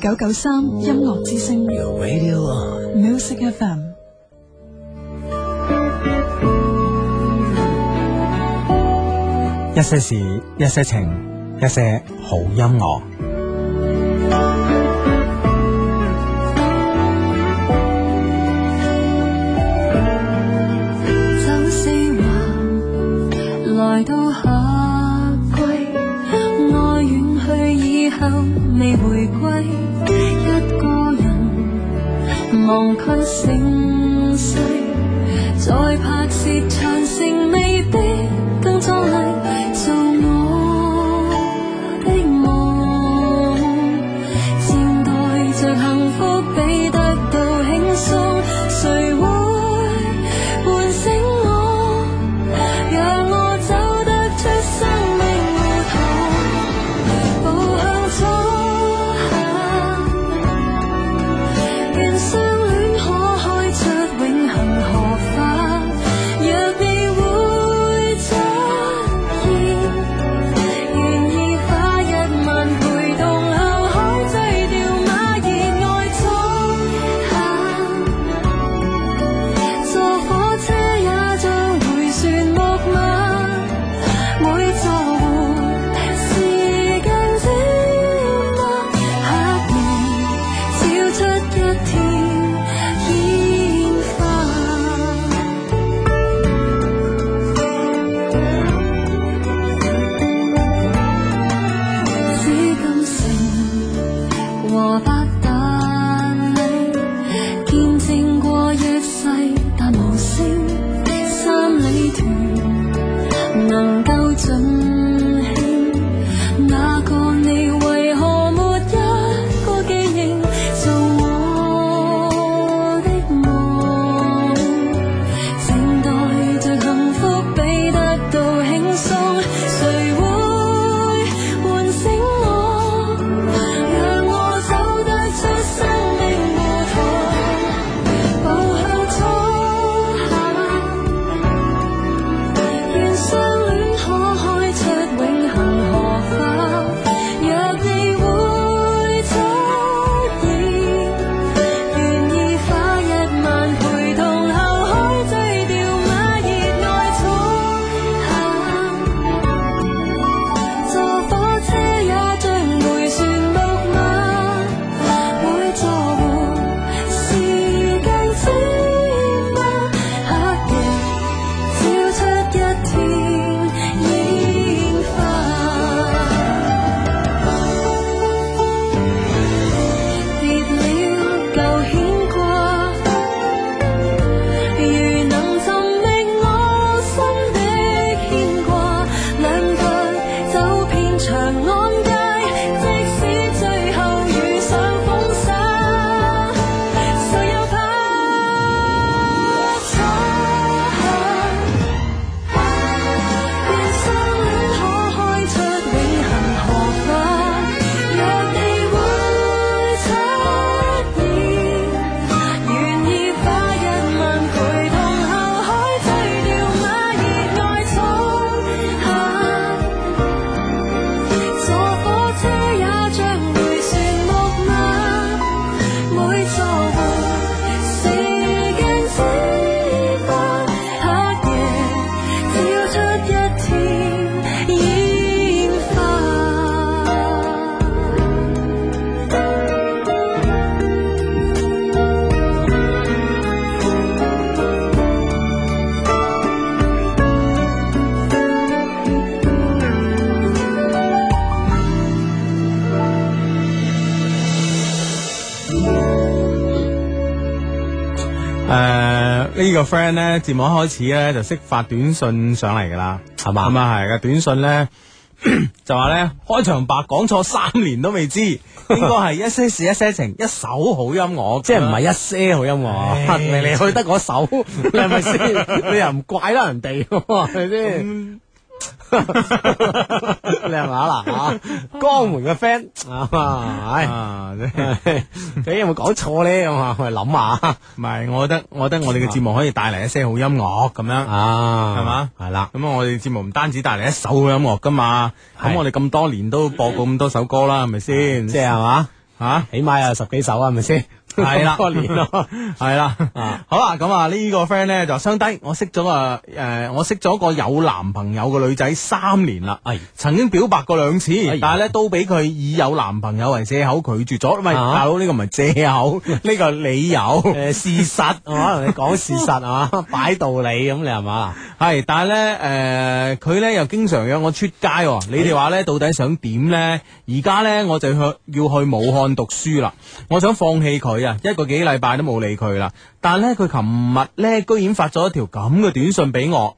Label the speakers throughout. Speaker 1: 九九三音樂之聲
Speaker 2: Your radio on。
Speaker 1: Music FM。
Speaker 2: 一些事，一些情，一些好音樂。
Speaker 3: 走四環，來到夏季，愛遠去以後未回歸，一個人望卻盛世，在拍攝長城未必更壯麗，做我的夢，善待着幸福比得到輕鬆，誰會喚醒我，讓我走得出生命胡同？步向初夏，願相戀可開出永恆荷花。若你會出現，願意花一晚陪同後可醉掉馬熱愛初夏，坐火車也像回旋木馬，每座湖。時間轉彎，黑夜照出一片煙花。紫禁城和百達里，見證過弱勢但無聲。三里屯能夠盡興。那個你為何沒一個記認？做我的夢，靜待着幸福比得到輕鬆。誰會喚醒我，讓我走得出生命胡同，步向初夏。願相戀可開出永恆荷花。若你會出現，願意花一晚陪同後，可醉掉馬熱愛初夏。坐火車也像回旋木馬，每座湖時間轉彎，黑夜。照出一天煙花，別了舊牽掛。如能尋覓我心的牽掛，兩腳走遍長安街，即使最後遇上風沙，誰又怕初夏？願相戀可開出永恆荷花。若你會出現，願意花一晚陪同後，可醉掉馬熱愛初夏。坐火車也像回旋木馬，每座湖時間之花，黑夜。照出一天煙花。
Speaker 2: 誒、呢、個 friend 咧，節目一開始咧就識發短信上嚟噶啦，係嘛？咁啊係嘅，短信咧 就話咧開場白講錯三年都未 知，應該係一些事一些情一首好音樂，哎
Speaker 4: 即係唔係一些好 音樂，
Speaker 2: 唉
Speaker 4: 嚟嚟去得嗰首，你係 咪先？你又唔怪得人哋喎，係咪先？ 你係咪啊嗱啊？江門嘅 friend 啊，唉
Speaker 2: 啊，即係
Speaker 4: 唉你有冇講錯咧？咁啊，我哋諗下
Speaker 2: 唔係？我覺得我覺得我哋嘅節目可以帶嚟一些好音樂咁樣。
Speaker 4: 啊
Speaker 2: 係嘛
Speaker 4: 係啦，
Speaker 2: 咁啊，我哋節目唔單止帶嚟一首好音樂噶嘛，
Speaker 4: 係
Speaker 2: 咁我哋咁多年都播過咁多首歌啦，係咪先？
Speaker 4: 即係係嘛？
Speaker 2: 吓。
Speaker 4: 啊起碼有十幾首啊，係咪先？
Speaker 2: 係啦
Speaker 4: 咁多 年咯，
Speaker 2: 系啦，好啦，咁啊呢個 friend 咧就相低，我識咗啊诶，誒我識咗個有男朋友嘅女仔三年啦，
Speaker 4: 係
Speaker 2: 曾經表白過兩次
Speaker 4: 哎呀，
Speaker 2: 但係咧都俾佢以有男朋友為借口拒絕咗。喂，
Speaker 4: 啊
Speaker 2: 大佬呢個唔係借 口，呢個係理由。
Speaker 4: 诶，事 實係嘛，同你講事實係嘛，擺道理咁你係嘛？
Speaker 2: 係，但係咧诶，誒佢咧又經常約我出街喎。你哋話咧到底想點咧？而家咧我就去要去武漢讀書啦，我想放棄佢啊，一個幾禮拜都冇理佢啦。但係咧佢琴日咧居然發咗一條咁嘅短信俾我。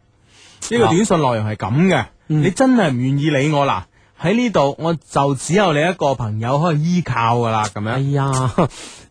Speaker 2: 呢
Speaker 4: 啊
Speaker 2: 個短信內容係咁嘅，
Speaker 4: 嗯
Speaker 2: 你真係唔願意理我啦。喺呢度我就只有你一個朋友可以依靠噶啦，咁
Speaker 4: 哎
Speaker 2: 樣
Speaker 4: 呀，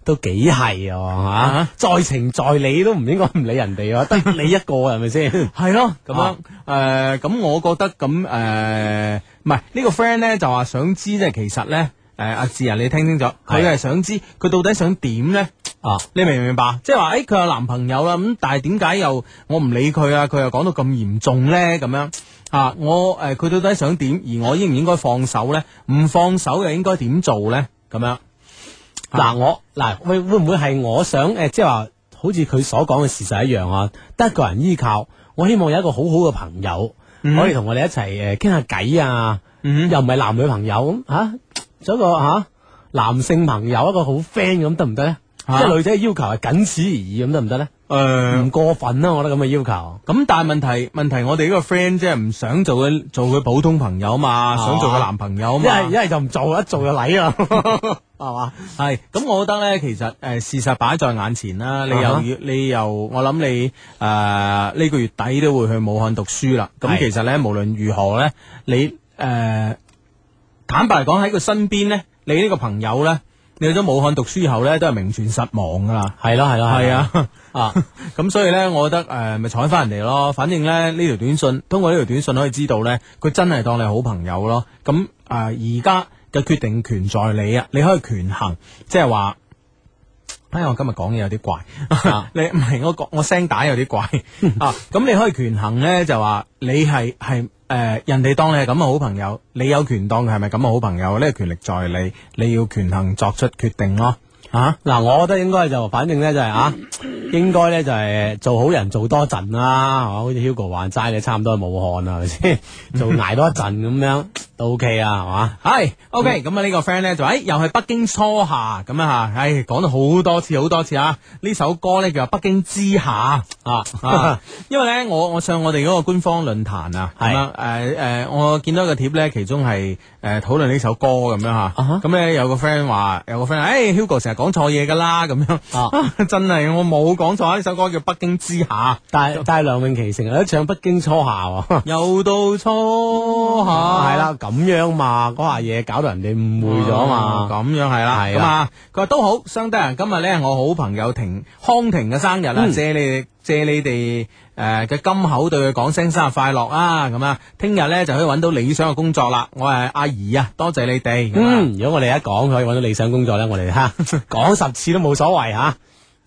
Speaker 4: 都幾係啊吓，在情在理都唔應該唔理人哋啊，得你一個係咪先？
Speaker 2: 係咯，咁樣
Speaker 4: 啊
Speaker 2: 诶，誒咁、我覺得咁诶，誒唔係呢個 friend 咧就話想知即係其實咧，诶、阿志啊，你聽清楚，佢係想知佢到底想點咧？
Speaker 4: 啊，
Speaker 2: 你明唔明白？即係話诶，誒佢、有男朋友啦，咁但係點解又我唔理佢啊？佢又講到咁嚴重咧，咁樣啊，我诶，誒佢、到底想點？而我應唔應該放手咧？唔放手又應該點做咧？咁樣。啊
Speaker 4: 嗱我嗱會會唔會係我想诶，即係話好似佢所講嘅事實一樣啊，得一個人依靠，我希望有一個好好嘅朋友，可以同我哋一齊诶傾下偈啊，
Speaker 2: 嗯
Speaker 4: 又唔係男女朋友咁吓，做一個吓男性朋友一個好 friend 咁得唔得咧？即
Speaker 2: 啊嗯
Speaker 4: 係女仔嘅要求係僅此而已咁得唔得咧？
Speaker 2: 诶，
Speaker 4: 唔過分啦，我覺得咁嘅要求。
Speaker 2: 呃咁但系问题问题，我哋呢個 friend 即係唔想做佢做佢普通朋友嘛，想做佢男朋友
Speaker 4: 一係一
Speaker 2: 嘛，
Speaker 4: 係就唔做，一做就禮啦， 係嘛？
Speaker 2: 係咁，我覺得咧，其實诶、呃事實擺在眼前啦，你又
Speaker 4: 啊
Speaker 2: 要
Speaker 4: 哈
Speaker 2: 你又，我諗你诶呢、個月底都會去武漢讀書啦。咁
Speaker 4: 係
Speaker 2: 其實咧，無論如何咧，你诶、呃坦白嚟講喺佢身邊咧，你呢個朋友咧，你去咗武漢讀書以後咧，都係名存實亡噶啦。
Speaker 4: 係咯係咯
Speaker 2: 係 啊。
Speaker 4: 啊！
Speaker 2: 咁所以咧，我覺得诶，咪睬翻人哋咯。反正咧呢條短信，通過呢條短信可以知道咧，佢真係當你好朋友咯。咁诶，而家嘅決定權在你啊，你可以權衡，即係話。哎，我今日講嘢有啲怪，
Speaker 4: 啊
Speaker 2: 你唔係我講我聲帶有 啲怪啊！咁你可以權衡咧，就話你係係誒人哋當你係咁嘅好朋友，你有權當佢係咪咁嘅好朋友？呢、個權力在你，你要權衡作出決定咯，啊！
Speaker 4: 嗱，我覺得應該就反正咧就係啊，應該咧就係做好人做多陣啦，係啊嘛？好似 Hugo 話齋，你差唔多係武漢啊啦，係咪 先？做捱多一陣咁樣都 OK 啊，係嘛？
Speaker 2: 系，OK，咁啊
Speaker 4: 嗯
Speaker 2: 呢個 friend 咧就，诶、又係北京初夏咁啊吓，唉，講咗好多次好多次啊，呢首歌咧叫做《北京之夏》啊， 啊因為咧我我上我哋嗰個官方論壇啊，
Speaker 4: 係
Speaker 2: 咁啊，诶、诶、我見到一個貼咧，其中係诶討論呢首歌咁樣吓，
Speaker 4: 哈
Speaker 2: 咁咧、有個 friend 話，有個 friend，诶、h u g o 成日講錯嘢噶啦，咁樣，
Speaker 4: 啊
Speaker 2: 真係我冇講錯啊，呢首歌叫《北京之夏》。
Speaker 4: 但係但啊係梁咏琪成日都唱《北京初夏》喎，
Speaker 2: 又到初夏，
Speaker 4: 係啦，咁樣嘛，嗰下嘢搞到人哋誤會咗嘛。
Speaker 2: 咁樣係啦，
Speaker 4: 係
Speaker 2: 咁
Speaker 4: 啦
Speaker 2: 啊，佢話都好，相低人今日咧，我好朋友婷康婷嘅生日啦，
Speaker 4: 嗯
Speaker 2: 借你哋借你哋誒嘅金口對佢講聲生日快樂啊，咁啊，聽日咧就可以揾到理想嘅工作啦，我係阿姨啊，多謝你哋，咁啊
Speaker 4: 嗯，如果我哋一講佢可以揾到理想工作咧，我哋吓 講十次都冇所謂吓。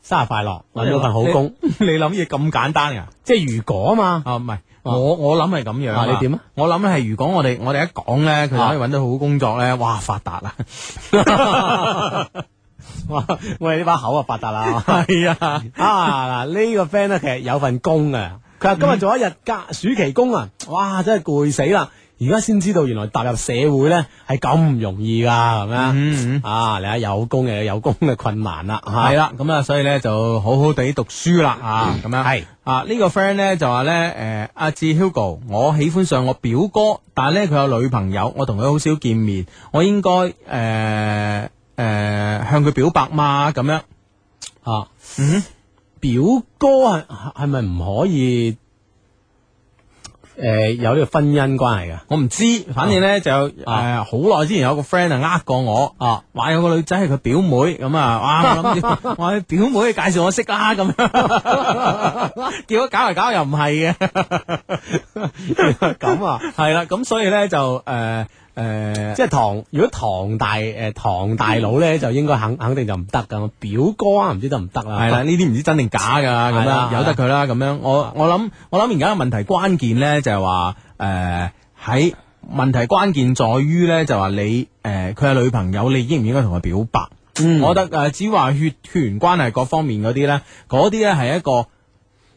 Speaker 4: 生日快樂，揾到份好工，
Speaker 2: 你 你諗嘢咁簡單㗎？
Speaker 4: 即係如果 嘛，
Speaker 2: 啊，唔係，我我諗係咁樣
Speaker 4: 啊你點啊？
Speaker 2: 我諗係如果我哋我哋一講咧，佢就可以揾到好工作咧，哇，發達啦！
Speaker 4: 哇，我哋呢把口啊發達 啦。
Speaker 2: 係啊。
Speaker 4: 啊嗱，呢、個 friend 咧其實有份工啊，佢話今日做一日假
Speaker 2: 嗯
Speaker 4: 暑期工啊，哇真係攰死啦！而家先知道原來踏入社會咧係咁唔容易噶，咁樣、
Speaker 2: 嗯嗯
Speaker 4: 啊，你睇有工嘅有工嘅困難啦，
Speaker 2: 系
Speaker 4: 吓
Speaker 2: 啦，咁啊，所以咧就好好地讀書啦啊，咁樣
Speaker 4: 嗯係
Speaker 2: 啊，呢個 friend 咧就話咧，诶，阿志 Hugo，我喜歡上我表哥，但係咧佢有女朋友，我同佢好少見面，我應該诶诶向佢表白嘛，咁樣
Speaker 4: 啊，表哥係係咪唔可以诶、誒有呢個婚姻關係噶？
Speaker 2: 我唔知，反正咧就诶好耐之前有個 friend 啊呃過我
Speaker 4: 啊，
Speaker 2: 話有個女仔係佢表妹，咁啊，哇， 我諗住我話表妹介紹我識啦，咁樣， 結果搞嚟搞去又唔係嘅。
Speaker 4: 咁啊，
Speaker 2: 系啦， 咁所以咧就呃诶诶，
Speaker 4: 即係唐如果唐大诶、唐大佬咧就應該肯肯定就唔得噶，表哥啊唔知得唔得啦，
Speaker 2: 系啦，呢啲唔知真定假噶，咁
Speaker 4: 係啦
Speaker 2: 樣由得佢啦，咁樣我我諗我諗而家嘅問題關鍵咧就係話诶喺問題關鍵在於咧就話你诶佢係女朋友，你應唔應該同佢表白？
Speaker 4: 嗯
Speaker 2: 我覺得诶、呃只話血血緣關係各方面嗰啲咧，嗰啲咧係一個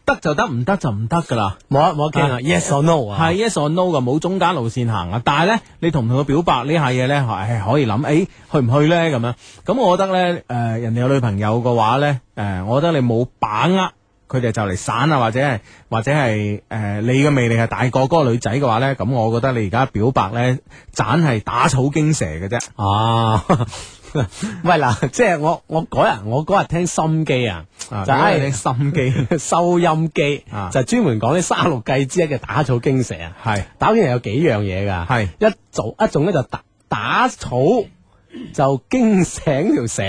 Speaker 2: 得就得，唔得就唔得噶啦。
Speaker 4: 冇冇得傾啊
Speaker 2: 啊
Speaker 4: ，yes or no 啊，
Speaker 2: 係 yes or no 噶，冇中間路線行啊。但係咧，你同唔同佢表白呢下嘢咧，係可以諗，誒、去唔去咧咁樣。咁我覺得咧，誒、人哋有女朋友嘅話咧，誒、我覺得你冇把握。佢哋就嚟散啊，或者係或者係誒、你嘅魅力係大過嗰個女仔嘅話咧，咁我覺得你而家表白咧，盞係打草驚蛇嘅啫。
Speaker 4: 啊， 喂嗱，即係我我嗰日我嗰日聽心機啊，
Speaker 2: 啊
Speaker 4: 就係
Speaker 2: 你心 機
Speaker 4: 收音機
Speaker 2: 啊
Speaker 4: 就專門講呢三六計之一嘅打草驚蛇啊。
Speaker 2: 係
Speaker 4: 打草驚蛇有幾樣嘢㗎，
Speaker 2: 係
Speaker 4: 一做一種咧就打打草就驚醒條蛇。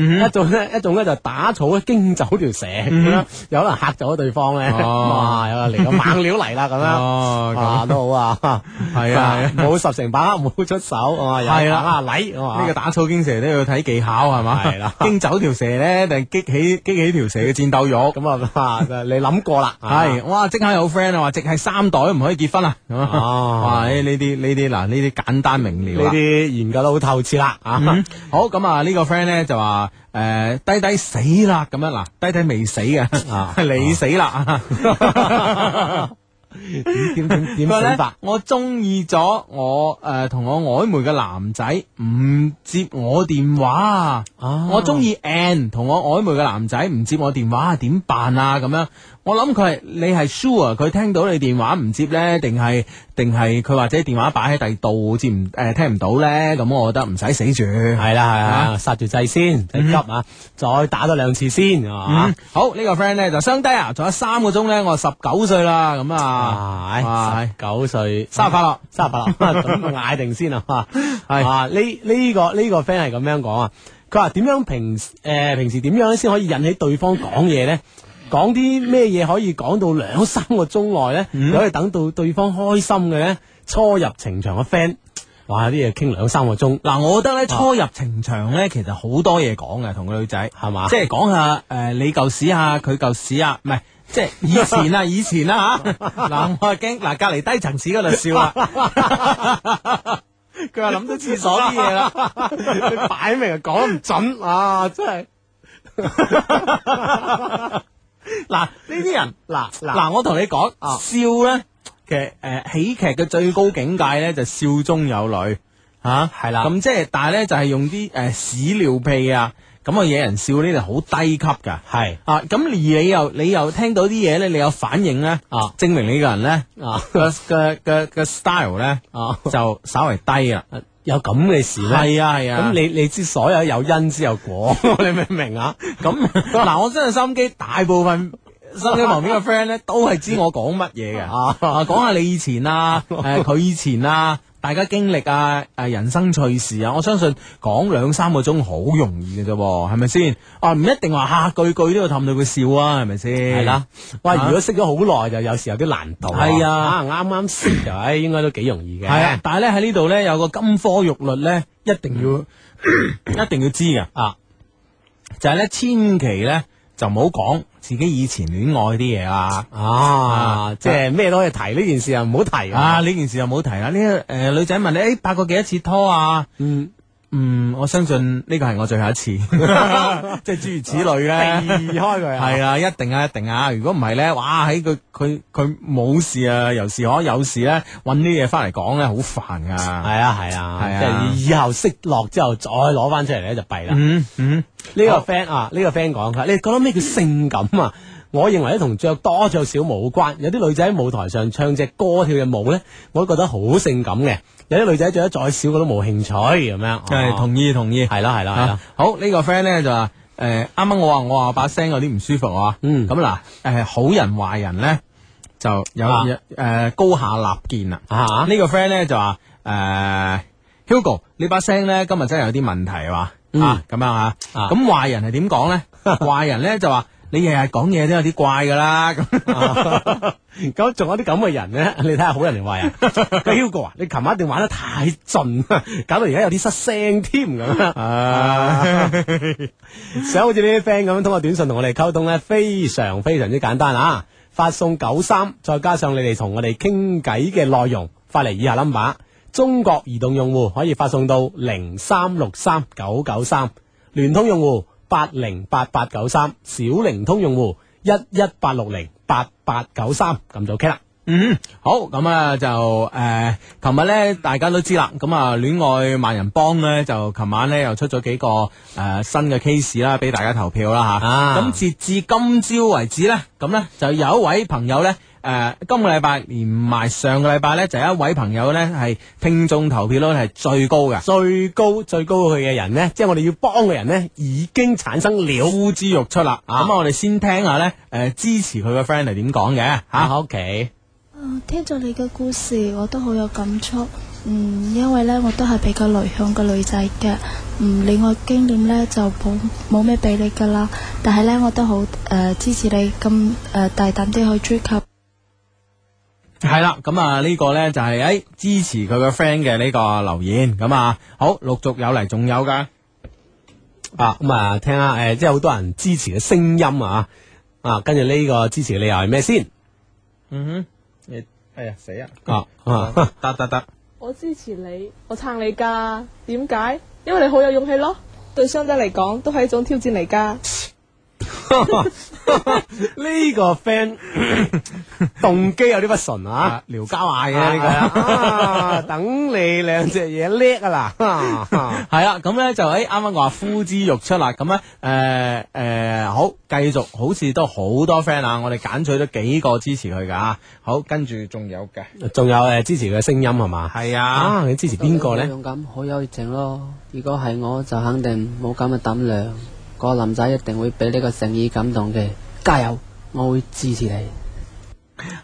Speaker 2: 嗯
Speaker 4: 一種咧，一種咧就打草咧驚走條蛇咁樣，有可能嚇走咗對方咧，
Speaker 2: 哦
Speaker 4: 哇！有嚟個猛料嚟啦咁樣，
Speaker 2: 哦
Speaker 4: 啊都好啊，
Speaker 2: 係啊係啊
Speaker 4: 冇十成把握冇出手，啊有
Speaker 2: 係啦
Speaker 4: 把握禮，
Speaker 2: 啊呢個
Speaker 4: 呢
Speaker 2: 打草驚蛇都要睇技巧係嘛？
Speaker 4: 係啦
Speaker 2: 驚走條蛇咧，定係激起激起條蛇嘅戰鬥欲？
Speaker 4: 咁啊啊，你諗過啦，
Speaker 2: 係哇！即刻有 friend 啊，話直係三代唔可以結婚啊！咁啊
Speaker 4: 哦
Speaker 2: 哇！呢啲呢啲嗱，呢啲簡單明了啊
Speaker 4: 呢
Speaker 2: 啦。
Speaker 4: 啲研究得好透徹啦，啊，
Speaker 2: 嗯好咁啊！呢個 friend 咧就話誒低低死啦咁樣嗱，低低未死
Speaker 4: 啊
Speaker 2: 嘅，啊你死啦！
Speaker 4: 點點點
Speaker 2: 不過
Speaker 4: 死
Speaker 2: 咧
Speaker 4: 法，
Speaker 2: 我中意咗我誒同我曖昧嘅男仔唔接我電話
Speaker 4: 啊
Speaker 2: 我中意 N 同我曖昧嘅男仔唔接我電話，點辦啊？咁樣我諗佢係你係 sure 佢聽到你電話唔接呢？定係定係佢或者電話擺喺第度接唔誒、呃、聽唔到呢？咁我覺得唔使死住。
Speaker 4: 係啦係啦，
Speaker 2: 啊
Speaker 4: 殺住掣先，唔使急啊，再打多兩次先，啊
Speaker 2: 嗯，好呢、個 friend 呢，就相低啊，仲有三個鐘呢，我十九歲啦，咁啊，
Speaker 4: 啊，十九歲
Speaker 2: 生日快樂！
Speaker 4: 三十八啦，咁嗌定先啊嘛。係啊，呢呢個呢個 friend 係咁樣講啊，佢話點樣平誒平時點樣先可以引起對方講嘢咧？講啲咩嘢可以講到兩三個鐘內咧，你可以等到對方開心嘅咧？初入情場嘅 friend，哇！啲嘢傾兩三個鐘，
Speaker 2: 嗱，我覺得咧初入情場咧，其實好多嘢講嘅，同個女仔
Speaker 4: 係嘛
Speaker 2: 即係講下誒、呃你舊屎啊，佢舊屎啊，唔係。即係以前 啊，以前啦嚇，嗱我係驚嗱隔離低層次嗰度笑啦， 佢話諗到廁所啲嘢啦，
Speaker 4: 你擺明係講唔準啊！真係
Speaker 2: 嗱呢啲人
Speaker 4: 嗱嗱啊
Speaker 2: 嗱我同你講笑咧，其實誒喜劇嘅最高境界咧就笑中有淚嚇，
Speaker 4: 係啦
Speaker 2: 咁即係但係咧就係用啲誒屎尿屁啊咁啊惹人笑呢就好低級㗎。
Speaker 4: 係
Speaker 2: 啊，咁而你又你又聽到啲嘢咧，你有反應咧，
Speaker 4: 啊
Speaker 2: 證明你個人咧
Speaker 4: 啊
Speaker 2: 個個個個 style 咧
Speaker 4: 啊，
Speaker 2: 就稍微低啦。
Speaker 4: 有咁嘅事咧。
Speaker 2: 係啊係啊，
Speaker 4: 咁你你知所有有因之 有果，你明唔明啊？
Speaker 2: 咁嗱，我真係心機，大部分心機旁邊嘅 friend 咧都係知我講乜嘢嘅，
Speaker 4: 啊
Speaker 2: 啊講下你以前 啊，誒佢以前啊。大家經歷啊，誒人生趣事啊，我相信講兩三個鐘好容易嘅啫喎，係咪先？啊，唔一定話下句句都要氹到佢笑啊，係咪先？
Speaker 4: 系啦，哇！
Speaker 2: 啊
Speaker 4: 如果識咗好耐，就有時有啲難度。
Speaker 2: 係啊
Speaker 4: 啱啱識 就，唉，應該都幾容易嘅。
Speaker 2: 系啊，，但系咧喺呢度咧有個金科玉律咧，一定要 一定要知嘅啊，就係咧千祈咧就唔好講自己以前戀愛啲嘢啦。
Speaker 4: 啊
Speaker 2: 啊，
Speaker 4: 即係咩都可以提呢件事啊，唔好提
Speaker 2: 啊！。呢件事就唔好提啦。呢 個诶女仔問你，诶哎拍過幾多次拖啊？
Speaker 4: 嗯，
Speaker 2: 嗯，我相信呢個係我最後一 次，即係諸如此類咧。
Speaker 4: 避開佢啊
Speaker 2: 係啦，一定啊，一定啊！如果唔係咧，哇！喺佢佢佢冇事啊，有事可有事咧，搵呢啲嘢翻嚟講咧，好煩噶。
Speaker 4: 係啊，係啊，
Speaker 2: 係啊
Speaker 4: 即係以後識落之後再攞翻出嚟咧就弊啦。呢
Speaker 2: 嗯嗯。
Speaker 4: 個 friend 啊，呢個 friend 講佢，你覺得咩叫性感啊？我認為咧同着多着少冇關，有啲女仔喺舞台上唱只歌跳嘅舞咧，我都覺得好性感嘅。有啲女仔着得再少，我都冇興趣咁樣。哦
Speaker 2: 系同意同意，
Speaker 4: 係啦係啦係啦
Speaker 2: 啊。好呢個 friend 咧就話诶，啱啱我話我話把聲有啲唔舒服啊。
Speaker 4: 嗯
Speaker 2: 咁嗱，诶好人壞人咧就
Speaker 4: 啊
Speaker 2: 有诶高下立見啦。
Speaker 4: 啊
Speaker 2: 呢個 friend 咧就話诶 Hugo，你把聲咧今日真係有啲問題話
Speaker 4: 嗯
Speaker 2: 啊咁樣啊。
Speaker 4: 啊
Speaker 2: 咁壞人係點講 咧？壞人咧就話你日日講嘢都有啲怪噶啦咁。
Speaker 4: 啊 咁仲有啲咁嘅人咧， 你睇下好人定壞人？ 佢 Hugo 啊，你琴晚一定玩得太盡，啊搞到而家有啲失聲添咁樣。 啊想好似呢啲 friend 咁樣通過短信同我哋溝通咧，非常非常之簡單啊！發送九三，再加上你哋同我哋傾偈嘅內容，發嚟以下啊 number。中國移動用戶可以發送到零三六三九九三。聯通用戶八零八八九三，小靈通用戶一一八六零八八九三，咁就 OK 啦。
Speaker 2: 嗯，好，咁啊就誒，琴日咧大家都知啦，咁啊戀愛萬人幫咧就琴晚咧又出咗幾個誒、呃新嘅 case 啦，俾大家投票啦吓。
Speaker 4: 啊
Speaker 2: 咁、截至今朝為止咧，咁咧就有一位朋友咧。誒、今個禮拜連埋上個禮拜咧，就有一位朋友咧係聽眾投票率係最高嘅，
Speaker 4: 最高最高佢嘅人呢，即係我哋要幫嘅人呢，已經產生了。
Speaker 2: 呼之欲出啦。咁
Speaker 4: 啊
Speaker 2: 啊，我哋先聽下咧，誒、支持佢嘅 friend 係點講嘅嚇。
Speaker 4: 啊，OK，
Speaker 5: 啊，聽咗你嘅故事，我都好有感觸。嗯，因為呢，我都係比較內向嘅女仔嘅。嗯，戀愛經驗呢就冇冇咩俾你噶啦。但係呢，我都好誒、呃支持你咁誒、呃大膽啲去追求。
Speaker 2: 係啦，咁啊呢個呢就係、
Speaker 4: 哎
Speaker 2: 誒支持佢個 friend 嘅呢個留言，咁啊好陸續有嚟，仲有噶，
Speaker 4: 啊咁啊，聽下誒、呃即係好多人支持嘅聲音啊，啊，跟住呢個支持嘅理由係咩先？
Speaker 2: 嗯哼，哎呀死啊，
Speaker 4: 啊啊，
Speaker 2: 得得得，
Speaker 6: 我支持你，我撐你噶。點解？因為你好有勇氣咯。對雙仔嚟講，都係一種挑戰嚟噶。
Speaker 4: 呢個 friend 動機有啲不純啊
Speaker 2: 啊，撩交嗌嘅呢個。
Speaker 4: 呢個等你兩隻嘢叻啊 嗱，
Speaker 2: 系啦，咁咧就誒啱啱我話呼之欲出啦，咁咧誒誒好，繼續好似都好多 friend 啊，我哋揀取咗幾個支持佢噶，好，跟住仲有嘅，
Speaker 4: 仲有誒支持佢嘅聲音係嘛？
Speaker 2: 係
Speaker 4: 啊，你支持邊個咧？
Speaker 7: 勇敢好有靜咯。如果係我就肯定冇咁嘅膽量。個男仔一定會俾呢個誠意感動嘅，加油！我會支持你。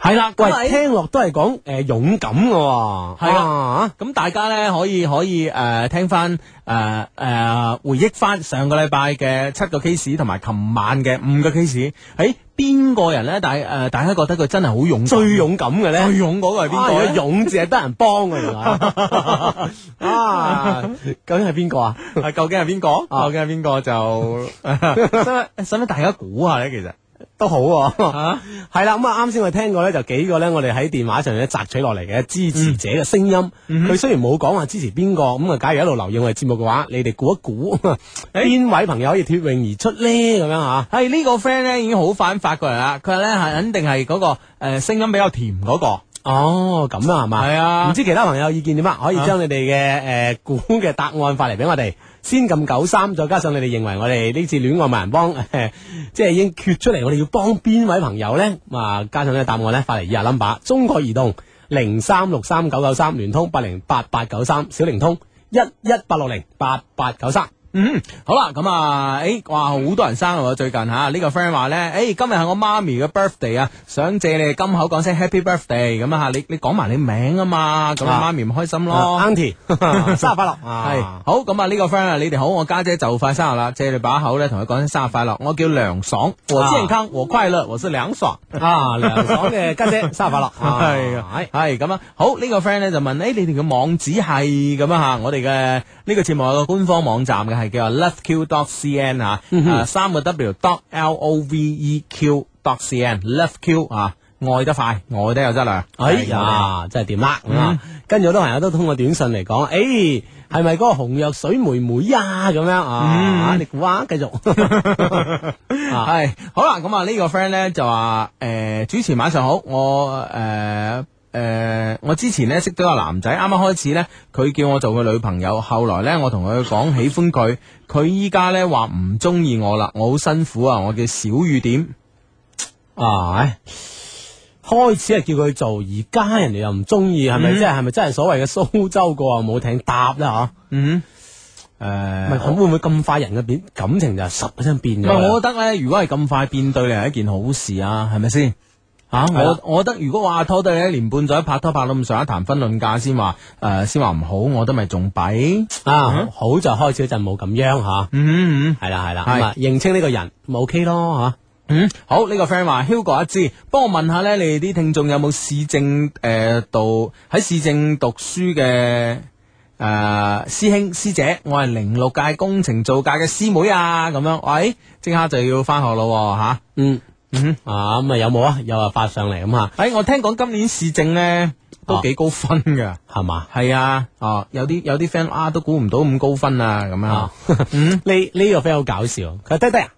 Speaker 2: 係啦，各
Speaker 4: 喂，聽落都係講誒勇敢嘅喎，
Speaker 2: 啊哎係
Speaker 4: 啊。
Speaker 2: 咁大家咧可以可以誒、呃、聽翻誒誒回憶翻上個禮拜嘅七個 case 同埋琴晚嘅五個 case，誒邊個人咧？大誒、呃大家覺得佢真係好勇敢，
Speaker 4: 最勇敢嘅咧，
Speaker 2: 最勇嗰個係邊個
Speaker 4: 啊
Speaker 2: 咧？
Speaker 4: 如果勇字係得人幫嘅，原來 啊，究竟係邊個啊？
Speaker 2: 啊究竟係邊個？
Speaker 4: 啊
Speaker 2: 究竟係邊個就呃 使唔使使唔使大家估下咧？其實
Speaker 4: 都好喎、
Speaker 2: 啊
Speaker 4: 係啦，咁啊，啱先我聽過咧，就幾個咧，我哋喺電話上咧摘取落嚟嘅支持者嘅聲音。佢、雖然冇講話支持邊個，咁啊，假如一路留意我哋節目嘅話，你哋估一估 邊位朋友可以脱穎而出咧？咁樣吓，
Speaker 2: 係呢、個 friend 咧已經好反發過嚟啦，佢話咧係肯定係嗰、個誒、呃、聲音比較甜嗰、個。
Speaker 4: 哦，咁啊，係嘛？
Speaker 2: 係啊
Speaker 4: 唔知其他朋友意見點啊？可以將你哋嘅誒呃估嘅答案發嚟俾我哋。先撳九三，再加上你哋認為我哋呢次戀愛萬人幫， 誒即係已經決出嚟，我哋要幫邊位朋友呢？咁啊，加上呢個答案呢，發嚟以下 number：中國移動零三六三九九三，聯通八零八八九三，小靈通一一八六零八八九三。
Speaker 2: 嗯，好啦，咁啊，诶、哇，好多人生日啊喎，最近吓，呢、個 friend 話咧，诶、今日係我媽咪嘅 birthday 啊，想借你哋金口講聲 Happy Birthday 咁啊吓，你你講埋你名啊嘛，咁啊
Speaker 4: 啊
Speaker 2: 媽咪咪開心咯。
Speaker 4: Auntie，生日快樂！
Speaker 2: 係
Speaker 4: 係
Speaker 2: 好咁啊！呢個 friend 啊，你哋好，我家姐就快生日啦，借你把口咧，同佢講聲生日快樂。我叫梁爽，我健康，我快樂，我是梁爽。
Speaker 4: 啊，梁爽嘅家姐生日快樂！
Speaker 2: 係啊，系咁啊，好呢、個 friend 咧就問诶、你哋嘅網址係咁啊吓，我哋嘅呢個節目有個官方網站嘅係叫 loveq.cn 啊，
Speaker 4: 嗯
Speaker 2: 啊三個 w dot l o v e q dot cn loveq 啊，愛得快，愛得有質量，係啊我
Speaker 4: 哎
Speaker 2: 哋
Speaker 4: 呀，真係掂啦
Speaker 2: 嗯
Speaker 4: 咁啊！跟住好多朋友都通過短信嚟講，誒係咪嗰個紅藥水妹妹呀？咁樣
Speaker 2: 嗯
Speaker 4: 啊，你估 下，繼續啊
Speaker 2: 系好啦，咁啊呢個 friend 咧就話诶、呃主持晚上好，我诶。呃诶、呃我之前咧識咗個男仔，啱啱開始咧，佢叫我做佢女朋友，後來咧我同佢講喜歡佢，佢依家咧話唔中意我啦，我好辛苦啊，我叫小雨點，
Speaker 4: 啊！唉開始係叫佢做，而家人哋又唔中
Speaker 2: 嗯
Speaker 4: 意，係咪即係係咪真係所謂嘅蘇州過後冇艇搭咧？嗬，
Speaker 2: 嗯，诶、
Speaker 4: 唔係咁會唔會咁快人嘅變感情就十一聲
Speaker 2: 唔
Speaker 4: 變咗
Speaker 2: 係，啊我覺
Speaker 4: 啦？
Speaker 2: 得咧，如果係咁快變對你係一件好事啊，係咪先？啊，
Speaker 4: 係啦
Speaker 2: 我我覺得如果話拖到你一年半載，拍拖拍到咁上下，談婚論嫁先話誒，先話唔好，我覺得咪仲弊。
Speaker 4: 啊，好就開始嗰陣冇咁樣嚇，
Speaker 2: 嗯嗯
Speaker 4: 係啦係啦，
Speaker 2: 係
Speaker 4: 咁啊認清呢個人咪 OK 咯嚇。
Speaker 2: 嗯，好呢、個 friend 話 Hugo 一知，幫我問下咧，你哋啲聽眾有冇市政誒讀喺市政讀書嘅？誒、師兄師姐，我係零六屆工程造價嘅師妹啊，咁樣，喂，即刻就要翻學咯喎吓，
Speaker 4: 嗯，
Speaker 2: 嗯
Speaker 4: 啊咁啊有冇啊？有啊發上嚟咁啊，
Speaker 2: 哎，我聽講今年市政咧都
Speaker 4: 哦
Speaker 2: 幾高分噶。
Speaker 4: 係嘛？
Speaker 2: 系啊，哦，有啲有啲 friend 啊都估唔到咁高分啊，咁
Speaker 4: 啊
Speaker 2: 啊，，
Speaker 4: 呢呢個 friend 好搞笑，佢話低低啊，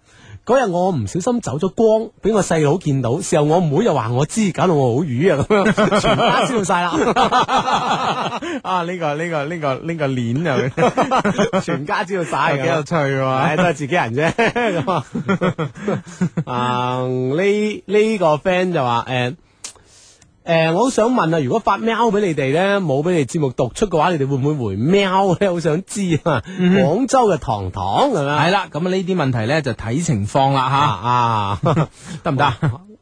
Speaker 4: 嗰日我唔小心走咗光，俾我細佬見到，事後我妹又話我知，搞到我好瘀啊咁 樣，全家知道晒啦，
Speaker 2: 啊呢個呢個呢個呢個鏈啊，
Speaker 4: 全家知道
Speaker 2: 啊
Speaker 4: 晒
Speaker 2: 幾有
Speaker 4: 咁
Speaker 2: 趣喎，
Speaker 4: 唉，都係自己人啫。咁啊，啊呢呢個 friend 就話誒誒，我好想問啊，如果發喵俾你哋咧，冇俾你哋節目讀出嘅話，你哋會唔會回喵咧？好想知啊！廣州嘅糖糖咁樣
Speaker 2: 係啦，咁啊呢啲問題咧就睇情況
Speaker 4: 啊
Speaker 2: 啦
Speaker 4: 啊，
Speaker 2: 吓，得唔得啊？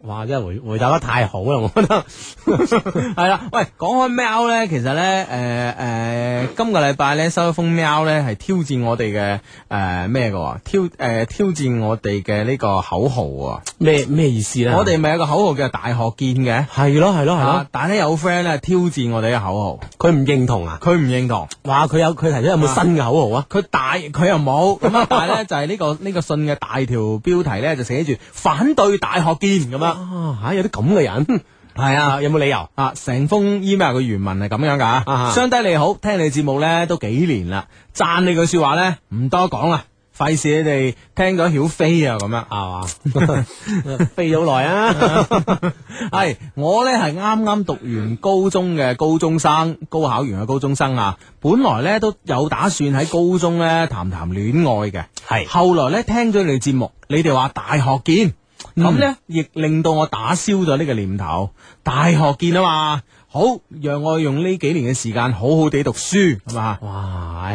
Speaker 4: 哇！真係回回答得太好啦，我覺 得
Speaker 2: 系啦，喂，講開喵咧，其實咧，诶、诶、今個禮拜咧收一封喵咧，係挑戰我哋嘅诶咩嘅喎，挑诶、挑戰我哋嘅呢個口號喎。
Speaker 4: 咩咩啊意思咧？
Speaker 2: 我哋咪有個口號叫大學見嘅，
Speaker 4: 係咯係咯係
Speaker 2: 啊
Speaker 4: 咯，，
Speaker 2: 但係咧有 friend 咧挑戰我哋嘅口
Speaker 4: 佢唔認同啊！
Speaker 2: 號，佢唔認同。
Speaker 4: 哇！佢有佢提出有冇新嘅口號啊？
Speaker 2: 佢大佢又冇咁啊，但係咧就係呢、個呢、個信嘅大條標題咧就寫住反對大學見咁樣，
Speaker 4: 啊嚇！有啲咁嘅人
Speaker 2: 係啊。
Speaker 4: 啊，有冇理由？
Speaker 2: 啊！成封 email 嘅原文係咁樣噶，
Speaker 4: 啊
Speaker 2: 相低你好，聽你節目咧都幾年啦，讚你句说話咧唔多講啦，費事你哋聽咗曉飛啊咁樣。
Speaker 4: 係嘛？飛咗好耐啊！
Speaker 2: 系我呢 係啱啱讀完高中嘅高中生，高考完嘅高中生啊，本來呢都有打算喺高中呢談談戀愛嘅，
Speaker 4: 係
Speaker 2: 後來呢聽咗你哋節目，你哋話大學見，
Speaker 4: 嗯
Speaker 2: 咁呢亦令到我打消咗呢個念頭，大學見啊嘛，好讓我用呢幾年嘅時間好好地讀書，係嘛，
Speaker 4: 哇！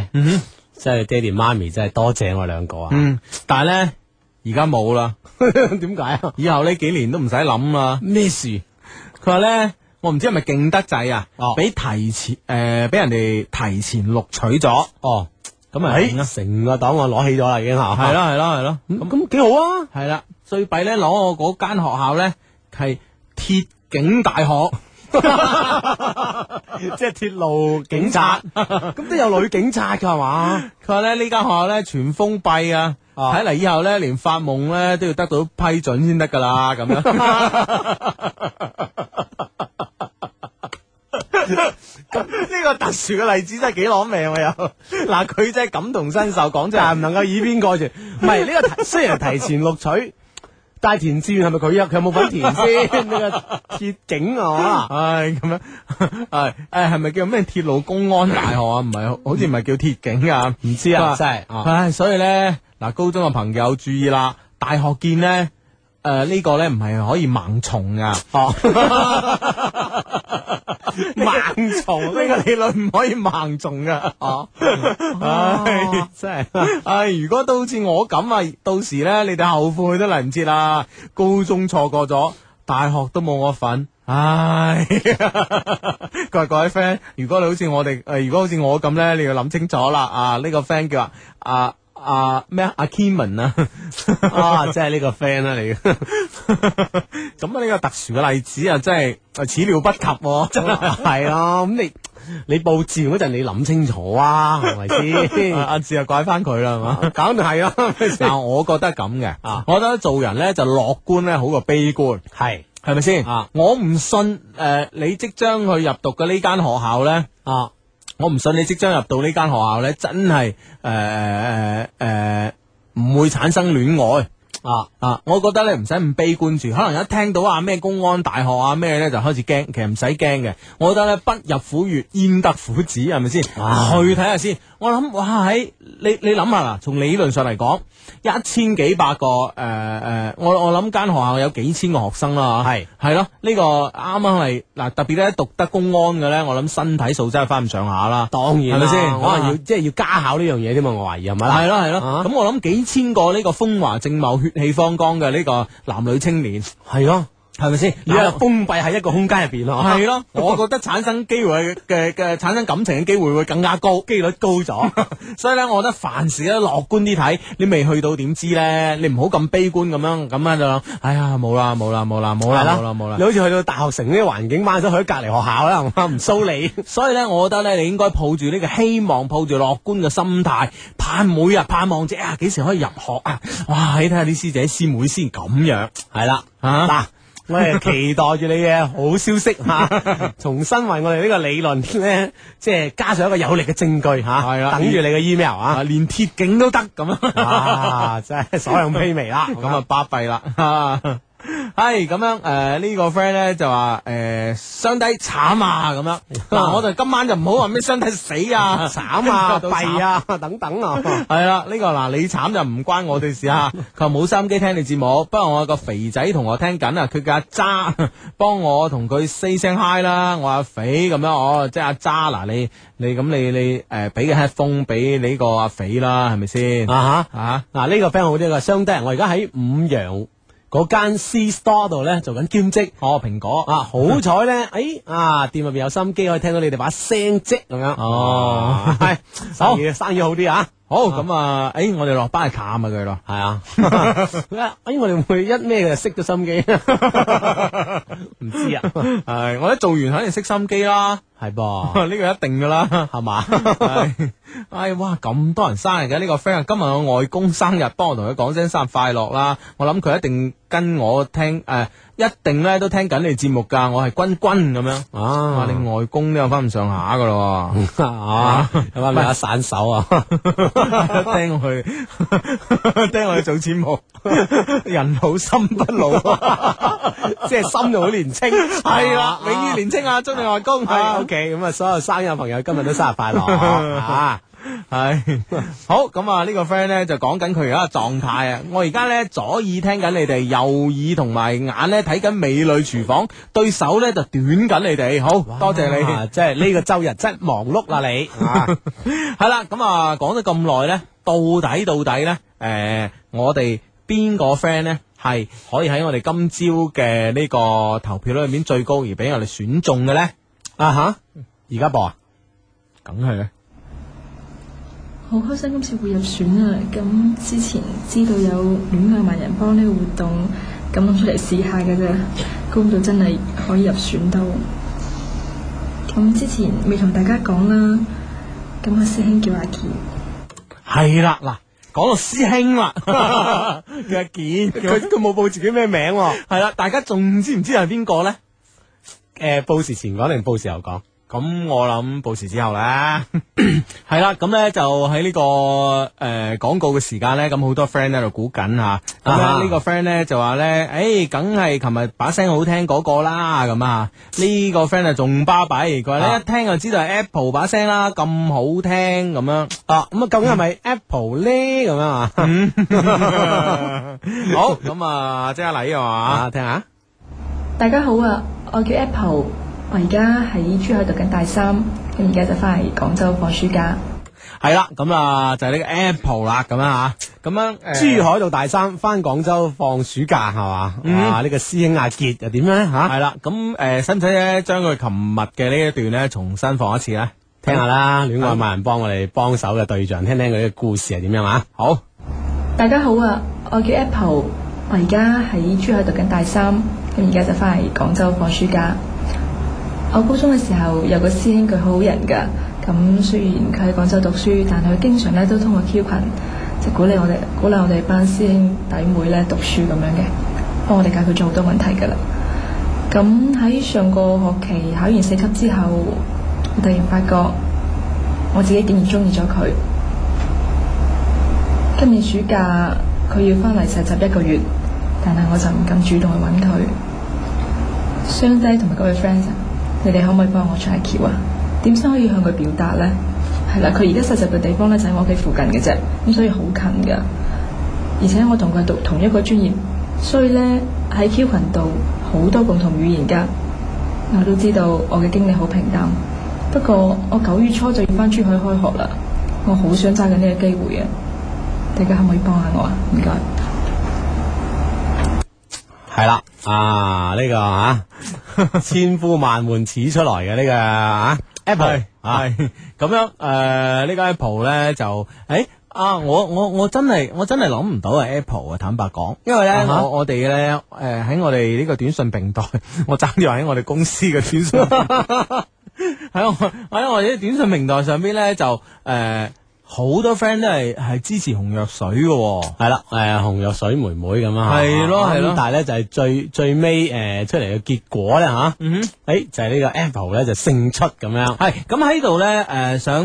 Speaker 4: 真係爹哋媽咪真係多謝我兩個啊！
Speaker 2: 嗯，但係呢，而家冇啦，
Speaker 4: 點解啊？
Speaker 2: 以後呢幾年都唔使諗啦。
Speaker 4: 咩事？
Speaker 2: 佢話咧，我唔知係咪勁得滯啊
Speaker 4: 哦，
Speaker 2: 俾、提前诶，俾、人哋提前錄取咗，
Speaker 4: 哦，咁啊，
Speaker 2: 哎
Speaker 4: 成個檔案攞起咗啦，已經嚇。
Speaker 2: 係，啦係啦係啦，
Speaker 4: 咁咁幾好啊！
Speaker 2: 係啦，最弊咧攞我嗰間學校咧係鐵警大學，
Speaker 4: 即係鐵路 警察，咁都有女警察㗎係嘛？
Speaker 2: 佢話咧呢間學校咧全封閉啊。
Speaker 4: 哦
Speaker 2: 睇嚟以後咧，連發夢咧都要得到批准先得噶啦，咁 樣
Speaker 4: 呢個特殊嘅例子真係幾攞命啊！又 嗱，佢真係感同身受，講真係唔能夠以偏概全。唔係呢個提雖然係提前錄取，但係填志願係咪佢啊？佢有冇份填 先？呢個鐵警啊嘛？
Speaker 2: 唉，咁樣，係誒係咪叫咩鐵路公安大學啊？唔係，好似唔係叫鐵警啊？
Speaker 4: 唔知
Speaker 2: 佢
Speaker 4: 啊，
Speaker 2: 話
Speaker 4: 真係啊，
Speaker 2: 唉，所以咧，嗱，高中嘅朋友注意啦，大學見咧，誒、呢個咧唔係可以盲從啊噶，
Speaker 4: 哦，盲 從
Speaker 2: 呢個理論唔可以盲從噶，哦， 唉，
Speaker 4: 真係
Speaker 2: 唉，如果都好似我咁啊，到時咧你哋後悔都嚟唔切啦，高中錯過咗，大學都冇我份。唉， 各位各位 friend，如果你好似我哋，誒、如果好似我咁咧，你要諗清楚啦。啊，呢、個 friend 叫啊啊咩啊阿 Kimon 啊。
Speaker 4: 啊，真係呢個 friend 啦你。
Speaker 2: 咁啊，呢個特殊嘅例子啊，真係啊始料不及喎、真係。
Speaker 4: 系啊，咁你你报志愿嗰阵你谂清楚啊，系咪
Speaker 2: 阿
Speaker 4: 先？啊
Speaker 2: 阿 志啊，怪翻佢啦，係嘛？
Speaker 4: 梗系啦，
Speaker 2: 嗱，我覺得咁嘅，
Speaker 4: 啊
Speaker 2: 我覺得做人咧就樂觀咧好過悲觀，
Speaker 4: 系
Speaker 2: 係咪先？
Speaker 4: 啊
Speaker 2: 我唔信誒、呃你即將去入讀嘅呢間學校咧，
Speaker 4: 啊，
Speaker 2: 我唔信你即將入到呢間學校咧，真係呃誒誒誒唔會產生戀愛。
Speaker 4: 啊
Speaker 2: 啊，我覺得咧唔使咁悲觀住，可能一聽到啊咩公安大學啊咩咧就開始驚，其實唔使驚嘅。我覺得咧不入虎穴焉得虎子，係咪先？
Speaker 4: 啊
Speaker 2: 去睇下先。我諗哇喺你你諗下啦，從理論上嚟講，一千幾百個誒誒、呃呃我我諗間學校有幾千個學生啦嚇
Speaker 4: 係
Speaker 2: 係咯，呢、個啱啱係嗱特別咧讀得公安嘅咧，我諗身體素質係翻咁上下啦。
Speaker 4: 当然
Speaker 2: 係咪
Speaker 4: 啦
Speaker 2: 先
Speaker 4: 可能
Speaker 2: 啊
Speaker 4: 要即系要加考呢样嘢添嘛，我怀疑系咪啦？
Speaker 2: 系咯系咯，
Speaker 4: 啊
Speaker 2: 咁我諗幾千個呢個風華正茂、血氣方剛嘅呢個男女青年。
Speaker 4: 系咯，系咪先？你
Speaker 2: 有
Speaker 4: 又封闭喺一個空間入边咯，
Speaker 2: 系 咯，我覺得產生機會嘅嘅產生感情嘅機會會更加 高，機率高咗。 所以咧，我覺得凡事都樂觀啲睇，你未去到點知咧？你唔好咁悲觀咁樣咁樣就諗，哎呀冇啦冇啦冇啦冇啦
Speaker 4: 係啦
Speaker 2: 冇啦冇啦
Speaker 4: 你。好似去到大學城呢啲環境，翻咗去咗隔離學校啦，係嘛唔騷你。
Speaker 2: 所以咧，我覺得咧，你應該抱住呢個希望，抱住樂觀嘅心態，盼每日盼望住啊，幾時可以入學啊？哇！你睇下啲師姐師妹先咁樣，
Speaker 4: 係啦，
Speaker 2: 啊
Speaker 4: 嗱。我哋期待住你嘅好消 息吓，重新為我哋呢個理論咧，即係加上一個有力嘅證據吓，
Speaker 2: 係啦
Speaker 4: 等住你嘅 email 啊，
Speaker 2: 啊，連鐵警都得咁啊！
Speaker 4: 哇，真係所向披靡啦，
Speaker 2: 咁啊巴閉啦。 系咁样，诶、呢、個个 friend 咧就話诶、相低慘啊咁樣。嗱，我哋今晚就唔好話咩相低死啊、 慘
Speaker 4: 啊，
Speaker 2: 弊啊
Speaker 4: 弊。啊，等等啊，
Speaker 2: 系啦，呢、個嗱你慘就唔關我哋事啊！佢話冇心機聽你節目，不過我有個肥仔同學聽緊啊，佢叫阿渣， 幫我同佢 say 聲 hi 啦，我阿肥咁樣哦，即係阿渣嗱，你你咁你你诶俾嘅 headphone 俾你個阿肥啦，係咪先？
Speaker 4: 啊吓。
Speaker 2: 啊！
Speaker 4: 嗱呢個 friend 好啲嘅，相低人，我而家喺五羊嗰間 C Store 度咧做緊兼職，
Speaker 2: 哦，蘋果
Speaker 4: 啊好彩 咧，誒啊店入邊有心機可以聽到你哋把聲啫咁樣。
Speaker 2: 哦
Speaker 4: 係
Speaker 2: 好
Speaker 4: 生意生意好啲啊！哎
Speaker 2: 好咁啊！诶，我哋落班去探下佢咯。
Speaker 4: 係 啊，誒我哋會一咩就熄咗心機， 唔知啊，
Speaker 2: 系，我一做完肯定熄心機啦，
Speaker 4: 係
Speaker 2: 呢
Speaker 4: 噃，
Speaker 2: 個一定噶啦。
Speaker 4: 係嘛？
Speaker 2: 係唉，哇！咁多人生日嘅呢個 friend，今日啊我外公生日，幫我同佢講聲生日快樂啦！我諗佢一定跟我聽，诶、一定咧都聽緊你節目㗎。我係君君咁樣。哇！
Speaker 4: 啊，
Speaker 2: 你外公都有翻咁上下噶咯喎，
Speaker 4: 啊，有冇有散手啊？
Speaker 2: 聽我去 聽我去做節目，人老心不老，
Speaker 4: 即係心仲好年青，係
Speaker 2: 係啦，永遠年青啊！祝你外公
Speaker 4: 係 OK，咁啊，所有生日朋友今日都生日快 樂啊！
Speaker 2: 系好咁啊！呢個 friend 咧就講緊佢而家嘅狀態啊！我而家咧左耳聽緊你哋，右耳同埋眼咧睇緊美女廚房，對手咧就短緊你哋。好多謝
Speaker 4: 啊
Speaker 2: 你，
Speaker 4: 即係呢個周日真係忙碌 啦你。
Speaker 2: 係啦。咁啊，講咗咁耐咧，到底到底咧？诶、我哋邊個 friend 咧係可以喺我哋今朝嘅呢個投票率入面最高而俾我哋選中嘅咧？
Speaker 4: 啊吓，而家播啊，
Speaker 2: 梗係啦。
Speaker 8: 好開心今次會入選啊！咁之前知道有戀愛萬人幫呢個活動，咁諗出嚟試下嘅啫，估唔到真係可以入選到。咁之前未同大家講啦，咁阿師兄叫阿傑，
Speaker 2: 係啦，嗱，講到師兄 啦，阿健，佢佢冇報自己咩名喎，係啦，大家仲知唔知係邊個咧？呃
Speaker 4: 诶，報時前講定報時後講？
Speaker 2: 咁我諗報時之後啦， 係啦，咁咧就喺呢、個诶廣告嘅時間咧，咁好多 friend 喺度估緊吓，咁
Speaker 4: 啊
Speaker 2: 呢呢個 friend 咧就話咧，诶，梗係琴日把聲好聽嗰個啦，咁啊，呢個 friend 啊仲巴閉，佢話咧
Speaker 4: 啊
Speaker 2: 一聽就知道係 Apple 把聲啦，咁好聽咁樣。嗯
Speaker 4: 啊，咁啊，究竟係咪 Apple 咧？咁樣啊，
Speaker 2: 好，咁啊，即刻嚟啊嘛，
Speaker 4: 啊，聽下，
Speaker 8: 大家好啊，我叫 Apple，我而家喺珠海讀緊大三，咁而家就翻嚟廣州放暑假。
Speaker 2: 係啦，咁啊就係呢個 Apple 啦，咁樣啊，咁樣誒
Speaker 4: 珠海到大三，翻廣州放暑假係嘛？啊，呢個師兄阿傑又點咧？吓，
Speaker 2: 嗯系啦，咁诶，使唔使咧將佢琴日嘅呢一段咧重新放一次嗯咧？
Speaker 4: 聽下啦，戀愛萬人幫我哋幫手嘅對象，聽聽佢嘅故事係點樣啊？
Speaker 2: 好，
Speaker 8: 大家好啊，我叫 Apple，我而家喺珠海讀緊大三，咁而家就翻嚟廣州放暑假。我高中嘅時候有個師兄，佢好好人噶，咁雖然佢喺廣州讀書，但佢經常咧都通過 Q 群，就鼓勵我哋鼓勵我哋班師兄弟妹咧讀書咁樣嘅，幫我哋解決咗好多問題噶啦。咁喺上個學期考完四級之後，我突然發覺我自己竟然中意咗佢。今年暑假佢要翻嚟實習一個月，但係我就唔敢主動去揾佢。雙低同埋各位 friends，啊你哋可唔可以幫我出下橋啊？點先可以向佢表達呢？係啦，佢而家實習嘅地方咧就喺我屋企附近嘅啫，咁所以好近噶。而且我同佢讀同一個專業，所以呢，喺 Q 群度好多共同語言㗎。我都知道我嘅經歷好平淡，不過我九月初就要翻珠海開學啦，我好想揸緊呢個機會啊！大家可唔可以幫下我啊？唔該。
Speaker 4: 系啦，啊呢、個个啊， 千呼萬喚始出來嘅呢、個啊 Apple 啊，
Speaker 2: 系咁样诶，呃呢个 Apple 咧就诶啊，我我我真系我真系諗唔到啊 Apple 啊，坦白講，因為咧
Speaker 4: 啊哈
Speaker 2: 我我哋咧诶喺我哋呢個短信 平台， 我爭啲話喺我哋公司嘅短信平台喺我喺我哋啲短信平台上邊咧就诶好多 friend 都係係支持紅藥水嘅喎。
Speaker 4: 係啦，诶紅藥水妹妹咁啊，
Speaker 2: 係咯
Speaker 4: 啊
Speaker 2: 係咯
Speaker 4: 咁但係咧就係最最尾诶出嚟嘅結果咧吓，
Speaker 2: 嗯哼
Speaker 4: 诶就係呢個 Apple 咧就勝出咁樣，
Speaker 2: 系咁喺度咧，诶、想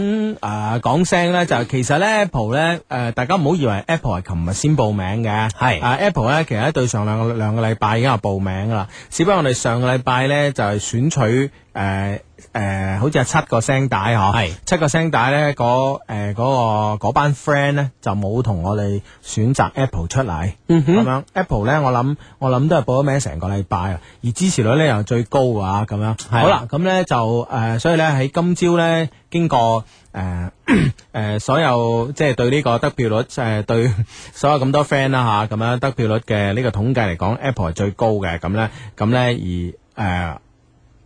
Speaker 2: 诶讲声咧，就係其實咧 Apple 咧，诶、大家唔好以為 Apple 係琴日先報名嘅，
Speaker 4: 係
Speaker 2: 啊 Apple 咧，其實喺對上兩個兩個禮拜已經有報名噶啦，只不過我哋上個禮拜咧就係選取诶诶、誒好似係七個聲帶嗬，
Speaker 4: 係
Speaker 2: 七個聲帶咧，嗰诶嗰個嗰班 friend 咧就冇同我哋選擇 Apple 出嚟，咁、
Speaker 4: 嗯
Speaker 2: 樣 Apple 咧，我諗我諗都係報咗名成個禮拜啊，而支持率咧又最高啊，咁樣好啦，咁咧就誒、呃所以咧喺今朝咧經過。誒誒、 呃所有即係對呢個得票率誒、呃、對 所有咁多 friend 啦嚇，咁啊樣得票率嘅呢個統計嚟講，Apple 係最高嘅，咁咧咁咧而誒。呃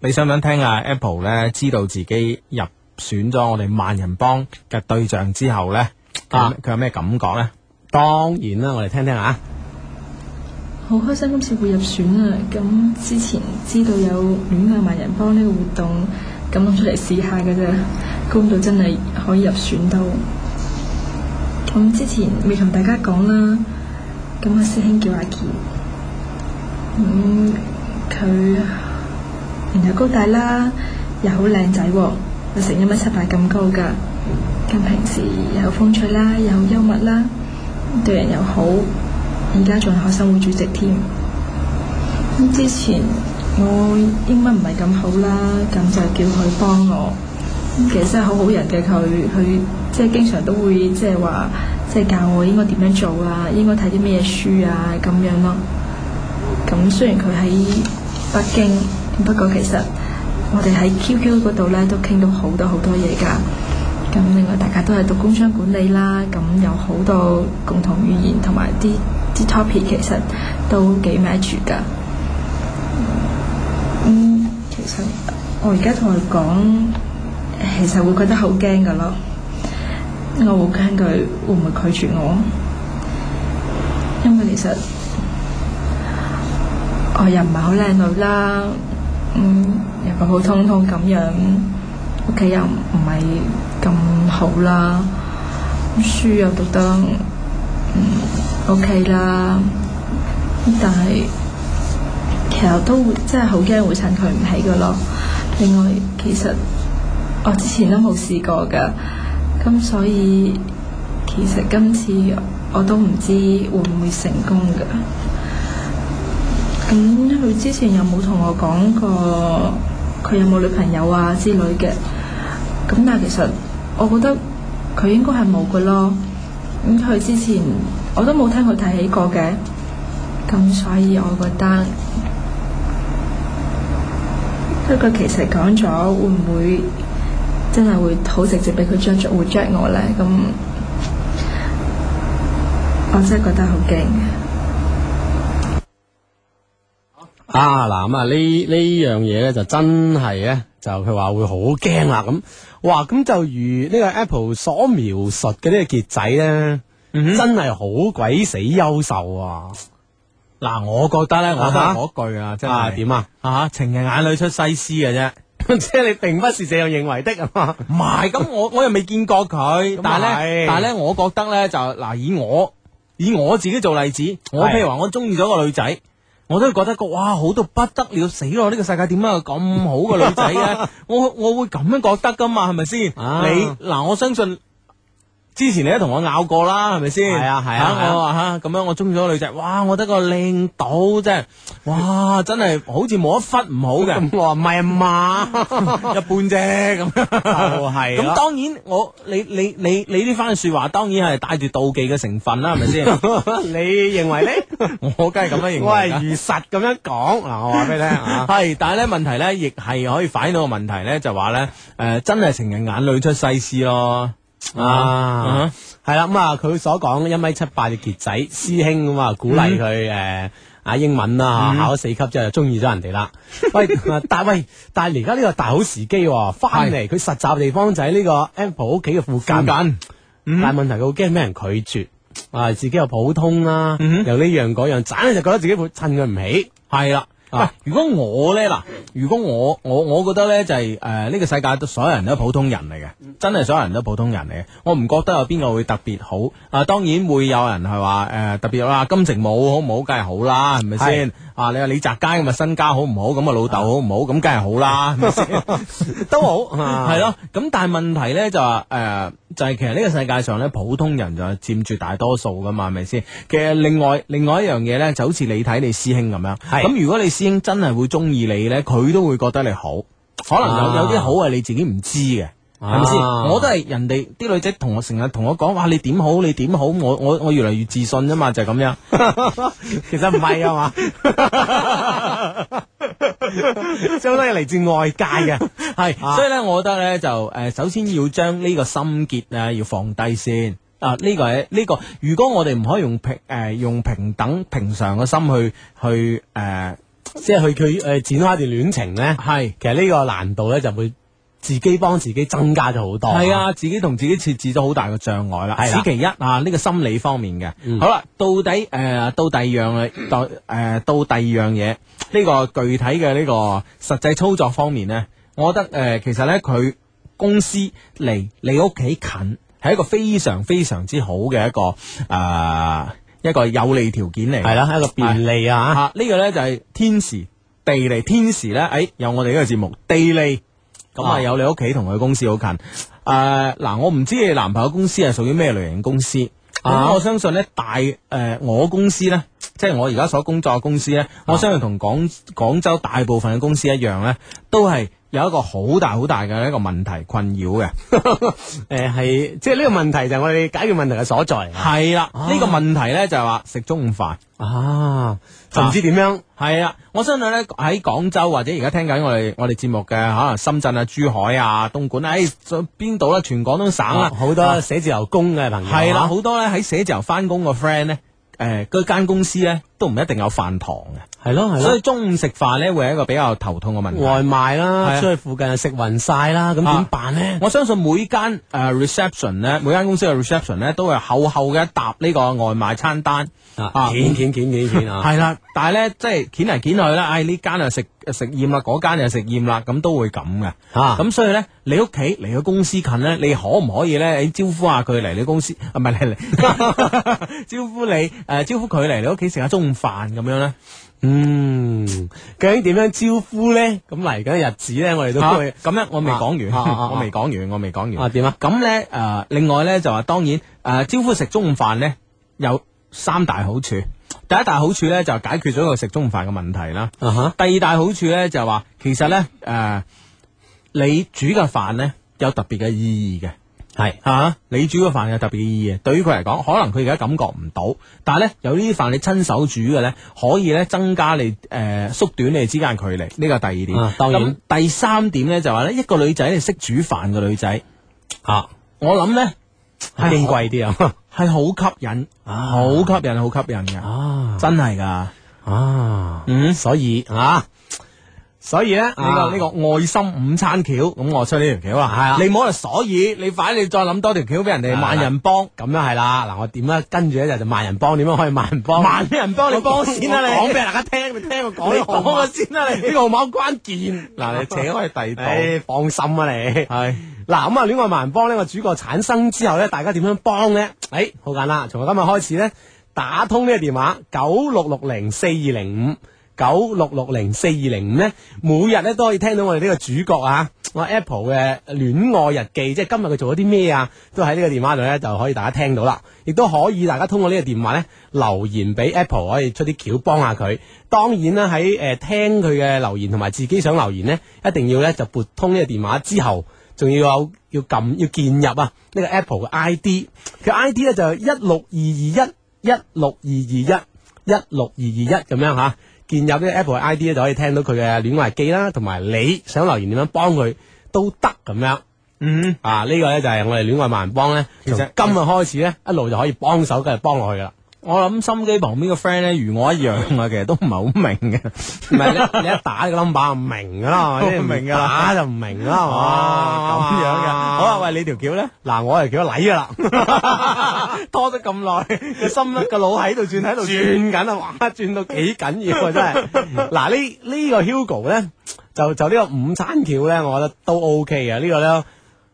Speaker 2: 你想唔想聽啊 Apple 咧知道自己入選咗我哋萬人幫嘅對象之後咧，
Speaker 4: 啊
Speaker 2: 佢佢有咩感覺咧？
Speaker 4: 當然啦，我哋聽啊聽下，
Speaker 8: 好開心今次會入選啊！咁之前知道有戀愛萬人幫呢個活動，咁諗出嚟試下嘅啫，估唔到真係可以入選到。咁之前未同大家講啦，咁阿師兄叫阿傑，咁、佢人又高大啦，又好靚仔喎，有成一米七八咁高噶。咁平時又風趣啦，又好幽默啦，對人又好，而家仲係學生會主席添。咁之前我英文唔係咁好啦，咁就叫佢幫我。咁其實真係好好人嘅佢，佢即係經常都會即係話，即係教我應該點樣做啊，應該睇啲咩書啊咁樣咯。咁雖然佢喺北京，不過其實我哋喺 QQ 嗰度咧都傾到好多好多嘢㗎。咁另外大家都係讀工商管理啦，咁有好多共同語言同埋啲啲 topic 其實都幾 match 㗎。嗯，其實我而家同佢講，其實會覺得好驚㗎咯。我會驚佢會唔會拒絕我，因為其實。我哦又唔係好靚女啦，嗯，又普普通通咁樣，屋企又唔係咁好啦，書又讀得嗯 OK 啦，咁但係其實都會真係好驚會襯佢唔起噶咯。另外，其實我之前都冇試過噶，咁所以其實今次我都唔知會唔會成功㗎。咁佢之前有冇同我講過佢有冇女朋友啊之類嘅？咁但係其實我覺得佢應該係冇嘅咯。咁佢之前我都冇聽佢提起過嘅，咁所以我覺得不過其實講咗會唔會真係會好直接俾佢着着會着我呢？咁我真係覺得好驚。
Speaker 4: 啊嗱咁啊呢呢樣嘢咧就真係咧就佢話會好驚啦咁，哇咁就如呢個 Apple 所描述嘅呢個傑仔咧，
Speaker 2: 嗯
Speaker 4: 真係好鬼死優秀啊！
Speaker 2: 嗱，我覺得咧，我都係
Speaker 4: 啊哈
Speaker 2: 嗰句啊，即
Speaker 4: 啊
Speaker 2: 係
Speaker 4: 點啊？
Speaker 2: 啊，情人眼裏出西施嘅啫。
Speaker 4: 即係你並不是這樣認為的啊嘛。
Speaker 2: 唔係，咁我我又未見過佢，但係咧，
Speaker 4: 係
Speaker 2: 但係咧，我覺得咧就嗱，以我以我自己做例子，我
Speaker 4: 係
Speaker 2: 譬如話我中意咗個女仔。我都覺得個哇好到不得了，死咯！呢、個世界點解有咁好嘅女仔 咧？我我會咁樣覺得噶嘛，係咪先？
Speaker 4: 啊
Speaker 2: 你嗱，我相信之前你都同我拗過啦，係咪先？
Speaker 4: 係啊係啊係啊
Speaker 2: 我話嚇咁樣，我中意咗個女仔，哇！我覺得個靚到真係，哇！真係好似冇一忽唔好嘅。
Speaker 4: 咁 我話唔係啊嘛，
Speaker 2: 一般啫咁樣。
Speaker 4: 就係啊
Speaker 2: 咁
Speaker 4: 啦
Speaker 2: 當然我你你你你呢番説話當然係帶住妒忌嘅成分啦，係咪先？
Speaker 4: 你認為咧？
Speaker 2: 我梗係咁樣認
Speaker 4: 我係
Speaker 2: 為㗎。
Speaker 4: 如實咁樣講嗱，我話俾你聽 啊。
Speaker 2: 係，但係咧問題咧，亦係可以反映到個問題咧，就話咧，誒、真係情人眼裏出西施咯，
Speaker 4: 啊
Speaker 2: 啊，嗯
Speaker 4: 系啦，咁啊，佢所講一米七八嘅傑仔師兄咁啊，鼓勵佢诶啊英文啦，考咗四級之後就中意咗人 哋啦。喂，啊但喂，但係而家呢個大好時機喎，翻嚟佢實習嘅地方就喺呢個 Apple 屋企嘅附近。
Speaker 2: 緊嗯
Speaker 4: 但系问题佢好惊俾人拒絕，啊自己又普通啦，
Speaker 2: 嗯
Speaker 4: 又呢樣嗰樣，盞就覺得自己會襯佢唔起。
Speaker 2: 系啦。喂
Speaker 4: 啊，
Speaker 2: 如果我咧嗱，如果我我我覺得咧就係誒呢個世界都所有人都係普通人嚟嘅，
Speaker 4: 嗯
Speaker 2: 真係所有人都係普通人嚟嘅。我唔覺得有邊個會特別好啊。當然會有人係話誒特別話啊金城武好唔好，梗係好啦，係咪先
Speaker 4: 係
Speaker 2: 啊？你話李澤楷咁啊身家好唔好，咁啊老豆好唔好，咁梗係好啦，係咪先都好
Speaker 4: 啊
Speaker 2: 係咯。咁但係問題咧就話誒、呃就係、其實呢個世界上咧，普通人就係佔住大多數噶嘛，係咪先？其實另外另外一樣嘢咧，就好似你睇你師兄咁樣，
Speaker 4: 係
Speaker 2: 咁如果你師兄真係會中意你咧，佢都會覺得你好，可能有
Speaker 4: 啊
Speaker 2: 有啲好係你自己唔知嘅。係咪先？
Speaker 4: 啊
Speaker 2: 我都係人哋啲女仔同我成日同我講，哇！你點好，你點好，我我我越嚟越自信啫嘛，就係咁樣。
Speaker 4: 其實唔係 啊嘛，即係好多嘢嚟自外界嘅。
Speaker 2: 系，
Speaker 4: 啊
Speaker 2: 所以咧，我覺得咧就诶、呃首先要將呢個心結啊要放低先。啊！呢、個係呢、個，如果我哋唔可以用平诶、用平等平常嘅心去去诶，
Speaker 4: 即係佢佢诶展開一段戀情咧，
Speaker 2: 係
Speaker 4: 其實呢個難度咧就會自己幫自己增加咗好多。
Speaker 2: 係，啊，自己同自己設置咗好大嘅障礙啦。
Speaker 4: 係
Speaker 2: 此
Speaker 4: 啦
Speaker 2: 其一啊，呢、個心理方面嘅。
Speaker 4: 嗯
Speaker 2: 好啦，到底诶、呃到第二樣咧，到诶、到第二樣嘢，呢、個具體嘅呢、個實際操作方面咧，我覺得诶、呃其實咧佢公司離你屋企近，係一個非常非常之好嘅一個诶、呃一個有利條件嚟。
Speaker 4: 係啦，一個便利啊。
Speaker 2: 啊，呢、個咧就係天時地利。天時咧，誒、有我哋呢個節目地利，咁啊
Speaker 4: 啊
Speaker 2: 有你屋企同佢公司好近。誒、啊嗱，我唔知你男朋友公司係屬於咩類型公司。啊！
Speaker 4: 啊
Speaker 2: 我相信咧，大誒、我公司咧，即係我而家所工作嘅公司咧，
Speaker 4: 啊
Speaker 2: 我相信同廣廣州大部分嘅公司一樣咧，都係有一個好大好大嘅一個問題困擾 嘅。
Speaker 4: 诶，系即系呢个问题就係我哋解決問題嘅所在嚟㗎
Speaker 2: 係啦，呢、個問題咧就係話食中午飯。
Speaker 4: 啊，就唔知點樣
Speaker 2: 系啊，我相信咧喺廣州或者而家聽緊我哋我哋節目嘅，可能深圳啊、珠海啊、東莞啊，诶、邊度啦，全廣東省啦
Speaker 4: 啊，好多寫字樓工嘅朋友
Speaker 2: 係啦，
Speaker 4: 啊
Speaker 2: 好多咧喺寫字樓翻工個 friend 咧，诶、嗰間公司咧都唔一定有飯堂嘅，
Speaker 4: 係咯係
Speaker 2: 所
Speaker 4: 咯
Speaker 2: 以，中午食飯咧會係一個比較頭痛嘅問題。
Speaker 4: 外賣
Speaker 2: 係啊
Speaker 4: 啦，出去附近食暈晒啦，咁
Speaker 2: 啊
Speaker 4: 點辦咧？
Speaker 2: 我相信每間诶、呃 reception 咧，每間公司嘅 reception 咧，都有厚厚嘅一沓呢個外賣餐單
Speaker 4: 啊，件件件件件啊，
Speaker 2: 系啦，但系咧，即係掀嚟掀去啦，唉呢間又食食厭啦，嗰間又食厭啦，咁都會咁嘅。
Speaker 4: 啊
Speaker 2: 咁所以咧，你屋企離個公司近咧，你可唔可以咧，你招呼下佢嚟你公司， 啊唔係嚟嚟 招呼你诶、呃招呼佢嚟你屋企食下中午飯咁樣咧？
Speaker 4: 嗯，究竟點樣招呼咧？咁嚟緊嘅日子咧，我哋都
Speaker 2: 啊
Speaker 4: 會
Speaker 2: 咁樣我未講
Speaker 4: 啊啊啊
Speaker 2: 完，
Speaker 4: 啊
Speaker 2: 我未講完，我未講
Speaker 4: 啊
Speaker 2: 完。
Speaker 4: 點啊？
Speaker 2: 咁咧诶，另外咧就話當然诶、呃招呼食中午飯咧有三大好處。第一大好處咧就解決咗個食中午飯嘅問題啦。
Speaker 4: 啊哈，
Speaker 2: 第二大好處咧就係話，其實咧誒、呃你煮嘅飯咧有特別嘅意義嘅。
Speaker 4: 係
Speaker 2: 吓、啊你煮嘅飯有特別嘅意義啊嘅，對於佢嚟講，可能佢而家感覺唔到，但係咧有呢啲飯你親手煮嘅咧，可以咧增加你誒、呃縮短你哋之間嘅距離，呢個係第二點。
Speaker 4: 啊當然
Speaker 2: 咁第三點咧就話咧，一個女仔你識煮飯嘅女仔，
Speaker 4: 啊，
Speaker 2: 我諗咧係
Speaker 4: 矜貴啲啊，
Speaker 2: 係好吸引，好、吸引，好吸引嘅，
Speaker 4: 啊
Speaker 2: 真係㗎。
Speaker 4: 啊，
Speaker 2: 嗯
Speaker 4: 所以啊，
Speaker 2: 所以咧，呢、個
Speaker 4: 啊
Speaker 2: 呢、個愛心午餐橋，咁我出呢條橋啦。
Speaker 4: 係啊
Speaker 2: 你唔好話所以，你反你再諗多條橋俾人哋
Speaker 4: 係啦
Speaker 2: 萬人幫，
Speaker 4: 咁樣係啦，嗱，我點
Speaker 2: 啊
Speaker 4: 咧？跟住咧就就萬人幫，點樣可以萬人幫？
Speaker 2: 萬人幫你幫先啦、
Speaker 4: 我講
Speaker 2: 你
Speaker 4: 俾大家聽，你聽我講啊
Speaker 2: 你
Speaker 4: 呢個號
Speaker 2: 講
Speaker 4: 碼
Speaker 2: 我先啦、你
Speaker 4: 呢個號碼好關鍵。
Speaker 2: 嗱，你扯開第二
Speaker 4: 唉，放心啊你。
Speaker 2: 度，係
Speaker 4: 嗱咁啊，戀愛萬人幫呢個主角產生之後咧，大家點樣幫咧？誒，好簡單，從今日開始咧，打通呢個電話九六六零四二零五。九六六零四二零五咧，每日咧都可以聽到我哋呢個主角啊，我 Apple 嘅戀愛日記，即係今日佢做咗啲咩啊，都喺呢個電話度咧就可以大家聽到啦，亦都可以大家通過呢個電話咧留言俾 Apple，可以出啲橋幫下佢。當然啦，喺誒、呃、聽佢嘅留言同埋自己想留言咧，一定要咧就撥通呢個電話之後。仲要有要撳要建入啊呢、個 Apple 嘅 ID，佢 ID 咧就一六二二一一六二二一一六二二一咁樣吓，建入呢個 Apple 嘅 ID 咧就可以聽到佢嘅戀愛日記啦，同埋你想留言點樣幫佢都得咁樣。
Speaker 2: 嗯，
Speaker 4: 啊！呢、個咧就係我哋戀愛萬人幫咧，
Speaker 2: 其
Speaker 4: 其
Speaker 2: 實
Speaker 4: 實今日開始咧，一路就可以幫手，繼續幫落去噶啦。
Speaker 2: 我谂心机旁边嘅 friend 咧，如我一样啊，其实都唔系好明嘅。
Speaker 4: 唔係你你一打呢個 number 唔 明噶啦，係咪
Speaker 2: 我明㗎啦
Speaker 4: 打就唔明㗎啦，係嘛
Speaker 2: 哇，咁样嘅，好啊，喂，你条桥咧？
Speaker 4: 嗱，我係叫咗禮㗎啦，
Speaker 2: 拖咗咁耐，个心个脑喺度转喺度
Speaker 4: 轉緊啊，哇，轉到幾緊要啊，真係。嗱，呢呢個 Hugo 咧，就就呢個午餐橋咧，我覺得都 OK 嘅，呢個咧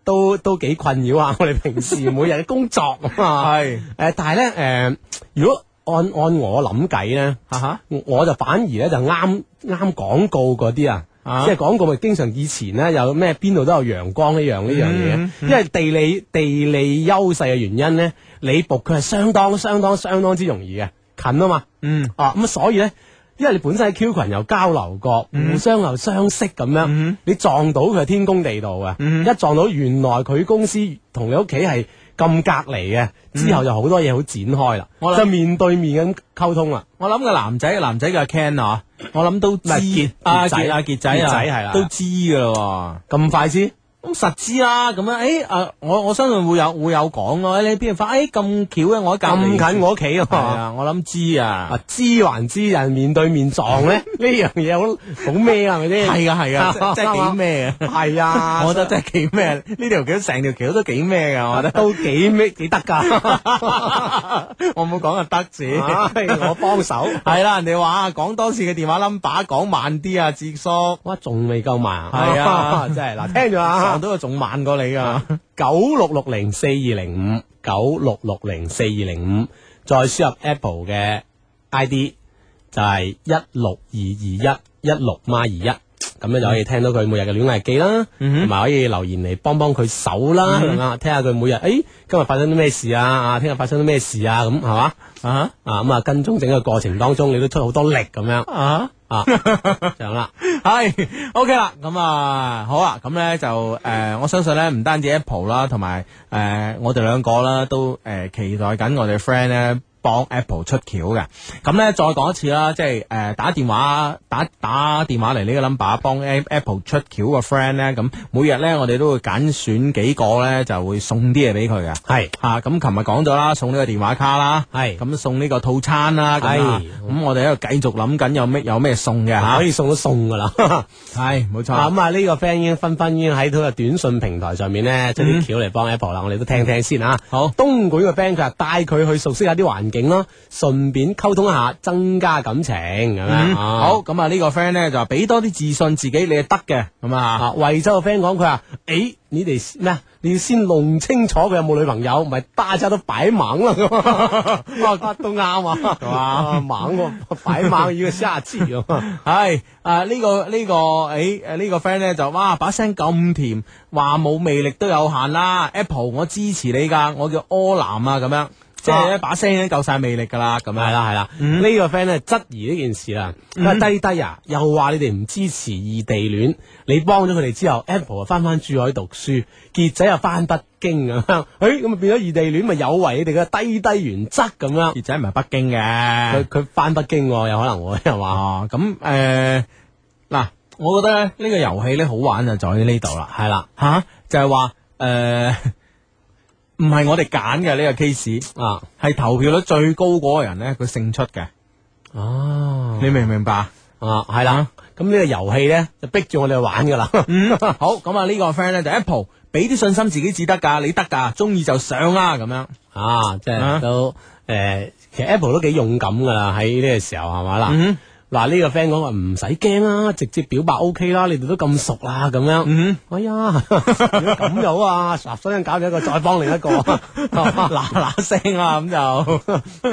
Speaker 4: 都都幾困擾下我哋平時每日嘅工作啊 嘛。
Speaker 2: 系
Speaker 4: 誒，但係咧，誒，如果按按我諗計咧。
Speaker 2: 啊哈
Speaker 4: 我就反而咧就啱啱廣告嗰啲啊。
Speaker 2: 啊
Speaker 4: 即係廣告咪經常以前咧有咩邊度都有陽光呢樣呢樣嘢，
Speaker 2: 嗯
Speaker 4: 因為地理地理優勢嘅原因咧，你仆佢係相當相當相當之容易嘅，近啊嘛，
Speaker 2: 嗯
Speaker 4: 啊咁所以咧，因為你本身喺 Q 群又交流過，互相又相識咁樣，
Speaker 2: 嗯
Speaker 4: 你撞到佢係天公地道嘅，
Speaker 2: 嗯
Speaker 4: 一撞到原來佢公司同你屋企係咁隔離嘅，之後就好多嘢好展開啦，
Speaker 2: 嗯我諗
Speaker 4: 就面對面咁溝通啦。
Speaker 2: 我谂個男仔，男仔叫 Ken 啊，我諗都知
Speaker 4: 唔係傑
Speaker 2: 阿
Speaker 4: 傑仔
Speaker 2: 杰阿杰仔啊，
Speaker 4: 傑仔係啦
Speaker 2: 都知噶咯。
Speaker 4: 咁快知？
Speaker 2: 咁實知啦，咁樣诶，啊，我我相信會有會有講咯。你邊度發？诶，咁巧嘅，我喺隔離
Speaker 4: 咁近我屋企啊
Speaker 2: 係啊，我諗知啊
Speaker 4: 啊，，知還知人面對面撞 咧，呢樣嘢好好咩啊？係咪先？
Speaker 2: 係啊係啊， 即係幾咩啊？
Speaker 4: 係 啊，
Speaker 2: 我覺得真係幾咩，呢條橋成條橋都幾咩啊噶，我覺得。
Speaker 4: 都幾咩幾得㗎。
Speaker 2: 我冇講啊得字，
Speaker 4: 唉我幫手
Speaker 2: 係啦，人哋話啊講多次嘅電話 number，講慢啲啊，智叔。
Speaker 4: 哦哇，仲未夠慢
Speaker 2: 係啊
Speaker 4: 真係 嗱，聽住
Speaker 2: 撞
Speaker 4: 啊，
Speaker 2: 到個仲慢過你噶。
Speaker 4: 九六六零四二零五，九六六零四二零五，再輸入 Apple 嘅 ID 就係一六二二一一六孖二一。咁咧就可以聽到佢每日嘅戀愛記啦，
Speaker 2: 嗯
Speaker 4: 同埋、可以留言嚟幫幫佢手啦，咁啊、聽下佢每日，誒、今日發生啲咩事啊，啊聽日發生啲咩事啊，咁係嘛？
Speaker 2: 啊
Speaker 4: 啊咁啊跟蹤整個過程當中，你都出好多力咁樣
Speaker 2: 啊！
Speaker 4: 啊，就咁啦。
Speaker 2: 系 OK 啦，咁啊好啦，咁咧就诶、呃我相信咧唔單止 Apple 啦，同埋诶我哋兩個啦，都诶、呃期待緊我哋 friend 咧。幫 Apple 出橋嘅，咁咧再講一次啦，即係誒、呃打電話打打電話嚟呢個 number 幫 A- Apple 出橋嘅 friend 咧，咁每日咧我哋都會揀選幾個咧就會送啲嘢俾佢嘅，
Speaker 4: 係
Speaker 2: 嚇咁琴日講咗啦，送呢個電話卡啦，
Speaker 4: 係
Speaker 2: 咁送呢個套餐啦，咁啊
Speaker 4: 係
Speaker 2: 咁我哋喺度繼續諗緊有咩有咩送嘅嚇。
Speaker 4: 可以送都 送噶啦。
Speaker 2: 系冇错
Speaker 4: 啊咁啊，呢個 friend 已經紛紛已經喺佢個短信平台上面咧，出啲橋嚟幫 Apple 啦，我哋都聽聽先啊。
Speaker 2: 嗯好
Speaker 4: 東莞嘅 friend 佢話帶佢去熟悉下啲環境咯，順便溝通一下，增加感情咁樣。
Speaker 2: 嗯
Speaker 4: 啊
Speaker 2: 好咁啊！呢個 friend 咧就話俾多啲自信自己，你係得嘅咁啊！
Speaker 4: 啊，惠州嘅 friend 講佢話：，誒、你哋咩啊？你要先弄清楚佢有冇女朋友，唔係巴渣都擺猛啦。咁 啊哇，都啱啊，係嘛？猛喎，擺猛要下次 咁
Speaker 2: 係啊，呢個呢個誒誒呢個 friend 咧就哇把聲咁甜，話冇魅力都有限啦。Apple 我支持你㗎，我叫柯南啊咁樣，即係咧把聲已經夠晒魅力㗎啦咁樣。
Speaker 4: 啊
Speaker 2: 嗯
Speaker 4: 係啦係啦，呢個 friend 咧質疑呢件事啦，佢話低低啊，又話你哋唔支持異地戀，你幫咗佢哋之後，Apple 啊翻翻珠海讀書，傑仔又翻北京咁樣， 誒咁咪變咗異地戀咪有違你哋嘅低低原則咁樣，
Speaker 2: 傑仔唔係北京嘅
Speaker 4: 佢，佢翻北京喎，有可能會係嘛？
Speaker 2: 哦咁誒嗱，我覺得咧呢個遊戲咧好玩就在於呢度啦。
Speaker 4: 係啦，
Speaker 2: 吓、就係話誒唔 係我哋揀嘅呢個 case。
Speaker 4: 啊
Speaker 2: 系投票率最高嗰個人咧，佢勝出嘅，
Speaker 4: 哦
Speaker 2: 你明唔明白？
Speaker 4: 啊係啦，咁呢個遊戲咧就逼住我哋去玩㗎啦，
Speaker 2: 好，咁啊呢個 friend 咧就 Apple，俾啲信心自己至得㗎，你得㗎，中意就上啦咁樣。
Speaker 4: 啊，即係都誒，其實 Apple 都幾勇敢㗎啦，喺呢個時候係嘛啦。
Speaker 2: 嗯
Speaker 4: 嗱呢個 friend 講話唔使驚啦，直接表白 O K 啦，你哋都咁熟啦，咁樣。
Speaker 2: 嗯，
Speaker 4: 哎呀，如果咁就好啊，嗱，所以搞咗一個，再幫另 一個，嗱嗱聲啊，咁就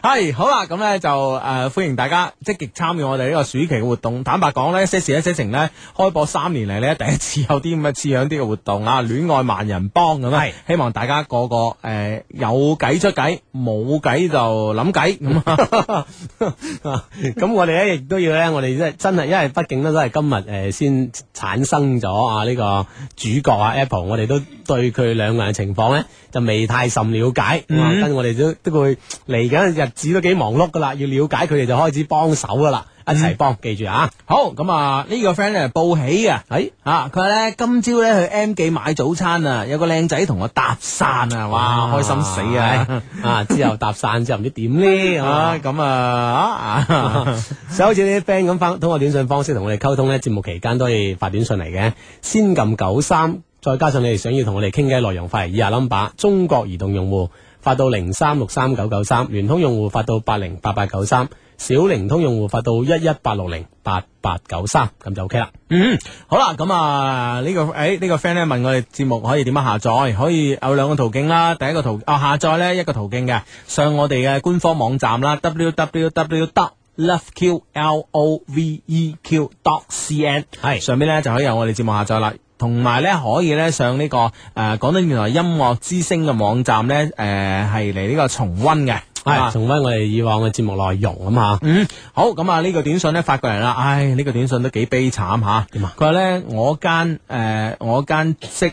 Speaker 2: 係好啦，咁咧就誒、呃、歡迎大家積極參與我哋呢個暑期嘅活動。坦白講呢，一些事一些情呢，開播三年嚟呢，第一次有啲咁嘅似樣啲嘅活動啊，戀愛萬人幫咁啊
Speaker 4: 係，
Speaker 2: 希望大家個個誒、呃有計出計，冇計就諗計咁啊。
Speaker 4: 咁我哋咧亦都要咧，我哋真真係，因為畢竟咧都係今日誒先產生咗啊呢個主角啊 Apple，我哋都對佢兩個人嘅情況咧就未太甚了解，咁啊
Speaker 2: 嗯
Speaker 4: 跟住我哋都都會嚟緊嘅日子都幾忙碌噶啦，要了解佢哋就開始幫手噶啦。一齊幫，記住啊！
Speaker 2: 好咁啊！呢、個 friend 咧報喜嘅，
Speaker 4: 哎
Speaker 2: 啊，佢話咧今朝咧去 M 記買早餐啊，有個靚仔同我搭讪啊，哇，開心死啊！！
Speaker 4: 啊，之後搭散之後唔知點 咧，
Speaker 2: 啊，咁啊， 啊
Speaker 4: 所以好似呢啲 friend 咁翻通過短信方式同我哋溝通咧，節目期間都可以發短信嚟嘅，先撳九三，再加上你哋想要同我哋傾偈內容，發嚟以下 number：中國移動用戶發到零三六三九九三，聯通用戶發到八零八八九三，小靈通用戶發到一一八六零八八九三，咁就 OK 啦。
Speaker 2: 嗯，好啦，咁啊呢、個誒呢、個 friend 咧問我哋節目可以點樣下載，可以有兩個途徑啦。第一個途啊下載咧一個途徑嘅，上我哋嘅官方網站啦，www loveq l o v e q dot c n
Speaker 4: 係
Speaker 2: 上邊咧就可以有我哋節目下載啦。同埋咧，可以咧上呢、個誒、呃、廣東電台音樂之聲嘅網站咧，誒係嚟呢個重温嘅，啊
Speaker 4: 係重温我哋以往嘅節目內容啊咁吓。
Speaker 2: 嗯，好咁啊！呢個短信咧發過嚟啦，唉，呢、個短信都幾悲慘吓。
Speaker 4: 點啊
Speaker 2: 佢話咧，我間誒、呃我間職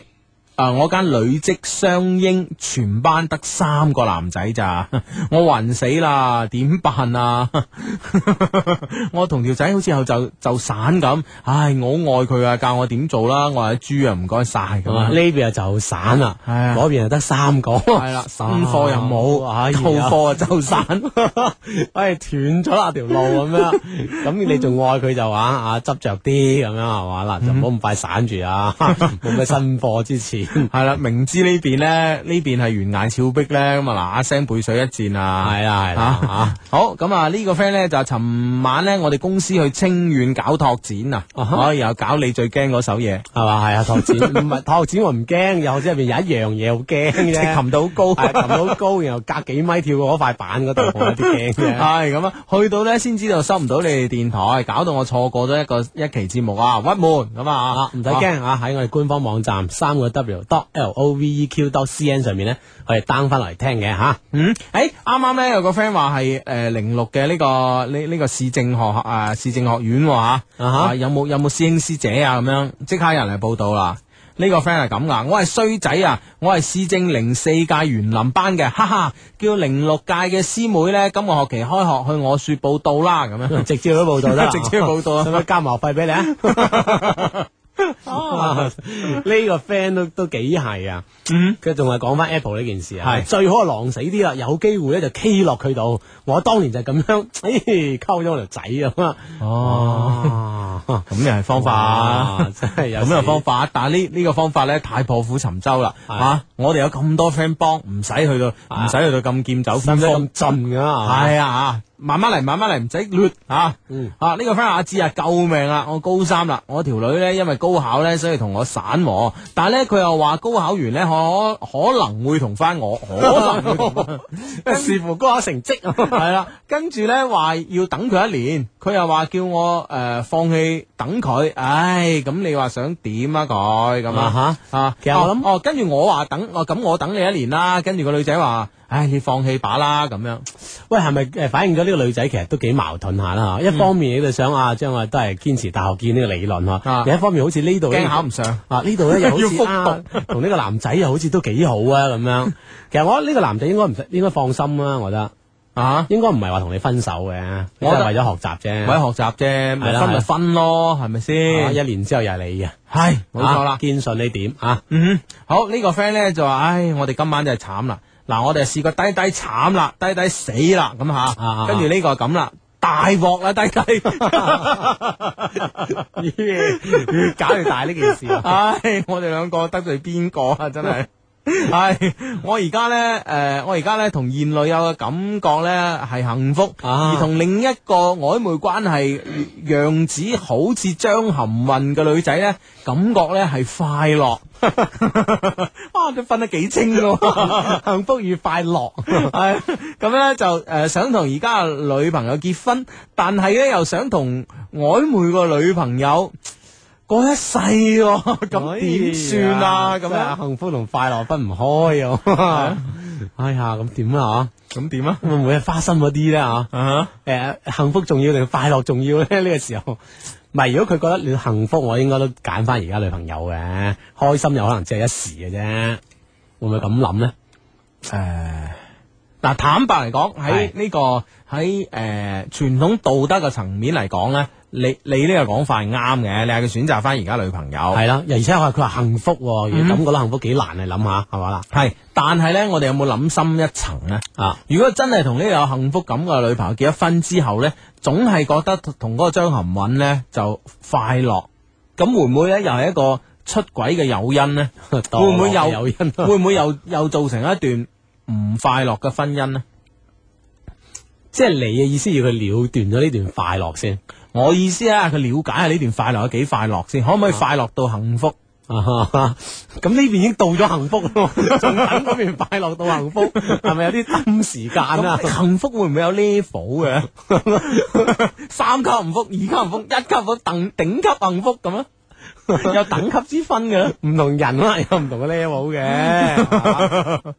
Speaker 2: 啊、我間女職雙英全班得三個男仔咋， 我暈死啦，點辦啊？ 我同條仔好似後就就散咁，唉，我好愛佢啊，教我點做啦，我話豬啊，唔該晒咁
Speaker 4: 咁啊，
Speaker 2: 啊
Speaker 4: 呢。邊就散啦，
Speaker 2: 係啊
Speaker 4: 嗰邊就得三個，
Speaker 2: 系啦，新貨又
Speaker 4: 哎
Speaker 2: 冇，
Speaker 4: 呀
Speaker 2: 舊貨啊 哎就散。
Speaker 4: 喂，斷咗啦條路咁樣，咁你仲愛佢就話啊執着啲咁樣係嘛
Speaker 2: 嗯
Speaker 4: 啦，就唔好咁快散住啊， 冇咩新貨之 前。
Speaker 2: 系啦，明知呢邊咧，呢邊係懸崖峭壁咧，咁啊嗱一聲背水一戰啊！
Speaker 4: 係啦係啦
Speaker 2: 啊好咁啊！呢個 friend 咧就尋晚咧，我哋公司去清遠搞拓展啊，
Speaker 4: 啊哈
Speaker 2: 我又搞你最驚嗰首嘢，
Speaker 4: 係嘛係啊，拓展唔係拓展我唔驚，又即入邊有一樣嘢好驚
Speaker 2: 即
Speaker 4: 啫，
Speaker 2: 係擒到高。
Speaker 4: 係擒到高，然後隔幾米跳過嗰塊板嗰度，我有啲驚 嘅。
Speaker 2: 係咁啊，去到咧先知道收唔到你哋電台，搞到我錯過咗一個一期節目啊，鬱悶咁啊，
Speaker 4: 唔使驚啊！喺我哋官方網站三個 W dot L O V E Q dot C N 上面咧，我哋 down 翻嚟聽嘅吓。
Speaker 2: 嗯，诶，啱啱咧有個 friend 話係诶零六嘅呢個呢呢、個市政學校啊市政學院喎吓，
Speaker 4: 啊哈
Speaker 2: 啊有冇有冇師兄師姐啊咁樣，即刻有人嚟報道啦。呢個 friend 係咁噶，我係衰仔啊，我係市政零四屆園林班嘅，哈哈，叫零六屆嘅師妹咧，今個學期開學去我說報到啦，咁樣
Speaker 4: 直接去報道 啦，
Speaker 2: 直接去報道啊
Speaker 4: 使唔使加埋學費俾你啊？
Speaker 2: 哦
Speaker 4: 啊 呢個 friend 都都幾係啊，佢仲係講翻 Apple 呢件事啊，
Speaker 2: 嗯係
Speaker 4: 最好係狼死啲啦，啊有機會咧就 K 落佢度。我當年就係咁樣， 哎誒溝咗我條仔咁啊，哦，
Speaker 2: 咁又係方法啊。
Speaker 4: 哇真係有
Speaker 2: 咁
Speaker 4: 時
Speaker 2: 嘅方法，但系呢呢个方法咧太破釜沉舟啦，吓、
Speaker 4: 係
Speaker 2: 我哋有咁多 friend 幫，唔使去到唔使去到咁劍走
Speaker 4: 使
Speaker 2: 偏
Speaker 4: 唔使
Speaker 2: 鋒
Speaker 4: 咁盡噶啊？
Speaker 2: 系啊啊，慢慢嚟，慢慢嚟，唔使亂啊！
Speaker 4: 嗯
Speaker 2: 啊，呢、個 friend 阿志啊，救命啦！我高三啦，我條女呢，因為高考呢，所以同我散和，但係呢，佢又話高考完呢，可可能會同翻我，可能會同 返
Speaker 4: 視乎高考成績啊。
Speaker 2: 係啦。跟住呢，話要等佢一年，佢又話叫我诶、呃放棄等佢，唉，咁你話想點啊佢咁啊？
Speaker 4: 啊
Speaker 2: 啊，
Speaker 4: 其實我諗
Speaker 2: 哦，哦跟住我話等，哦咁我等你一年啦，跟住個女仔話，唉，你放棄把啦咁樣。
Speaker 4: 喂，係咪誒反映咗呢個女仔其實都幾矛盾下
Speaker 2: 嗯
Speaker 4: 啦嚇？一方面你就想啊，將我都係堅持大學見呢個理論
Speaker 2: 啊
Speaker 4: 嚇，另一方面好似呢度呢
Speaker 2: 驚考唔上
Speaker 4: 啊，呢度咧又 好
Speaker 2: 要
Speaker 4: 似
Speaker 2: 復
Speaker 4: 啊同呢個男仔又好似都幾好啊咁 樣。其實我覺得呢個男仔應該唔使應該放心啦，我覺得
Speaker 2: 啊！
Speaker 4: 應該唔係話同你分手嘅，我
Speaker 2: 我覺
Speaker 4: 係
Speaker 2: 得
Speaker 4: 為咗學習啫。
Speaker 2: 咪學習啫，咪
Speaker 4: 係
Speaker 2: 分
Speaker 4: 啦係
Speaker 2: 咪
Speaker 4: 啦
Speaker 2: 分咯，係咪
Speaker 4: 啊
Speaker 2: 先？
Speaker 4: 一年之後又係你嘅，
Speaker 2: 係嗯冇錯
Speaker 4: 啊
Speaker 2: 啦。
Speaker 4: 堅信呢點 啊？
Speaker 2: 嗯，好呢個 friend 咧就話：，唉，我哋今晚就係慘啦。嗱，我哋試過低低慘啦，低低死啦，咁
Speaker 4: 啊
Speaker 2: 吓。跟住呢個咁啦，大鑊啦，低 低。
Speaker 4: 越搞越大呢件事 啊！
Speaker 2: 唉，我哋兩個得罪邊個啊？真係。系我而家咧，诶、我而家咧同現女友嘅感覺咧係幸福，
Speaker 4: 啊
Speaker 2: 而同另一個曖昧關係樣子好似張含韻嘅女仔咧，感覺咧係快 樂。哇，你分得幾清咯， 幸福與快樂。係咁咧就诶、誒想同而家嘅女朋友結婚，但係咧又想同曖昧個女朋友過一世喎， 咁點算啊？咁
Speaker 4: 哎真係
Speaker 2: 樣。
Speaker 4: 幸福同快樂分唔開啊！ 哎呀，咁點啊？
Speaker 2: 咁點啊？
Speaker 4: 會唔會係花心嗰啲咧啊？
Speaker 2: 啊
Speaker 4: 诶、幸福重要定快樂重要咧？呢、個時候，唔系如果佢覺得你幸福，我應該都揀翻而家女朋友嘅，開心有可能只係一時嘅啫，會唔會咁諗咧？
Speaker 2: 诶，嗱，坦白嚟講，喺
Speaker 4: 係
Speaker 2: 呢、個喺诶傳統道德嘅層面嚟講咧，你你呢個講法係啱嘅，你係佢選擇翻而家女朋友
Speaker 4: 系啦，而且佢佢話幸福喎，如果咁覺得幸福幾難，你諗下係咪啦？
Speaker 2: 嗯係，但係咧，我哋有冇諗深一層咧？
Speaker 4: 啊，
Speaker 2: 如果真係同呢個有幸福感嘅女朋友結咗婚之後呢，總係覺得同嗰個張含韻呢就快樂，咁會唔會呢？又係一個出軌嘅誘因呢？ 會唔會又
Speaker 4: 有啊因？
Speaker 2: 會唔 會又又造成一段唔快樂嘅婚姻呢？
Speaker 4: 即係你嘅意思要佢了斷咗呢段快樂先
Speaker 2: 我意思啊，佢了解下呢段快樂有幾快樂先，可唔可以快樂到幸福？
Speaker 4: 啊哈哈咁呢邊已經到咗幸福 咯，仲等嗰邊快樂到幸福，係咪有啲抌時間啊？
Speaker 2: 咁幸福會唔會有 level 嘅？ 三級幸福、二級幸福、一級幸福、等頂級幸福 咁啊？有等級之分嘅咧？
Speaker 4: 唔同人啦，有唔同嘅 level 嘅，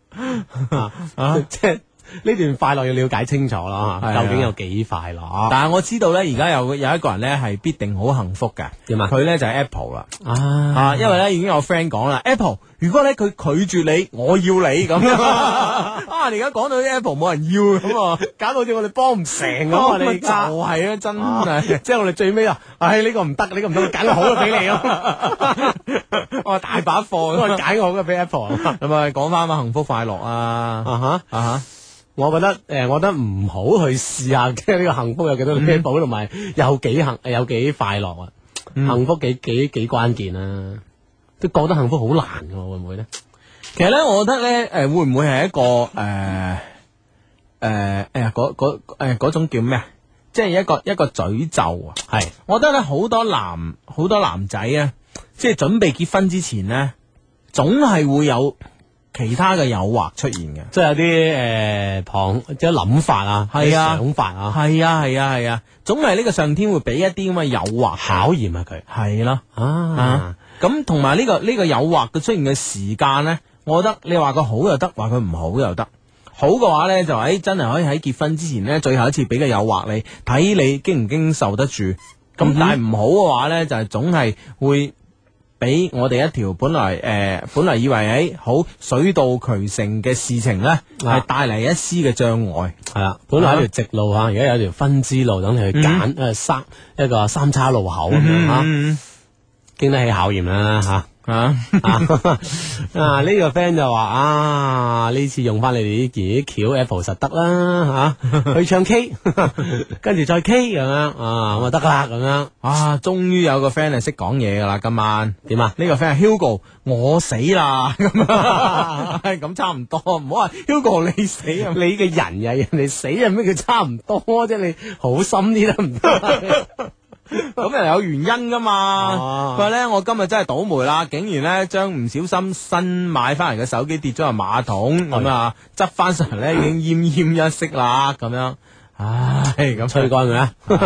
Speaker 4: 啊 即係呢段快樂要了解清楚啦，
Speaker 2: 係啊
Speaker 4: 嚇究竟有幾快樂
Speaker 2: 但系我知道咧，而家有有一個人咧係必定好幸福嘅。
Speaker 4: 點啊
Speaker 2: 佢咧就係 Apple 啦，
Speaker 4: 啊？
Speaker 2: 啊，因為咧已經有 friend 講啦，Apple 如果咧佢拒絕你，我要你 咁樣啊！你而家講到啲 Apple 冇人要咁啊，
Speaker 4: 搞到好似我哋幫唔成咁
Speaker 2: 咁
Speaker 4: 啊！
Speaker 2: 啊
Speaker 4: 你
Speaker 2: 你
Speaker 4: 而
Speaker 2: 就
Speaker 4: 家
Speaker 2: 係啊，真係。
Speaker 4: 即係我哋最尾啊，唉呢個唔得，呢個唔得，我揀個好嘅俾 你咯，
Speaker 2: 我大把貨
Speaker 4: 我
Speaker 2: 咁啊
Speaker 4: 揀個好嘅俾 Apple 啊
Speaker 2: 咁啊，講翻啊，幸福快樂啊，
Speaker 4: 哈。
Speaker 2: 啊哈，
Speaker 4: 我覺得誒、呃我覺得唔好去試下，即係呢個幸福有幾多 level，同埋有幾幸有幾快樂啊！幸福幾幾幾關鍵啊！都覺得幸福好難嘅喎，會唔會咧？
Speaker 2: 其實咧，我覺得咧，诶，会唔會係一個诶诶诶嗰嗰诶嗰種叫咩啊？即係一個一個詛咒啊！
Speaker 4: 係
Speaker 2: 我覺得咧好多男好多男仔啊，即係準備結婚之前呢，總係會有其他嘅誘惑出現嘅。
Speaker 4: 即係有啲誒旁即係諗法啊，
Speaker 2: 係啊
Speaker 4: 啲想法啊，
Speaker 2: 係啊係啊係啊，總係呢個上天會俾一啲咁嘅誘惑。
Speaker 4: 考驗啊佢
Speaker 2: 係啦、
Speaker 4: 啊
Speaker 2: 啊，咁同埋呢個呢、個誘惑嘅出現嘅時間呢，我覺得你話佢好又得，話佢唔好又得。好嘅話呢，就誒、哎真係可以喺結婚之前呢，最後一次俾個誘惑你，睇你經唔經受得住。咁、
Speaker 4: 嗯
Speaker 2: 但係唔好嘅話呢，就係、總係會俾我哋一條本來誒、呃本來以為誒、哎好水到渠成嘅事情呢，係
Speaker 4: 啊
Speaker 2: 帶嚟一絲嘅障礙。
Speaker 4: 係啦，本來有一條直路啊，而家有一條分支路等你去
Speaker 2: 嗯
Speaker 4: 揀，誒三一個三叉路口咁樣嚇，經得起考驗啦嚇。
Speaker 2: 啊！
Speaker 4: 啊！呢、個 friend 就話啊，呢次用翻你哋啲技巧 Apple 實得 啦吓、去唱 K，跟住再 K 咁樣啊，咁啊得啦咁樣
Speaker 2: 啊，終於有個 friend 係識講嘢噶啦，今晚
Speaker 4: 點啊？
Speaker 2: 呢個 friend 係 Hugo，我死啦咁啊， 咁差唔多，唔好話 Hugo 你死啊
Speaker 4: 你，嘅人呀，人哋死啊，咩叫差唔多啫？你好心啲得唔得？
Speaker 2: 咁又有原因噶嘛
Speaker 4: 哦。
Speaker 2: 佢話咧，我今日真係倒霉啦，竟然咧將唔小心新買翻嚟嘅手機跌咗入馬桶，咁啊執翻上 嚟咧已經奄奄一息啦，咁樣， 唉，咁
Speaker 4: 吹乾佢啊！
Speaker 2: 攞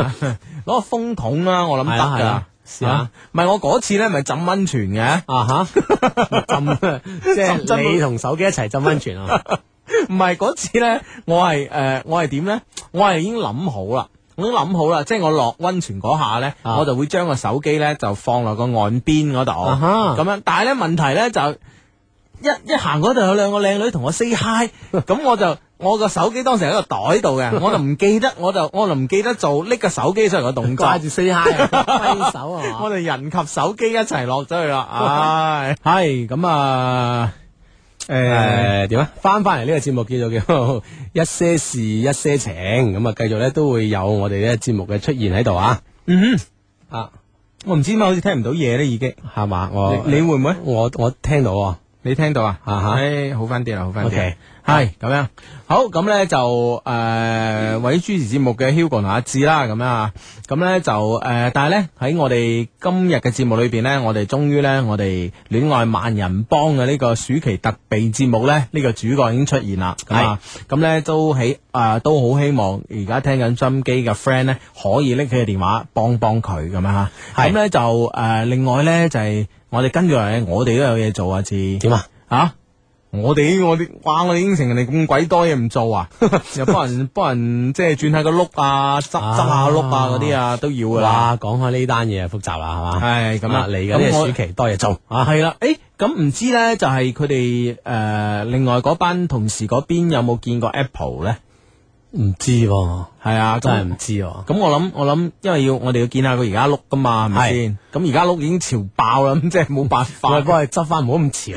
Speaker 2: 個風筒啦，我諗得
Speaker 4: 係啊啦係
Speaker 2: 㗎
Speaker 4: 啦，試下
Speaker 2: 啊唔係我嗰次咧，咪浸温泉嘅。
Speaker 4: 啊吓， 浸即
Speaker 2: 浸真
Speaker 4: 係你同手機一齊浸温泉啊！
Speaker 2: 唔係嗰次咧，我係诶、呃我係點咧？我係已經諗好啦，我已經諗好啦，即係我落温泉嗰下咧，
Speaker 4: 啊
Speaker 2: 我就會將個手機咧就放落個岸邊嗰度，
Speaker 4: 啊哈
Speaker 2: 咁、樣。但係咧問題咧就一一行嗰度有兩個靚女同我 say hi，咁 我就。我個手機當時喺個袋度嘅，我就唔記得，我就我就唔記得做拎個手機出嚟個動作
Speaker 4: 掛，住 say hi，揮手啊嘛
Speaker 2: 我哋人及手機一齊落咗去啦， 唉，係咁啊，誒。
Speaker 4: 诶，点啊？翻翻嚟呢個節目叫做叫做 一些事一些情，咁啊，繼續咧都會有我哋呢個節目嘅出現喺度啊。嗯啊，
Speaker 2: 我唔知點解好似聽唔到嘢咧，已經。
Speaker 4: 係嘛？我
Speaker 2: 你你會唔會
Speaker 4: 我我聽到啊，
Speaker 2: 你聽到啊？
Speaker 4: 啊哈
Speaker 2: 唉好翻啲啦，好翻啲。
Speaker 4: OK
Speaker 2: 係咁樣。好咁咧就诶，位於主持節目嘅 Hugo 同阿志啦，咁樣啊。咁咧就诶，呃但係咧喺我哋今日嘅節目裏边咧，我哋終於咧我哋戀愛萬人幫嘅呢個暑期特備節目咧，呢、個主角已經出現啦。咁啊，咁咧都喺诶都好希望而家聽緊收音機嘅 friend 咧，可以拎佢嘅電話幫幫佢咁樣吓。
Speaker 4: 係
Speaker 2: 咁咧就诶，呃另外咧就係我哋跟住嚟，我哋都有嘢做啊，志。
Speaker 4: 點啊？
Speaker 2: 啊，我哋我哋，哇！我哋應承人哋咁鬼多嘢唔做 啊，又幫人幫人即係轉下個碌啊，執執下碌啊嗰啲啊都要噶啦。
Speaker 4: 哇，講開呢單嘢啊，複雜啦，係嘛？
Speaker 2: 係咁啦
Speaker 4: 啊，嚟嘅呢
Speaker 2: 咁
Speaker 4: 個
Speaker 2: 我
Speaker 4: 暑期多嘢做啊，
Speaker 2: 系啦，诶，咁唔知咧，就係佢哋诶，另外嗰班同事嗰邊有冇見過 Apple 咧？
Speaker 4: 唔知喎，
Speaker 2: 係啊，
Speaker 4: 真係唔
Speaker 2: 咁
Speaker 4: 知喎。
Speaker 2: 咁我諗，我諗，因為要我哋要見下佢而家碌噶嘛，係咪
Speaker 4: 係
Speaker 2: 先？咁而家碌已經潮爆啦，咁即係冇辦
Speaker 4: 我
Speaker 2: 法。
Speaker 4: 哋幫佢執翻，唔好咁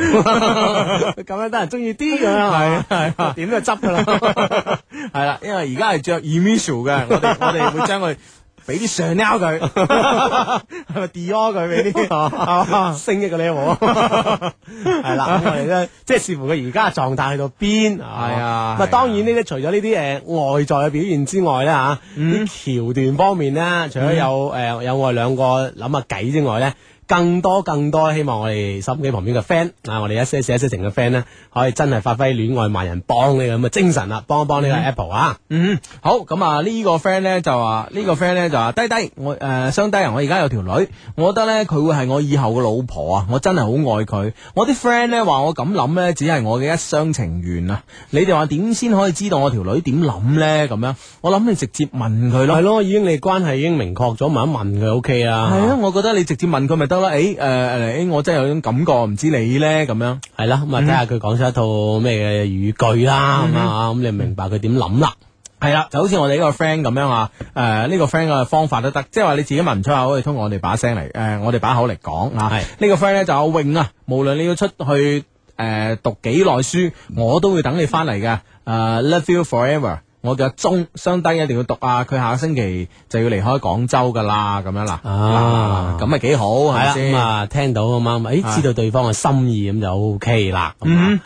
Speaker 4: 潮，咁樣得人中意啲咁樣，係係點都係執噶啦。
Speaker 2: 啊 係啦，因為而家係着 Emissio 嘅，我哋我哋會將佢俾啲 Chanel 佢，係咪 Dior 佢俾啲？
Speaker 4: 升一個 level，係啦，咁我哋咧，即係視乎佢而家嘅狀態去到邊，係
Speaker 2: 係啊
Speaker 4: 咁啊，當然呢啲除咗呢啲誒外在嘅表現之外咧嚇，
Speaker 2: 嗯
Speaker 4: 啲橋段方面咧，除咗有誒有我哋兩個諗下計之外咧。更多更多，希望我哋心機旁邊嘅 friend 啊，我哋一些事一些情嘅 friend 咧，可以真係發揮戀愛萬人幫呢個咁嘅精神啦，幫一幫呢個 Apple 啊，
Speaker 2: 嗯，好，咁啊呢個 friend 咧就話呢、個 friend 咧就話低低，我誒、呃、相低人，我而家有條女，我覺得咧佢會係我以後嘅老婆啊，我真係好愛佢。我啲 friend 咧話我咁諗咧，只係我嘅一廂情願啊。你哋話點先可以知道我條女點諗咧？咁樣，我諗你直接問佢咯
Speaker 4: 係。咯，已經你關係已經明確咗，問一問佢 OK 啦，
Speaker 2: 係啊，我覺得你直接問佢咪得啦。誒誒誒，我真係有種感覺，唔知你咧咁樣。
Speaker 4: 系啦，咁啊睇下佢講出一套咩嘅語句啦，咁啊，咁你明白佢點諗啦。
Speaker 2: 系啦，就好似我哋呢個 friend 咁樣啊，诶、呢、個 friend 嘅方法都得，即係話你自己問唔出口，可以通過我哋把聲嚟，诶、我哋把口嚟講啊。
Speaker 4: 係
Speaker 2: 呢個 friend 咧就阿永啊，無論你要出去诶、誒讀幾耐書，我都會等你翻嚟嘅。诶、l o v e you forever，我叫阿鐘，相低一定要讀啊，佢下個星期就要離開廣州噶啦，咁樣啦。
Speaker 4: 啊
Speaker 2: 咁咪幾好係
Speaker 4: 係
Speaker 2: 咪
Speaker 4: 啦，
Speaker 2: 先
Speaker 4: 咁？啊聽到咁啱，诶知道對方嘅心意咁就 O K 啦。咁啊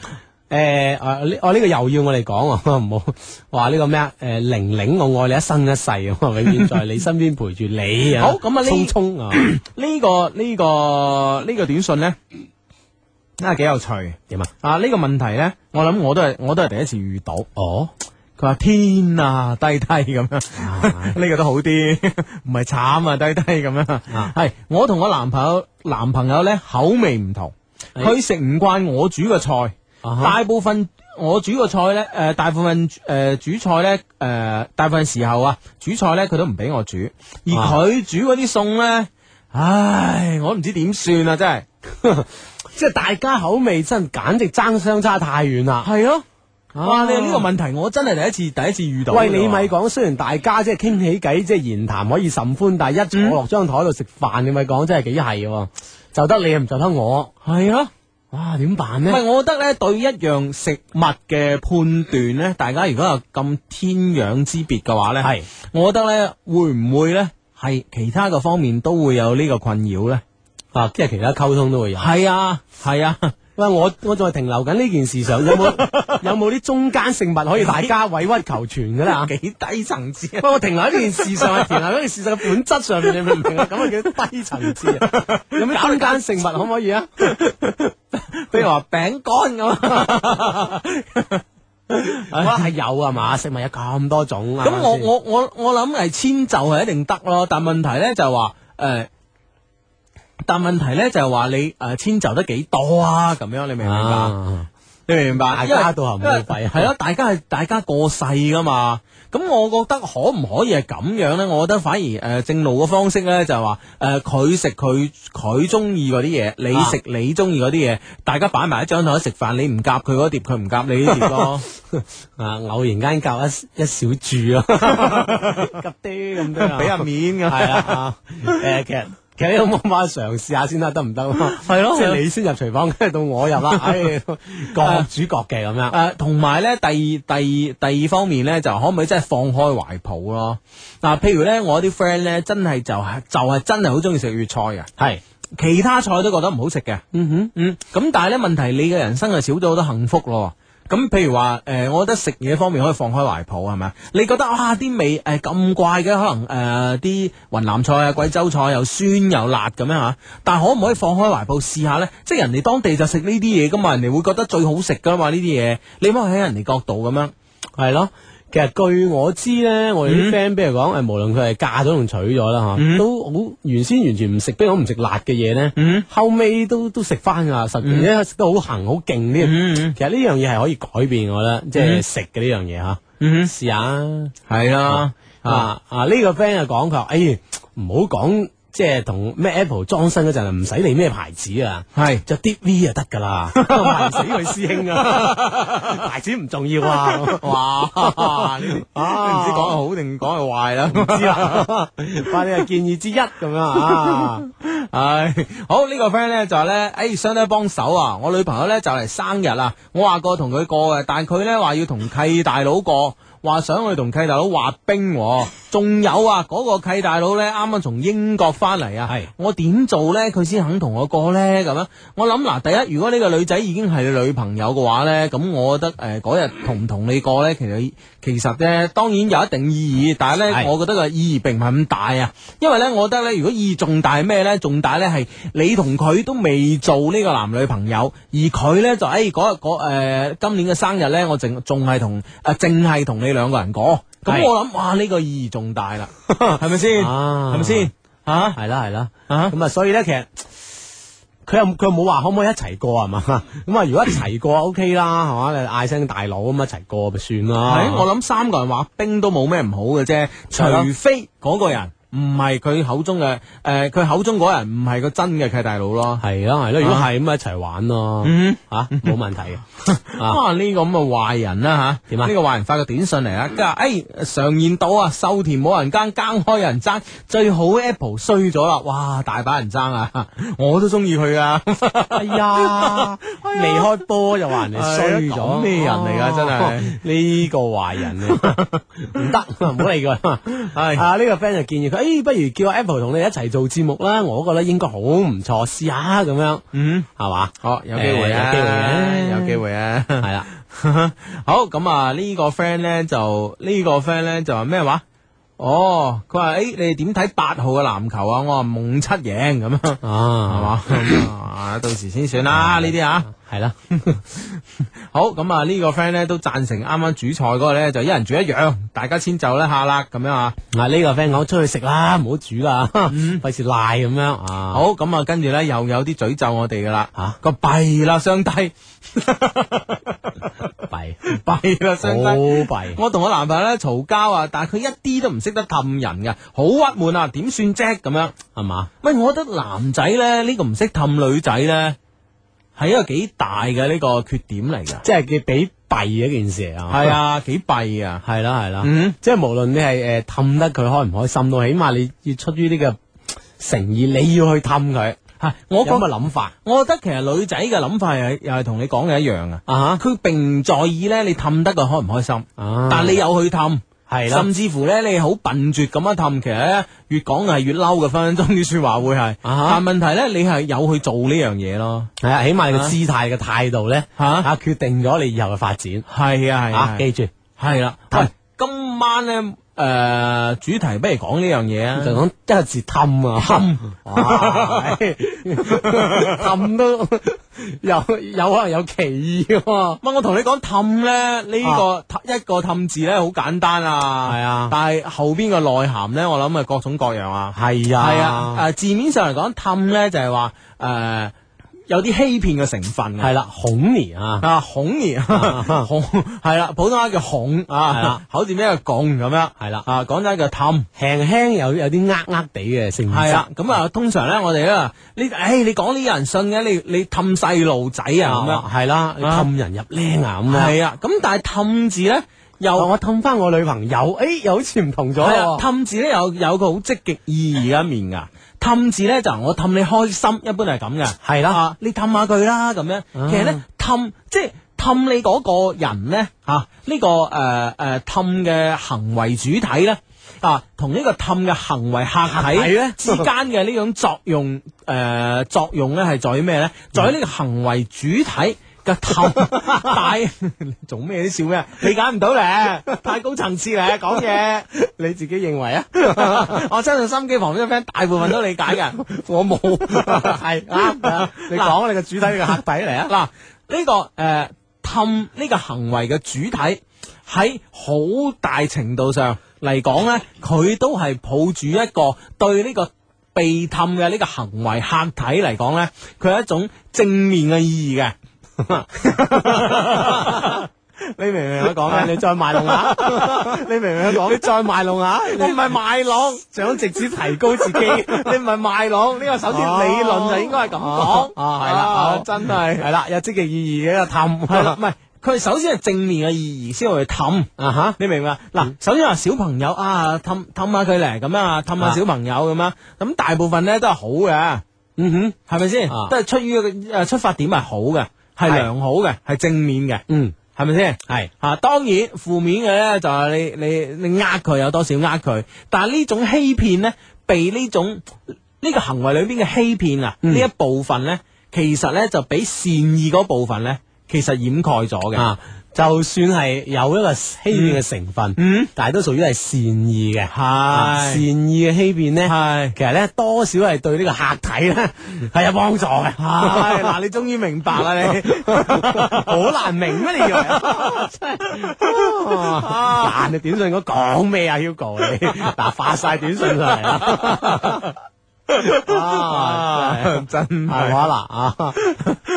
Speaker 4: 诶，誒啊呢我呢個又要我哋講啊， 唔好話呢個咩啊？诶，玲玲，我愛你一生一世啊，永遠在你身邊陪住你 啊。
Speaker 2: 好咁啊呢
Speaker 4: 聰 聰啊，
Speaker 2: 呢、個呢、個呢、個短信咧，啊幾有趣。
Speaker 4: 點啊？
Speaker 2: 啊！呢、個問題呢，我諗我都係我都係第一次遇到。
Speaker 4: 哦，
Speaker 2: 佢話天啊，低低咁樣，
Speaker 4: 啊
Speaker 2: 呢個都好啲，唔係慘啊，低低咁樣。
Speaker 4: 啊
Speaker 2: 係我同我男朋友男朋友呢，口味唔同，
Speaker 4: 哎
Speaker 2: 佢食唔慣我煮嘅菜，
Speaker 4: 啊哈
Speaker 2: 大部分。我煮嘅菜呢，誒、大部分誒、呃煮菜呢，誒、呃大部分時候啊，煮菜呢，佢都唔俾我煮，而
Speaker 4: 啊
Speaker 2: 佢煮嗰啲餸呢，唉，我都唔知點算啊，真係
Speaker 4: 即係大家口味真係簡直爭相差太遠啦。
Speaker 2: 係咯，哇！
Speaker 4: 啊
Speaker 2: 你呢個問題我真係第一次第一次遇到。
Speaker 4: 喂，你咪講，雖然大家即係傾起偈，即係言談可以甚歡，但係一坐落張台度食飯，你咪講真係幾係喎，就得你唔就得我，
Speaker 2: 係啊。
Speaker 4: 哇，點
Speaker 2: 唔
Speaker 4: 辦
Speaker 2: 係，
Speaker 4: 呢？
Speaker 2: 我覺得咧對一樣食物嘅判斷咧，大家如果有咁天壤之別嘅話咧，
Speaker 4: 係，
Speaker 2: 我覺得咧會唔會咧係其他嘅方面都會有呢個困擾咧？
Speaker 4: 啊，即係其他溝通都會有。
Speaker 2: 係啊，係啊，
Speaker 4: 喂，我我仲係停留緊呢件事上，有 冇有冇啲中間性物可以大家委屈求全嘅啦？
Speaker 2: 幾低層次啊！
Speaker 4: 喂，我停留喺呢件事上，係停留喺呢件事上嘅本質上面，你明唔明啊？咁啊叫低層次 啊！有咩中間性物可唔可以啊？
Speaker 2: 譬如話餅乾咁，啊
Speaker 4: 哇，係有啊嘛，食物有咁多種啊。
Speaker 2: 咁我
Speaker 4: 先
Speaker 2: 我我我諗係遷就係一定得咯，但問題咧就係話誒。但問題咧就係話你誒、呃、遷就得幾多啊？咁樣你明唔明白？
Speaker 4: 啊
Speaker 2: 你明唔明白？
Speaker 4: 大家都係冇費
Speaker 2: 系咯，大家係大家過世噶嘛。咁我覺得可唔可以係咁樣咧？我覺得反而诶、呃正路嘅方式咧就係話诶佢食佢佢中意嗰啲嘢，你
Speaker 4: 啊
Speaker 2: 食你中意嗰啲嘢，大家擺埋一張台食飯，你唔夾佢嗰碟，佢唔夾你呢碟咯。
Speaker 4: 啊，偶然間教一一小注啊， 急啲咁樣啊，
Speaker 2: 俾下面㗎
Speaker 4: 係啊，誒，其實其實有冇辦法嘗試下先啦，得唔得啊？係
Speaker 2: 咯
Speaker 4: 即
Speaker 2: 係咯
Speaker 4: 係你先入廚房，跟住到我入 啦，唉，各主角嘅咁樣。
Speaker 2: 誒，啊同埋咧，第二第二第二方面咧，就可唔可以真係放開懷抱咯？嗱、譬如咧，我啲 friend 咧，真係就係、就係、真係好中意食粵菜嘅。
Speaker 4: 係
Speaker 2: 其他菜都覺得唔好食嘅。嗯哼，嗯，咁但係咧問題，你嘅人生係少咗好多幸福咯。咁譬如話，誒、我覺得食嘢方面可以放開懷抱，係咪？啊你覺得哇，啲味誒咁、怪嘅，可能誒啲、雲南菜啊、貴州菜又酸又辣咁樣嚇，但係可唔可以放開懷抱試下呢？即係人哋當地就食呢啲嘢噶嘛，人哋會覺得最好食噶嘛呢啲嘢，你唔可以喺人哋角度咁樣。
Speaker 4: 係咯。
Speaker 2: 其實據我知咧，我哋啲 friend，比如講誒，無論佢係嫁咗同娶咗啦，嚇，都好原先完全唔食，比如講唔食辣嘅嘢咧，後尾都都食翻㗎，實而且食得好行好勁啲。其實呢樣嘢係可以改變，我覺得，即係食嘅呢樣嘢嚇。試下嗯啊
Speaker 4: 系啦，
Speaker 2: 啊啊！呢個 friend 就講佢話：，誒唔好講，即係同咩 Apple 裝身嗰陣，唔使理咩牌子啊。
Speaker 4: 系
Speaker 2: 着啲 V 就得噶 啦，煩死佢師兄啊！ 牌子唔重要啊，
Speaker 4: 哇，呢啲唔知
Speaker 2: 啊
Speaker 4: 講係好定講係壞啦。
Speaker 2: 知啦，快啲係建議之一咁樣啊！
Speaker 4: 唉，好呢、個 friend 咧就話咧，诶、相低幫手啊！我女朋友咧就嚟生日啦，我話過同佢過嘅，但佢咧話要同契大佬過，話想去同契大佬滑冰、喎。嗯仲有啊，嗰、個契大佬咧啱啱從英國翻嚟啊，
Speaker 2: 係
Speaker 4: 我點做咧佢先肯同我過咧咁樣？我諗嗱，第一如果呢個女仔已經係你女朋友嘅話咧，咁我覺得诶嗰日同唔同你過咧，其實其實咧當然有一定意義，但係咧
Speaker 2: 係
Speaker 4: 我覺得個意義並唔係咁大啊。因為咧，我覺得咧，如果意義重大係咩咧？重大咧係你同佢都未做呢個男女朋友，而佢咧就誒嗰日嗰誒今年嘅生日咧，我淨仲係同誒淨係同你兩個人過。咁
Speaker 2: 係
Speaker 4: 我諗哇，呢、個意義 重大啦，係咪先？
Speaker 2: 啊
Speaker 4: 係咪先？啊嚇
Speaker 2: 係啦係啦，
Speaker 4: 嚇
Speaker 2: 咁啊，所以咧其實。佢又佢又冇話可唔可以一齊過係嘛？ 咁啊，如果一齊過 O K 啦，係嘛？你嗌聲大佬咁一齊過咪算啦。
Speaker 4: 係我諗三個人滑冰都冇咩唔好嘅啫，
Speaker 2: 係咯
Speaker 4: 除非嗰個人唔係佢口中嘅誒，佢、口中嗰人唔係個真嘅契大佬咯。啊
Speaker 2: 係啦係啦，如果係咁咪一齊玩咯，
Speaker 4: 嗯。
Speaker 2: 嚇冇問題嘅。啊
Speaker 4: 啊！呢、個咁嘅壞人啦、吓，
Speaker 2: 點啊
Speaker 4: 呢個壞人發個短信嚟啦，佢話：，哎诶、常言道啊，瘦田冇人耕，耕開有人爭，最好 Apple 衰咗啦，哇，大把人爭啊， 我都中意佢啊，
Speaker 2: 哎呀，未開波就話人哋衰
Speaker 4: 係啊
Speaker 2: 咗，
Speaker 4: 咁咩人嚟㗎真係
Speaker 2: 哦呢個壞人啊， 唔得，唔好理佢。
Speaker 4: 係
Speaker 2: 啊，呢個 friend 就建議佢，誒，不如叫 Apple 同你一齊做節目啦，我覺得應該好唔錯，試下咁樣，
Speaker 4: 嗯，
Speaker 2: 係嘛？
Speaker 4: 好有機會啊，
Speaker 2: 誒有機會嘅
Speaker 4: 有機會 啊，
Speaker 2: 係啦，
Speaker 4: 好咁啊！呢、個 friend 咧就呢、個 friend 咧就話咩話？哦，佢話：，誒、你哋點睇八號嘅籃球啊？我話夢七贏咁樣，係
Speaker 2: 啊，
Speaker 4: 嘛？啊到時先算啦，呢啲啊。
Speaker 2: 係啦，
Speaker 4: 好咁啊！呢個 friend 咧都贊成啱啱煮菜嗰個咧，就一人煮一樣，大家遷就一下啦，咁樣啊。嗯
Speaker 2: 啊，呢個 friend 講出去食啦，唔好煮啦，費事賴咁樣啊。
Speaker 4: 好咁啊，跟住咧又有啲詛咒我哋噶啦，
Speaker 2: 嚇
Speaker 4: 個弊啦，相低
Speaker 2: 弊，
Speaker 4: 弊啦，相
Speaker 2: 好
Speaker 4: 低。
Speaker 2: 弊。
Speaker 4: 我同我男朋友咧嘈交啊，但係佢一啲都唔識得氹人嘅，好鬱悶啊！點算啫咁樣？
Speaker 2: 係嘛？
Speaker 4: 喂，我覺得男仔咧呢、個唔識氹女仔咧，係一個幾大嘅呢個缺點嚟㗎。
Speaker 2: 即係佢俾弊嘅一件事嚟啊。
Speaker 4: 係啊，幾弊啊！
Speaker 2: 係啦，係啦，
Speaker 4: 嗯
Speaker 2: 即係無論你係诶氹得佢開唔開心，都起碼你要出於呢個誠意，你要去氹佢。
Speaker 4: 嚇，
Speaker 2: 我
Speaker 4: 我覺
Speaker 2: 咁嘅諗法
Speaker 4: 我覺得其實女仔嘅諗法又係又係同你講嘅一樣啊。
Speaker 2: 啊
Speaker 4: 佢並唔在意咧，你氹得佢開唔開心，
Speaker 2: 啊
Speaker 4: 但你有去氹，
Speaker 2: 係啦
Speaker 4: 甚至乎咧你好笨拙咁樣氹，其實咧越講係越嬲嘅，分分鐘啲説話會係。
Speaker 2: 啊哈
Speaker 4: 但問題咧，你係有去做呢樣嘢咯。
Speaker 2: 係啊，起碼你嘅姿態嘅態度咧
Speaker 4: 嚇
Speaker 2: 啊，決定咗你以後嘅發展
Speaker 4: 係啊係
Speaker 2: 啊，
Speaker 4: 啊，
Speaker 2: 記住
Speaker 4: 係啦。
Speaker 2: 氹
Speaker 4: 喂，今晚咧誒、主題不如講呢樣嘢
Speaker 2: 就
Speaker 4: 啊。
Speaker 2: 講一個字氹啊，氹 哇 係氹都 有有可能有歧義嘅喎，啊
Speaker 4: 唔係我同你講氹咧，呢、個氹一個氹字咧好簡單啊。
Speaker 2: 係啊
Speaker 4: 但係後邊嘅內涵咧，我諗係各種各樣啊。
Speaker 2: 係
Speaker 4: 系啊，诶、字面上嚟講，氹咧就係話诶有啲欺騙嘅成分嘅。
Speaker 2: 係啦，孔年啊，
Speaker 4: 啊，恐 而恐係啦，普通話叫恐
Speaker 2: 係啦
Speaker 4: 啊，口字邊一個共咁樣，
Speaker 2: 係啦
Speaker 4: 啊，講真叫氹。
Speaker 2: 輕輕有有啲呃呃地嘅性質
Speaker 4: 係啦，咁啊，通常咧，我哋咧，你，诶，你講呢有人信嘅，你你氹細路仔啊，咁樣，
Speaker 2: 啊，係啦，你
Speaker 4: 啊
Speaker 2: 氹人入僆啊，咁樣。
Speaker 4: 係啊，咁但係氹字咧，又
Speaker 2: 哦我氹翻我女朋友，诶、又好似唔同咗
Speaker 4: 係啊，
Speaker 2: 喎。
Speaker 4: 氹字咧有有個好積極意義嘅一面噶。氹字咧就係我氹你開心，一般係咁嘅。
Speaker 2: 係啦
Speaker 4: 啊，你氹下佢啦咁樣。
Speaker 2: 啊
Speaker 4: 其實咧氹即係氹你嗰個人咧吓，啊呢、個誒誒氹嘅行為主體咧。啊，同呢個氹嘅行為客體
Speaker 2: 客體呢
Speaker 4: 之間嘅呢種作用，誒、作用咧係在於咩咧？在於呢個行為主體嘅氹帶，你做咩啲笑咩？理解唔到咧，太高層次咧講嘢。
Speaker 2: 你自己認為啊？
Speaker 4: 我相信心機旁邊嘅 friend 大部分都理 解嘅，我冇 係啱㗎
Speaker 2: 你
Speaker 4: 嗱
Speaker 2: 講你個主體你個客體嚟啊？
Speaker 4: 嗱，呢、個誒氹呢個行為嘅主體
Speaker 2: 喺好大程度上嚟講呢佢都係抱住一個對呢個被氹嘅呢個行為客體嚟講呢佢係一種正面嘅意義嘅。 你明唔明我講咩？
Speaker 4: 你再賣弄下，
Speaker 2: 你明唔明我講？
Speaker 4: 你再賣弄下，
Speaker 2: 我唔係賣朗，想直接提高自己。你唔係賣朗，呢個首先
Speaker 4: 哦
Speaker 2: 理論就應該係咁講。
Speaker 4: 啊係啦哦
Speaker 2: 真係
Speaker 4: 係啦，有積極意義嘅一個氹，
Speaker 2: 係 啦，唔係佢首先係正面嘅意義先會去氹
Speaker 4: 啊吓。
Speaker 2: 你明嘛？嗱，首先話小朋友啊，氹氹下佢嚟咁樣啊，氹下
Speaker 4: 啊
Speaker 2: 小朋友咁樣，咁大部分咧都係好嘅，
Speaker 4: 嗯哼，
Speaker 2: 係咪先？
Speaker 4: 啊
Speaker 2: 都係出於誒出發點係好嘅，係
Speaker 4: 係
Speaker 2: 良好嘅，係正面嘅，
Speaker 4: 嗯，
Speaker 2: 係咪先？
Speaker 4: 係
Speaker 2: 啊，當然負面嘅咧就係你你你呃佢有多少呃佢，但係呢種欺騙咧，被呢種呢個行為裏邊嘅欺騙啊，呢、
Speaker 4: 嗯
Speaker 2: 一部分咧，其實咧就俾善意嗰部分咧，其實掩蓋咗嘅。
Speaker 4: 啊，就算係有一個欺騙嘅成分，
Speaker 2: 嗯，
Speaker 4: 但係都屬於係善意嘅，啊善
Speaker 2: 係
Speaker 4: 意嘅欺騙咧，
Speaker 2: 係嗯
Speaker 4: 其實咧多少係對呢個客體咧係有幫助嘅。
Speaker 2: 係嗱，你終於明白啦 你， 好難明咩？你以為
Speaker 4: 啊嗱，你短信我講咩啊，Hugo？你嗱發晒短信上嚟啦。啊，
Speaker 2: 真
Speaker 4: 系
Speaker 2: 係
Speaker 4: 嘛嗱啊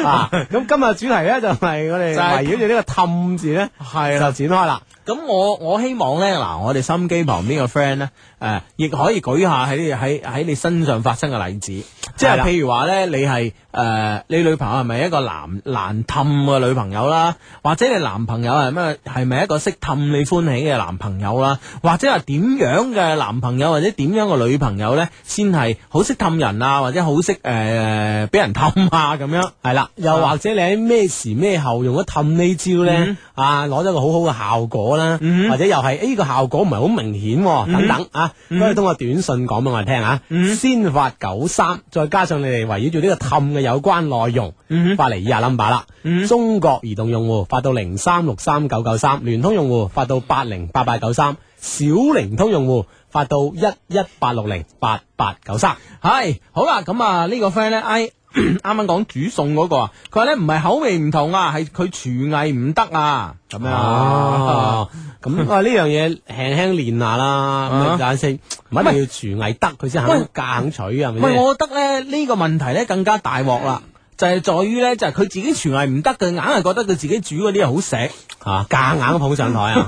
Speaker 4: 啊！咁今日主題咧就係我哋
Speaker 2: 就係
Speaker 4: 圍繞住呢個氹字咧，
Speaker 2: 係
Speaker 4: 就
Speaker 2: 啦
Speaker 4: 展開啦。
Speaker 2: 咁我我希望咧，嗱，我哋心機旁邊嘅 friend 咧，誒、亦可以舉下喺你喺喺你身上發生嘅例子，即
Speaker 4: 係
Speaker 2: 係
Speaker 4: 啦
Speaker 2: 譬如話咧，你係誒、你女朋友係咪一個難難氹嘅女朋友啦，或者你男朋友係咩係咪一個識氹你歡喜嘅男朋友啦，或者係點樣嘅男朋友或者點樣嘅女朋友咧，先係好識氹人啊，或者好識誒俾人氹啊咁樣，
Speaker 4: 係啦，又或者你喺咩時咩後用咗氹呢招咧
Speaker 2: 嗯，
Speaker 4: 啊攞咗個好好嘅效果啦，
Speaker 2: 嗯
Speaker 4: 或者又係哎呢個效果唔係好明顯喎等等啊，
Speaker 2: 嗯
Speaker 4: 都係通過短信講俾我哋聽啊。
Speaker 2: 嗯
Speaker 4: 先發九三，再加上你哋圍繞住呢個氹嘅有關內容
Speaker 2: 嗯哼，
Speaker 4: 發嚟以下 number 啦。
Speaker 2: 嗯
Speaker 4: 中國移動用戶發到零三六三九九三，聯通用戶發到八零八八九三，小靈通用戶發到一一八六零八八九三。
Speaker 2: 系好啦，咁啊呢個 friend 咧， 哎啱啱講煮餸嗰個啊，佢話咧唔係口味唔同啊，係佢廚藝唔得啊，咁樣啊
Speaker 4: 哦，咁啊呢樣嘢輕輕練下啦，咁
Speaker 2: 啊
Speaker 4: 啊眼色唔一定要廚藝得佢先
Speaker 2: 喂
Speaker 4: 肯嫁肯娶啊係咪
Speaker 2: 喂，
Speaker 4: 先？
Speaker 2: 我覺得咧呢、個問題咧更加大鑊啦，就係在於咧就係佢自己廚藝唔得嘅，硬係覺得佢自己煮嗰啲係好食，
Speaker 4: 啊，夾硬捧上台 啊！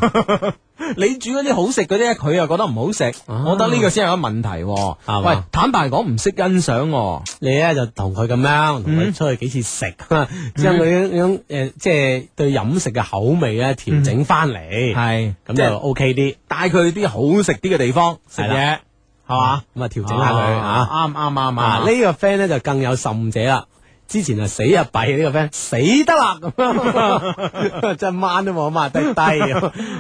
Speaker 2: 你煮嗰啲好食嗰啲咧，佢又覺得唔好食，
Speaker 4: 啊
Speaker 2: 我覺得呢個先係一個問題喎、
Speaker 4: 係嘛
Speaker 2: 喂，坦白講唔識欣賞喎、
Speaker 4: 你咧就同佢咁樣，同
Speaker 2: 嗯
Speaker 4: 佢出去幾次食，將佢呢種誒，即係對飲食嘅口味咧調整翻嚟，
Speaker 2: 嗯係
Speaker 4: 咁就 OK 啲，
Speaker 2: 帶佢去啲好食啲嘅地方食
Speaker 4: 係
Speaker 2: 嘢
Speaker 4: 啦，
Speaker 2: 係嘛？
Speaker 4: 咁啊調整下佢嚇。
Speaker 2: 啊啱啱啱
Speaker 4: 啊！
Speaker 2: 啊！
Speaker 4: 呢個 friend 咧就更有甚者啦。之前啊死啊弊呢個 friend 死得啦咁樣， 真係掹都冇啊掹低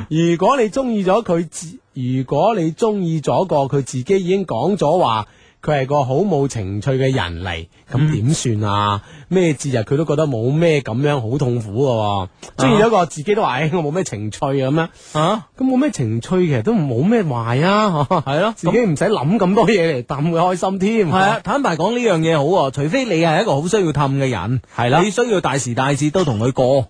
Speaker 4: 低。如果你中意咗佢自，如果你中意咗個佢自己已經講咗話，佢係個好冇情趣嘅人嚟，咁點算啊？咩節日佢都覺得冇咩咁樣好痛苦嘅喎，中意咗個自己都話，唉我冇咩情趣啊咁樣。
Speaker 2: 啊，
Speaker 4: 咁冇咩情趣，其實都冇咩壞啊， 係
Speaker 2: 咯
Speaker 4: 自己唔使諗咁多嘢嚟氹佢開心添。
Speaker 2: 系啊，坦白講呢樣嘢好喎，啊除非你係一個好需要氹嘅人，
Speaker 4: 係啦
Speaker 2: 你需要大時大節都同佢過，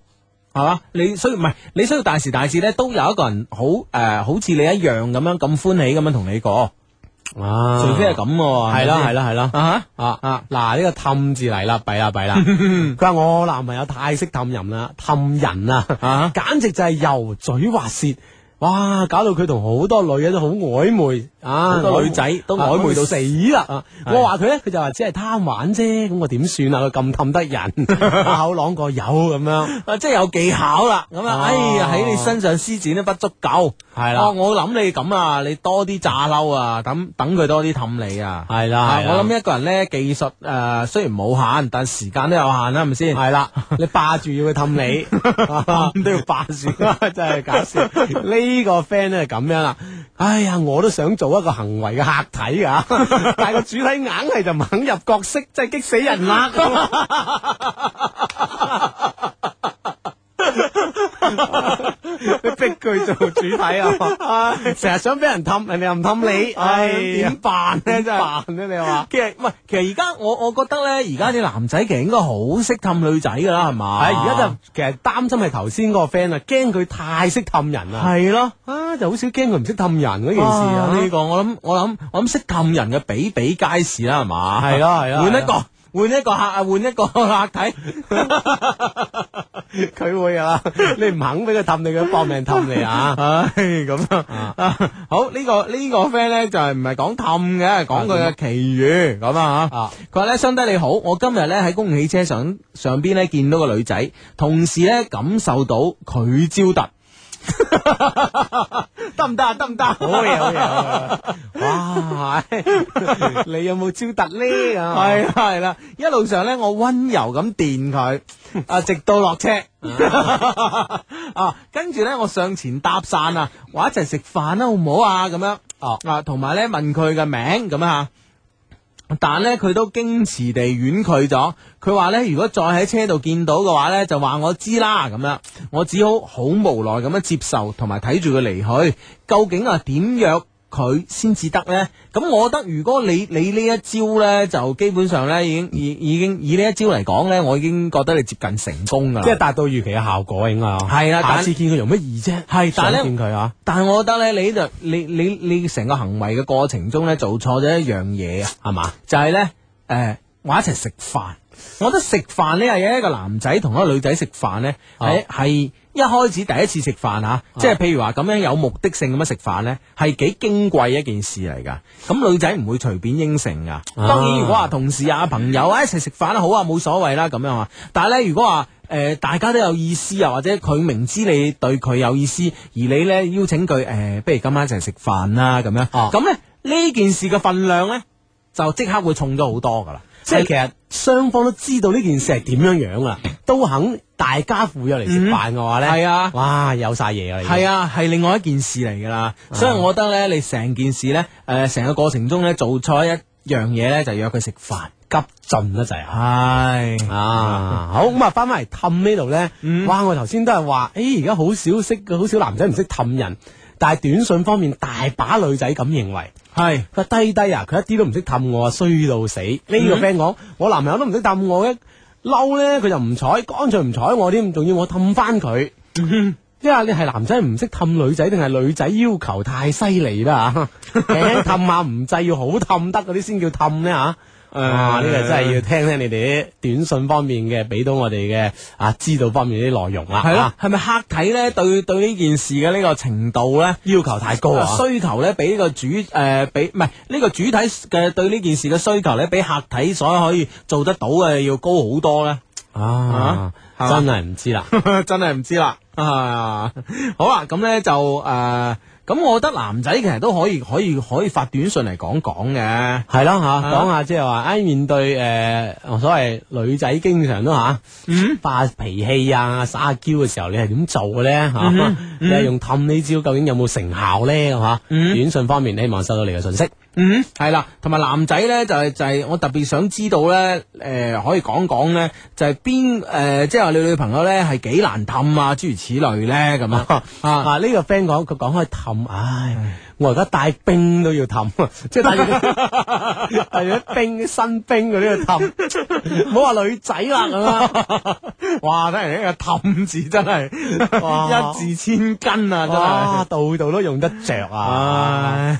Speaker 2: 係嘛？你需唔係你需要大時大節咧，都有一個人好诶、呃好似你一樣咁樣咁歡喜咁樣同你過，
Speaker 4: 啊，
Speaker 2: 除非係咁喎，
Speaker 4: 係啦係
Speaker 2: 啦
Speaker 4: 啦係啦
Speaker 2: 啊
Speaker 4: 啊啊！嗱，呢個氹字嚟啦，弊啦弊 啦。佢話我男朋友太識氹人啦，氹人
Speaker 2: 哈啊
Speaker 4: 啊，簡直就係油嘴滑舌。哇！搞到佢同好多女人都好曖昧啊，
Speaker 2: 好多女仔都曖昧到
Speaker 4: 死啦！啊
Speaker 2: 係
Speaker 4: 我話佢咧，佢就話只係貪玩啫，咁我點算啊？佢咁氹得人， 口朗過有咁樣。
Speaker 2: 啊，即係有技巧啦，咁啊，
Speaker 4: 哦
Speaker 2: 哎呀喺你身上施展得不足夠，
Speaker 4: 係啦
Speaker 2: 哦我諗你咁啊，你多啲炸嬲啊，等等佢多啲氹你啊，
Speaker 4: 係啦
Speaker 2: 啊
Speaker 4: 係啦
Speaker 2: 我諗一個人咧技術
Speaker 4: 呃
Speaker 2: 诶雖然冇限，但時間都有限啦，係咪先？
Speaker 4: 系啦， 你霸住要佢氹你，氹 都要霸住， 真係搞笑。呢個 friend 咧就咁樣啦，哎呀，我都想做一個行為嘅客體噶， 但係個主體硬係就唔肯入角色，真係激死人啦！你 逼佢做主體 啊！
Speaker 2: 成日想俾人氹，人哋又唔 氹你，唉，
Speaker 4: 點
Speaker 2: 哎點辦咧？
Speaker 4: 咧
Speaker 2: 真
Speaker 4: 真
Speaker 2: 係
Speaker 4: 係
Speaker 2: 辦咧？你話
Speaker 4: 其實唔係，其實而家我我覺得咧，而家啲男仔其實應該好識氹女仔噶啦，係嘛？
Speaker 2: 係而家就其實擔心係頭先嗰個 friend 啊，驚佢太識氹人啦。
Speaker 4: 係咯。
Speaker 2: 啊，就好少驚佢唔識氹人嗰件事
Speaker 4: 啊！
Speaker 2: 啊。
Speaker 4: 呢個我諗我諗我諗識氹人嘅比比皆是啦，係嘛？
Speaker 2: 係咯係咯
Speaker 4: 換
Speaker 2: 係
Speaker 4: 一個換一個客啊，換一個客體，
Speaker 2: 佢會啊，你唔肯俾佢氹你，佢搏命氹你啊！
Speaker 4: 唉咁樣啊！好呢個呢個 friend 咧就係唔係講氹嘅，講佢嘅奇遇咁啊吓
Speaker 2: 啊。
Speaker 4: 佢話咧，相低你好，我今日咧喺公共汽車上上邊咧見到個女仔，同時咧感受到佢招 突。得唔得啊？得唔得？好
Speaker 2: 嘢好嘢好哇， 你有冇招突咧？啊，
Speaker 4: 系啦系啦，一路上咧我温柔咁電 佢，啊直到落車 啊，跟住咧我上前搭讪啊，話一齊食飯啦好唔好啊咁樣
Speaker 2: 哦
Speaker 4: 啊，同埋咧問佢嘅名咁啊。但咧佢都矜持地婉拒咗，佢話咧如果再喺車度見到嘅話咧，就話我知啦咁樣，我只好好無奈咁樣接受同埋睇住佢離去。究竟啊點約佢先至得呢？咁我覺得如果你你呢一招呢，就基本上呢已經已已經以呢一招嚟講呢，我已經覺得你接近成功噶啦。
Speaker 2: 即係達到預期嘅效果應該啊。
Speaker 4: 係啦但
Speaker 2: 下次見佢用乜意啫？
Speaker 4: 係但係咧
Speaker 2: 想見佢啊，
Speaker 4: 但係我覺得咧，你呢度你你你成個行為嘅過程中咧，做錯咗一樣嘢啊，係嘛？就係咧，誒，話一齊食飯。我覺得食飯呢樣嘢，一個男仔同一個女仔食飯咧，
Speaker 2: 哦
Speaker 4: 係係、一開始第一次食飯嚇，即係譬如話咁樣有目的性咁樣食飯咧，係幾矜貴一件事嚟㗎。咁女仔唔會隨便應承㗎。
Speaker 2: 哦
Speaker 4: 當然，如果話同事啊、朋友啊一齊食飯啦，好啊，冇所謂啦咁樣啊。但係咧，如果話誒、呃大家都有意思啊，或者佢明知你對佢有意思，而你咧邀請佢誒、呃不如今晚一齊食飯啦咁樣。
Speaker 2: 哦
Speaker 4: 咁咧呢件事嘅份量咧，就即刻會重咗好多㗎啦。
Speaker 2: 即係其實雙方都知道呢件事係點樣樣啦，都肯大家赴約嚟食飯嘅話咧，
Speaker 4: 嗯係啊
Speaker 2: 哇，有晒嘢啊！已經啊
Speaker 4: 係啊，係另外一件事嚟噶啦，所以我覺得咧，你成件事咧，诶、
Speaker 2: 呃
Speaker 4: 成個過程中咧，做錯一樣嘢咧，就約佢食飯，
Speaker 2: 急進得滯啊！
Speaker 4: 係
Speaker 2: 啊，嗯好咁啊，翻翻嚟氹呢度咧，哇！我頭先都係話，誒而家好少識，好少男仔唔識氹人，但係短信方面大把女仔咁認為。
Speaker 4: 係
Speaker 2: 佢話低低啊，佢一啲都唔識氹我啊，衰到死！呢、個 friend 講，我男朋友都唔識氹我嘅，嬲咧佢就唔睬，乾脆唔睬我添，仲要我氹翻佢。即係你係男仔唔識氹女仔，定係女仔要求太犀利啦 吓？輕輕氹下唔制，要好氹得嗰啲先叫氹咧吓。啊！呢個真係要聽聽你哋啲短信方面嘅，俾到我哋嘅啊知道方面啲內容啦。
Speaker 4: 係咯
Speaker 2: 啊，
Speaker 4: 係咪客體咧對對呢件事嘅呢個程度咧
Speaker 2: 要求太高啊！
Speaker 4: 需求咧比呢個主诶比唔係呢個主體嘅對呢件事嘅需求咧，比客體所可以做得到嘅要高好多咧。
Speaker 2: 啊，
Speaker 4: 係嘛
Speaker 2: 真係唔知啦。
Speaker 4: 真係唔知啦。啊， 好啦，咁呢就誒，呃咁、我覺得男仔其實都可以可以可以發短信嚟講講嘅。啊
Speaker 2: 系咯吓，講下即係話，唉，面對诶、呃所謂女仔經常都吓，
Speaker 4: 嗯
Speaker 2: 發脾氣啊、撒嬌嘅時候，你係點做嘅咧吓？
Speaker 4: 嗯
Speaker 2: 你係用氹呢招，究竟有冇成效咧？吓、短信方面希望收到你嘅信息。
Speaker 4: 嗯，係啦，同埋男仔呢，就係、就係、我特別想知道呢，誒、呃可以講講呢，就係邊誒，即係話你女朋友呢係幾難氹啊，諸如此類呢。咁啊啊。
Speaker 2: 啊！呢、個 friend 講佢講開氹，唉，我而家帶兵都要氹，啊 即係帶住啲 帶住啲兵啲新兵嗰啲去氹，唔好話女仔啦咁啊！
Speaker 4: 哇！睇嚟呢個氹字真係
Speaker 2: 哇
Speaker 4: 一字千金啊，真係
Speaker 2: 哇，。 度度都用得着啊！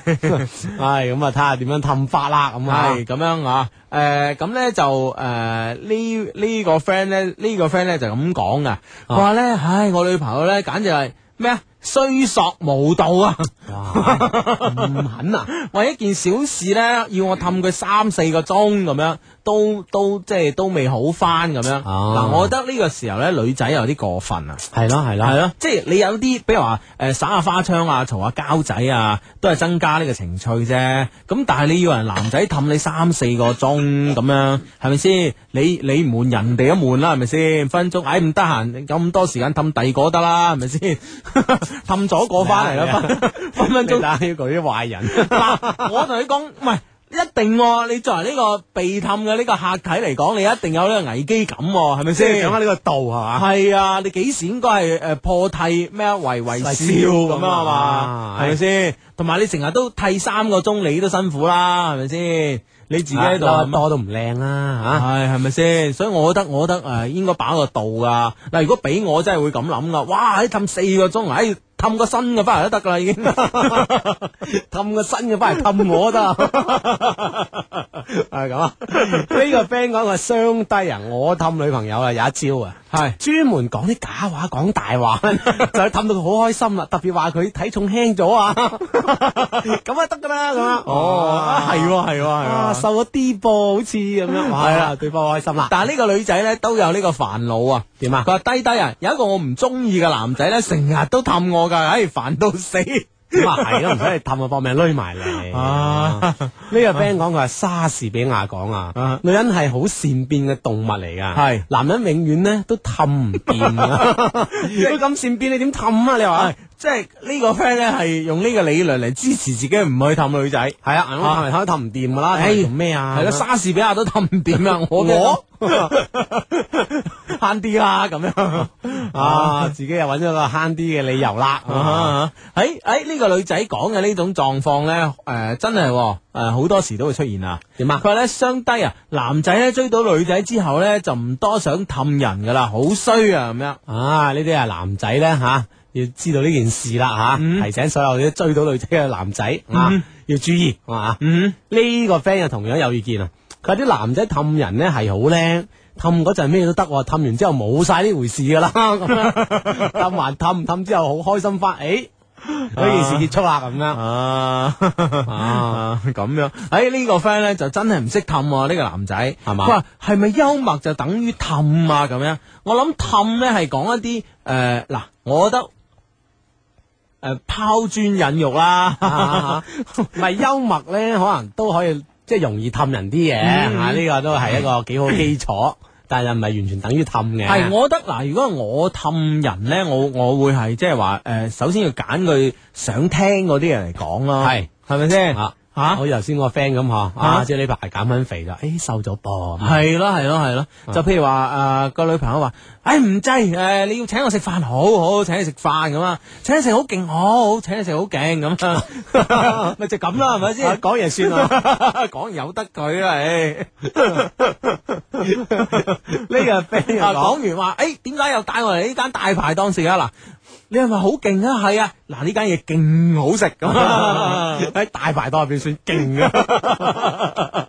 Speaker 4: 唉，
Speaker 2: 唉，咁啊，睇下點樣氹法啦，咁啊。
Speaker 4: 系咁样啊，诶、咁咧就诶、呢呢、個个 friend 咧，呢、個个 friend 咧就咁講
Speaker 2: 啊
Speaker 4: 噶，佢話咧，唉，我女朋友咧簡直係咩啊，衰索無道啊！
Speaker 2: 唔肯啊！
Speaker 4: 為一件小事咧，要我氹佢三四個鐘咁樣，都都即係都未好翻咁樣。嗱、
Speaker 2: 哦
Speaker 4: 我覺得呢個時候咧，女仔有啲過分啊。
Speaker 2: 系咯系咯，
Speaker 4: 係咯，即係你有啲，比如話誒耍下花槍啊、嘈下交仔啊，都係增加呢個情趣啫。咁但係你要人男仔氹你三四個鐘咁樣，係咪先？你你唔悶人哋都悶啦，係咪先？分鐘，唉唔得閒，有咁多時間氹第二個得啦，係咪先？ 氹咗個翻嚟啦，分分分
Speaker 2: 分
Speaker 4: 分鐘
Speaker 2: 鐘打 Hugo 啲壞人，
Speaker 4: 嗱，我同你講，唔係。一一定喎你作為呢個被氹嘅呢個客體嚟講，你一定有呢個危機感喎，係咪
Speaker 9: 即
Speaker 4: 先？
Speaker 9: 係掌握呢個度係嘛？
Speaker 4: 系啊，你幾時應該係诶破剃咩啊為為笑
Speaker 2: 為笑
Speaker 4: 咁
Speaker 2: 咁
Speaker 4: 啊
Speaker 2: 啊
Speaker 4: 嘛，
Speaker 2: 嘛
Speaker 4: 係咪先？同埋你成日都剃三個鐘，你都辛苦啦，係咪先？你自己喺度
Speaker 2: 啊嬲
Speaker 4: 諗
Speaker 2: 得多都唔靚啦
Speaker 4: 系系咪先？所以我覺得，我覺得诶、呃，应该把個度噶。嗱，如果俾我真係會咁諗噶，哇！喺氹四個鐘，唉、氹個新嘅翻嚟都得噶啦，已經 氹個新嘅翻嚟氹我得。
Speaker 2: 吓，係咁啊。呢個 friend 講話雙低啊，我氹女朋友啊有一招啊。
Speaker 4: 係
Speaker 2: 專門講啲假話，講大話， 就氹到佢好開心啦。特別話佢體重輕咗啊， 咁啊得噶啦，咁啊，
Speaker 4: 哦，係喎係喎
Speaker 2: 啊
Speaker 4: 係喎。
Speaker 2: 瘦咗啲噃，好似咁樣，係啦，對方開心啦。
Speaker 4: 但係呢個女仔咧都有呢個煩惱啊。
Speaker 2: 點啊
Speaker 4: 佢話低低啊，有一個我唔中意嘅男仔咧，成日都氹我噶，唉、煩到死。
Speaker 2: 咁啊係咯，唔使你氹啊，搏命攏埋 你。
Speaker 4: 啊
Speaker 2: 呢個 friend 講佢話莎士比亞講
Speaker 4: 啊
Speaker 2: 啊，女人係好善變嘅動物嚟㗎，
Speaker 4: 係
Speaker 2: 男人永遠呢都氹唔掂 啊。佢咁善 變，你點氹啊？你話
Speaker 4: 係即係呢個 friend 咧係用呢個理論嚟支持自己唔去氹女仔。
Speaker 2: 係啊，氹嚟氹去氹唔掂㗎啦，
Speaker 4: 唉
Speaker 2: 氹做咩啊？
Speaker 4: 系咯，莎士比亞都氹唔掂 啊！我
Speaker 2: 我
Speaker 4: 悭啲啦，咁樣
Speaker 2: 啊，自己又揾咗個慳啲嘅理由啦。
Speaker 4: 啊！喺喺呢個女仔講嘅呢種狀況咧，诶、真係喎诶好多時都會出現啊。
Speaker 2: 點啊
Speaker 4: 佢話咧相低啊，男仔咧追到女仔之後咧，就唔多想氹人噶啦，好衰啊咁樣。
Speaker 2: 啊，呢啲啊男仔咧吓，要知道呢件事啦吓，
Speaker 4: 嗯
Speaker 2: 提醒所有啲追到女仔嘅男仔啊，要注意係嘛。
Speaker 4: 嗯，
Speaker 2: 呢個 friend 又同樣有意見啊！佢話啲男仔氹人咧係好靚，氹嗰陣咩都得喎，氹完之後冇晒呢回事㗎 啦，咁樣氹還氹氹之後好開心翻，誒呢件事結束啦咁樣。
Speaker 4: 啊啊咁樣，喺呢、個 friend 咧就真係唔識氹喎，呢、個男仔
Speaker 2: 係嘛
Speaker 4: 佢話係咪幽默就等於氹啊？咁樣，我諗氹咧係講一啲诶嗱，我覺得。誒拋磚引玉啦，
Speaker 2: 啊唔係幽默咧，可能都可以即係容易氹人啲嘢
Speaker 4: 嗯
Speaker 2: 嚇，呢個都係一個幾好基礎，但係又唔係完全等於氹嘅。
Speaker 4: 係我覺得嗱，如果我氹人咧，我我會係即係話誒，首先要揀佢想聽嗰啲人嚟講咯，
Speaker 2: 係
Speaker 4: 係咪先
Speaker 2: 啊
Speaker 4: 嚇
Speaker 2: 好？似頭先個 friend 咁嗬，
Speaker 4: 啊
Speaker 2: 啊，即係呢排減緊肥就，誒瘦咗噃。啊
Speaker 4: 系咯系咯系咯，就譬如話啊诶個女朋友話：，唉唔制，诶你要請我食飯，好好請你食飯咁啊，請你食好勁，好好請你食好勁咁啊， 咪就咁啦，係咪
Speaker 2: 啊
Speaker 4: 先？講嘢算啦， 講完由得佢啦，唉。
Speaker 2: 呢個 friend 又
Speaker 4: 啊，
Speaker 2: 講
Speaker 4: 講完話，誒點解又帶我嚟呢間大排檔食啊？嗱，你係咪好勁啊？係啊，嗱呢間嘢勁好食咁啊
Speaker 2: 喺大排檔入邊算勁 啊！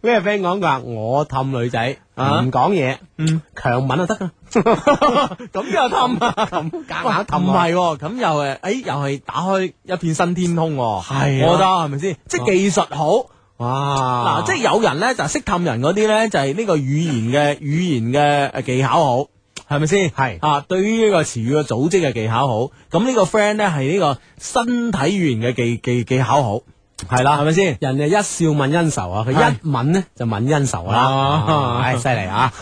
Speaker 2: 呢個 friend 講佢話我氹女仔
Speaker 4: 啊
Speaker 2: 唔講嘢，
Speaker 4: 嗯，
Speaker 2: 強吻就得啦。
Speaker 4: 咁又氹啊，
Speaker 2: 夾
Speaker 4: 咁
Speaker 2: 硬氹
Speaker 4: 唔
Speaker 2: 啊
Speaker 4: 係喎，咁又誒，誒又係打開一片新天空喎，
Speaker 2: 係啊
Speaker 4: 我覺得係咪先？即係技術好。
Speaker 2: 哇！
Speaker 4: 嗱，即係有人咧就識氹人嗰啲咧，就係呢個語言嘅語言嘅呃技巧好，係咪先？
Speaker 2: 嗯係
Speaker 4: 啊，對於呢個詞語嘅組織嘅技巧好，咁呢個 friend 咧係呢個身體語言嘅技技技巧好，係啦，係咪先？
Speaker 2: 人哋一笑泯恩仇啊，佢
Speaker 4: 係
Speaker 2: 一吻呢就泯恩仇
Speaker 4: 啊
Speaker 2: 啦，唉，犀利 啊！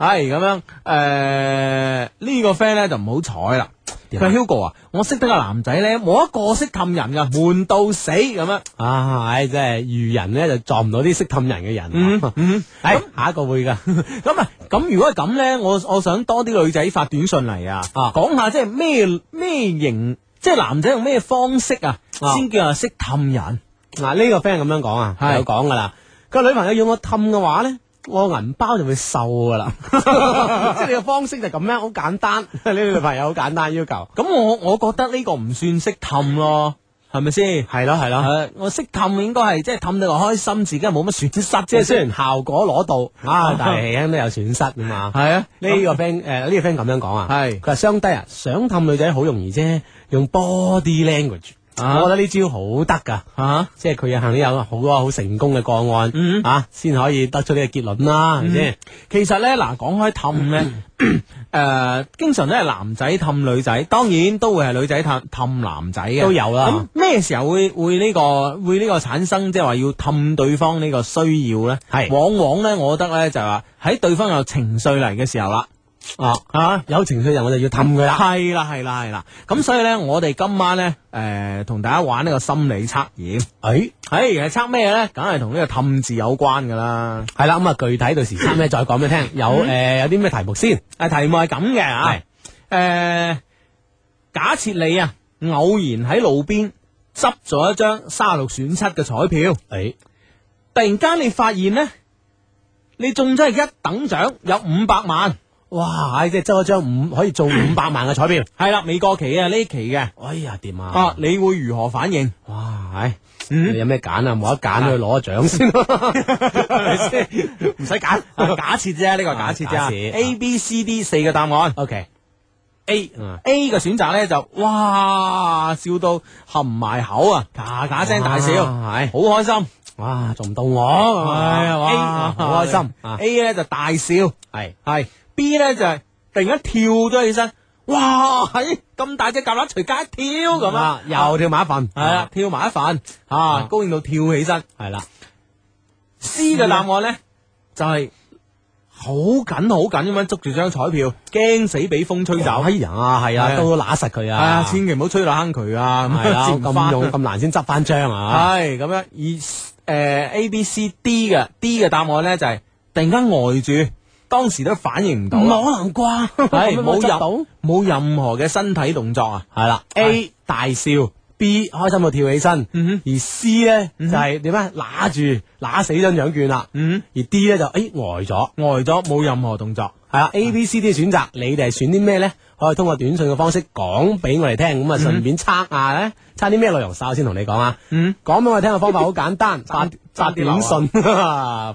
Speaker 4: 係咁樣，誒呢個 friend 咧就唔好彩啦。佢
Speaker 2: 點
Speaker 4: 話
Speaker 2: 啊
Speaker 4: Hugo 啊，我識得個男仔咧，冇一個識氹人噶，悶到死咁樣。
Speaker 2: 啊，唉，真係遇人呢就撞唔到啲識氹人嘅人 啊。
Speaker 4: 嗯，
Speaker 2: 唉，下一個會㗎。
Speaker 4: 咁啊，咁如果係咁咧，我我想多啲女仔發短信嚟啊，
Speaker 2: 啊
Speaker 4: 講下即係咩咩型，即係男仔用咩方式啊，
Speaker 2: 啊
Speaker 4: 先叫啊識氹人。
Speaker 2: 嗱，呢個 friend 咁樣講啊，
Speaker 4: 係
Speaker 2: 有講噶啦。個女朋友要我氹嘅話咧，我銀包就會瘦噶 啦。即係你嘅方式就咁樣，好簡 單。你女朋友好簡單要求。
Speaker 4: 咁我我覺得呢個唔算識氹咯，係咪先？
Speaker 2: 係咯係咯，
Speaker 4: 係我識氹應該係即係氹到個開心，自己冇乜損失，
Speaker 2: 即
Speaker 4: 即
Speaker 2: 係
Speaker 4: 係
Speaker 2: 雖然效果攞到啊，但係輕輕都有損失噶 嘛。
Speaker 4: 係啊，
Speaker 2: 呢個 friend 誒呢個 friend 咁樣講啊，
Speaker 4: 係
Speaker 2: 佢話相低啊，想氹女仔好容易啫，用 body language，
Speaker 4: 啊
Speaker 2: 我覺得呢招好得噶。
Speaker 4: 啊
Speaker 2: 即係佢有行呢有好多好成功嘅個案，
Speaker 4: 嗯
Speaker 2: 啊，先可以得出呢個結論啦，係咪先？
Speaker 4: 其實咧嗱，講開氹咧，诶、經呃常都係男仔氹女仔，當然都會係女仔氹氹男仔嘅，
Speaker 2: 都有啦。
Speaker 4: 咁咩時候會會呢、個會呢個產生即係話要氹對方呢個需要咧？
Speaker 2: 係
Speaker 4: 往往咧，我覺得咧就係話喺對方有情緒嚟嘅時候啦。啊啊！有情緒人我就要氹佢啦。
Speaker 2: 系啦系啦系啦，咁所以咧，我哋今晚咧，诶、同大家玩呢個心理測驗。
Speaker 4: 诶，
Speaker 2: 诶、係測咩咧？梗係同呢個氹字有關噶啦。嗯
Speaker 4: 係啦，咁啊，具體到時三咧再講俾你聽。有诶，有啲咩題目先？
Speaker 2: 啊，題目係咁嘅啊，
Speaker 4: 係
Speaker 2: 诶、假設你啊偶然喺路邊執咗一張三十六選七嘅彩票，
Speaker 4: 诶，
Speaker 2: 突然間你發現咧，你中咗係一等獎，有五百萬。
Speaker 4: 哇！唉即係周一張五可 以做五百萬嘅彩票。
Speaker 2: 係啦，美國期啊呢期嘅
Speaker 4: 哎呀，掂
Speaker 2: 啊
Speaker 4: 啊！，
Speaker 2: 你會如何反應？
Speaker 4: 哇！唉
Speaker 2: 嗯
Speaker 4: 你有咩揀啊？冇 得揀，去攞獎先 咯，係咪先？
Speaker 2: 唔 使揀，假設啫，呢個假設
Speaker 4: 啊假
Speaker 2: 啫。啊
Speaker 4: 設
Speaker 2: A、B、C、D 四個答案
Speaker 4: O K，
Speaker 2: ，A
Speaker 4: 嗯
Speaker 2: A 嘅選擇咧就哇笑到含埋口啊，嘎嘎聲大笑，
Speaker 4: 哇啊係
Speaker 2: 好開心。
Speaker 4: 哇，仲唔到我，
Speaker 2: 哎呀
Speaker 4: ，A
Speaker 2: 哇
Speaker 4: 好開心啊！
Speaker 2: A 咧就大笑，
Speaker 4: 係
Speaker 2: 係 B 咧就係突然間跳咗起身，哇！係咁大隻蛤乸隨街跳咁啊，
Speaker 4: 又跳埋一份，
Speaker 2: 係啦，跳埋一份啊，
Speaker 4: 啊
Speaker 2: 高興到跳起身。
Speaker 4: 係啦，
Speaker 2: C 嘅答案咧就係好緊好緊咁樣捉住張彩票，驚死俾風吹走。
Speaker 4: 哎呀，係
Speaker 2: 係啊
Speaker 4: 啊，都揦實佢
Speaker 2: 系啊
Speaker 4: 啊，，
Speaker 2: 千祈唔好吹落坑渠啊，
Speaker 4: 係
Speaker 2: 咁
Speaker 4: 啦，
Speaker 2: 接唔
Speaker 4: 咁
Speaker 2: 返
Speaker 4: 用咁難先執翻張啊！
Speaker 2: 係咁樣。而诶 A、B、C、D 嘅 D 嘅答案咧就係突然間呆住，當時都反應唔到啊，
Speaker 4: 能啩？
Speaker 2: 係冇
Speaker 4: 冇入
Speaker 2: 任冇任何嘅身體動作啊。
Speaker 4: 係啦
Speaker 2: 係
Speaker 4: ，A 大笑，B 開心到跳起身，
Speaker 2: 嗯
Speaker 4: 而 C 咧就
Speaker 2: 嗯哼
Speaker 4: 係點咧？揦住揦死張獎券啦，
Speaker 2: 嗯，
Speaker 4: 而 D 咧就诶呆咗。
Speaker 2: 呆咗冇任何動作。
Speaker 4: 系啦，A、B、C、D 嘅选择，你哋系选啲咩咧？可以通过短信嘅方式讲俾我哋听，咁啊顺便测下咧，测啲咩内容？稍後先同你讲啊。
Speaker 2: 嗯，
Speaker 4: 讲俾我哋聽嘅方法好簡單，發
Speaker 2: 爭
Speaker 4: 發
Speaker 2: 爭啲流啊
Speaker 4: 短信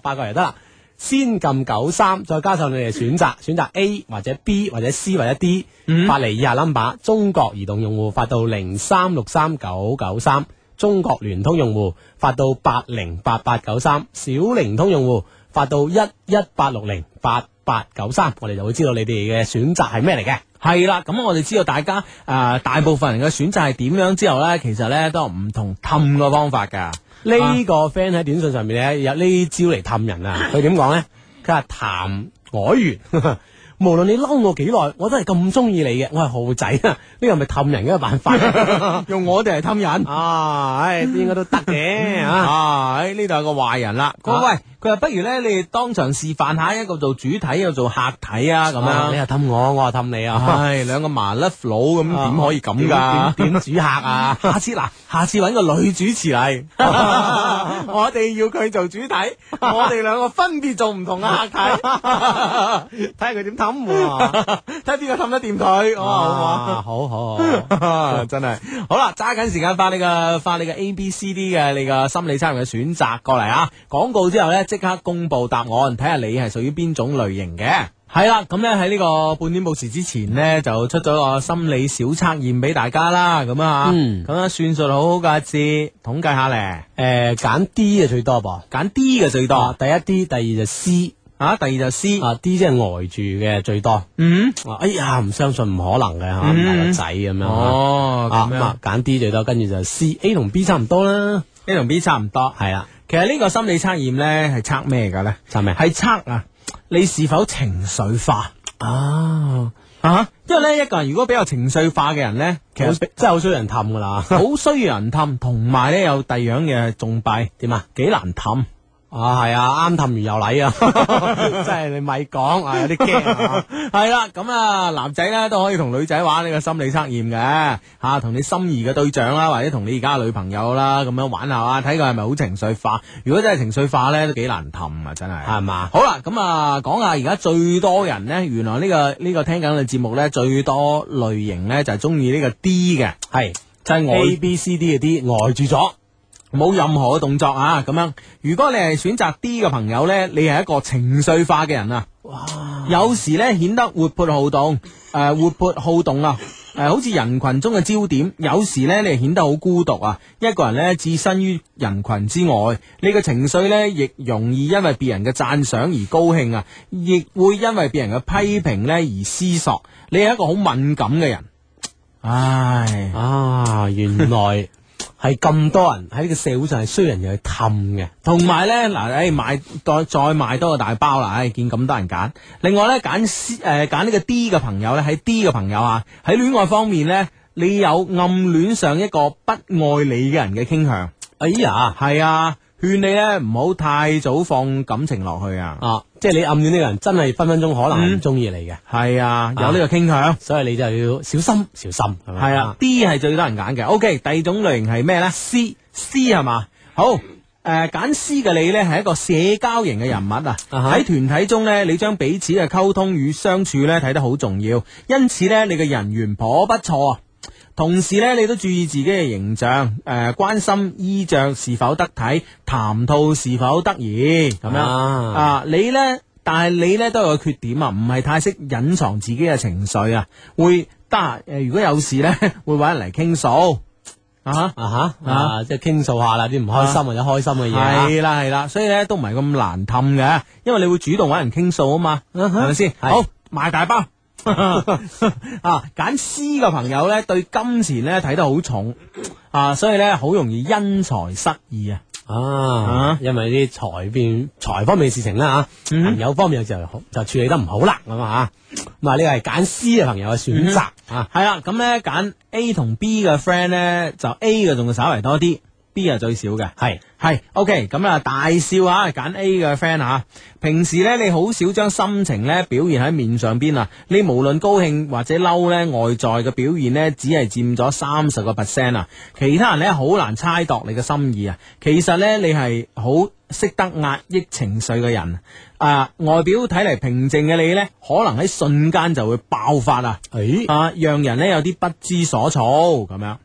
Speaker 4: 發過嚟得啦。先撳九三，再加上你哋選
Speaker 2: 嗯
Speaker 4: 擇，選擇 A 或者 B 或者 C 或者 D，、發嚟以下 number：中國移動用戶發到零三六三九九三，中國聯通用戶發到八零八八九三，小靈通用戶發到一一八六零八八九三，我哋就會知道你哋嘅選擇係咩嚟嘅。
Speaker 2: 系啦，咁我哋知道大家诶、呃大部分人嘅選擇係點樣之後咧，其實咧都有唔同氹嘅方法㗎。
Speaker 4: 呢個 friend 喺短信上面咧有呢招嚟氹人 啊！佢點講咧？佢話譚凱源， 無論你嬲我幾耐，我都係咁中意你嘅，我係豪仔啊！ 呢個係咪氹人嘅一個辦 法
Speaker 2: 用我哋嚟氹人。
Speaker 4: 啊？唉，應該都得 嘅啊！
Speaker 2: 啊！喺呢度有個壞人啦，佢話
Speaker 4: 啊
Speaker 2: 喂，佢話不如咧，你哋當場示範下一個做主體，一個做客體啊，咁
Speaker 4: 咁啊，你
Speaker 2: 樣。
Speaker 4: 又氹我，我又氹你啊！
Speaker 2: 唉，兩個麻甩佬咁
Speaker 4: 啊
Speaker 2: 點可以咁㗎？？
Speaker 4: 點點點主客啊
Speaker 2: 下次嗱，下次揾個女主持 嚟，我哋要佢做主體，我哋兩個分別做唔同嘅客體，
Speaker 4: 睇下佢點氹喎！
Speaker 2: 睇下邊個氹得掂佢，好唔好啊？
Speaker 4: 啊，好好 好。
Speaker 2: 真係好啦，揸緊時間發你個發你個 A B C D 嘅你個心理測驗嘅選擇過嚟啊！廣告之後呢，即刻公布答案，睇下你係屬於邊種類型嘅。係啦，咁呢喺呢個半點報時之前呢，就出咗個心理小測驗俾大家啦，咁啊，
Speaker 4: 嗯
Speaker 2: 咁啊算術好好噶，字統計下咧，
Speaker 4: 誒，呃揀 D 嘅最多噃，
Speaker 2: 揀 D 嘅最
Speaker 4: 啊
Speaker 2: 多，
Speaker 4: 第一 D，第二就 C，
Speaker 2: 啊，第二就 C，
Speaker 4: 啊 D 即係呆住嘅最多。
Speaker 2: 嗯，
Speaker 4: 啊哎呀，唔相信唔可能嘅吓，唔係個仔咁樣啊
Speaker 2: 哦，
Speaker 4: 啊
Speaker 2: 咁
Speaker 4: 咁
Speaker 2: 樣
Speaker 4: 啊，揀 D 最多，跟住就 C、A 同 B 差唔多啦，
Speaker 2: A 同 B 差唔多，
Speaker 4: 係啦，
Speaker 2: 其實呢個心理測驗呢，係測咩嘅呢？
Speaker 4: 差咩？
Speaker 2: 係測啊，你是否情緒化
Speaker 4: 啊，
Speaker 2: 啊？因為咧，一個人如果比較情緒化嘅人咧，其
Speaker 4: 其實
Speaker 2: 實
Speaker 4: 真係好需要人氹噶啦，
Speaker 2: 好需要人氹，同埋咧有第二樣嘢係重弊，
Speaker 4: 點啊？
Speaker 2: 幾難氹。
Speaker 4: 啊係啊，啱氹完又嚟 啊，真係你咪講啊，有啲驚啊。
Speaker 2: 係啦，咁啊，男仔咧都可以同女仔玩呢個心理測驗嘅，吓同你心儀嘅對象啦，或者同你而家嘅女朋友啦，咁樣玩下啊，睇佢係咪好情緒化。如果真係情緒化咧，都幾難氹啊，真係。
Speaker 4: 係嘛？
Speaker 2: 好啦，咁啊，講下而家最多人呢，原來呢、個呢、個聽緊嘅節目呢，最多類型呢就係中意呢個 D 嘅，
Speaker 4: 係
Speaker 2: 就係
Speaker 4: A、
Speaker 2: 外
Speaker 4: B、C、D 嘅 D 呆住咗，
Speaker 2: 冇任何嘅動作啊，咁樣。如果你係選擇 D 嘅朋友呢，你係一個情緒化嘅人啊，有時呢顯得活潑好動，誒、活潑好動啊。誒、好似人群中嘅焦點，有時呢，你係顯得好孤獨啊！一個人呢，置身於人群之外，你嘅情緒呢，亦容易因為別人嘅讚賞而高興啊，亦會因為別人嘅批評呢而思索。你係一個好敏感嘅人，唉。
Speaker 4: 啊，原來係系咁多人喺呢个社會上係需要人哋去氹嘅。
Speaker 2: 同埋咧，嗱，诶，买再再买多個大包啦，唉，見咁多人揀。另外咧，揀 C 诶，拣呢個 D 嘅朋友咧，喺 D 嘅朋友啊，喺戀愛方面咧，你有暗戀上一個不愛你嘅人嘅傾向。
Speaker 4: 哎呀，
Speaker 2: 係啊，勸你咧唔好太早放感情落去啊。
Speaker 4: 啊，即係你暗戀呢個人真係分分鐘可能係唔
Speaker 2: 嗯
Speaker 4: 中意你嘅，
Speaker 2: 係啊，有呢個傾向。
Speaker 4: 所以你就要小心小心，係咪？
Speaker 2: 系啊，，D 系最多人揀嘅。OK，第二種類型係咩呢 c C 係嘛？好，诶、揀 C 嘅你呢係一個社交型嘅人物啊。
Speaker 4: 啊哈
Speaker 2: 喺團體中呢，你將彼此嘅溝通與相處呢睇得好重要，因此呢，你嘅人緣頗不錯啊。同時呢，你都注意自己嘅形象，诶、關心衣着是否得體，談吐是否得宜，咁樣
Speaker 4: 啊
Speaker 2: 啊，你呢，但系你呢都有個缺點啊，唔係太識隱藏自己嘅情緒啊，會得誒、呃如果有事呢， 會揾人嚟傾訴啊哈。
Speaker 4: 啊吓啊，即係傾訴下啦，啲唔開心或者開心嘅嘢啊
Speaker 2: 系啦系啦，所以咧都唔係咁難氹嘅，因為你會主動揾人傾訴啊嘛，係咪先？
Speaker 4: 係
Speaker 2: 好賣大包 啊！揀 C 嘅朋友咧，對金錢咧睇得好重啊，所以咧好容易因財失義啊。
Speaker 4: 啊
Speaker 2: 啊，
Speaker 4: 因為啲財變財方面嘅事情啦吓，
Speaker 2: 嗯
Speaker 4: 朋友方面就好就處理得唔好啦，咁啊吓，咁啊呢個係揀 C 嘅朋友嘅選擇啊，
Speaker 2: 嗯系啦，咁咧揀 A 同 B 嘅 friend 咧，就 A 嘅仲會稍為多啲，B 啊係最少嘅。
Speaker 4: 係
Speaker 2: 系，OK，咁啊大笑啊，揀 A 嘅 friend 啊，平時咧你好少將心情咧表現喺面上邊啊，你無論高興或者嬲咧，外在嘅表現咧只係佔咗三十個 percent 啊，其他人咧好難猜度你嘅心意啊，其實咧你係好。識得壓抑情緒嘅人啊，外表睇嚟平靜嘅你呢，可能喺瞬間就會爆發啊！
Speaker 4: 誒
Speaker 2: 啊，让人咧有啲不知所措咁样。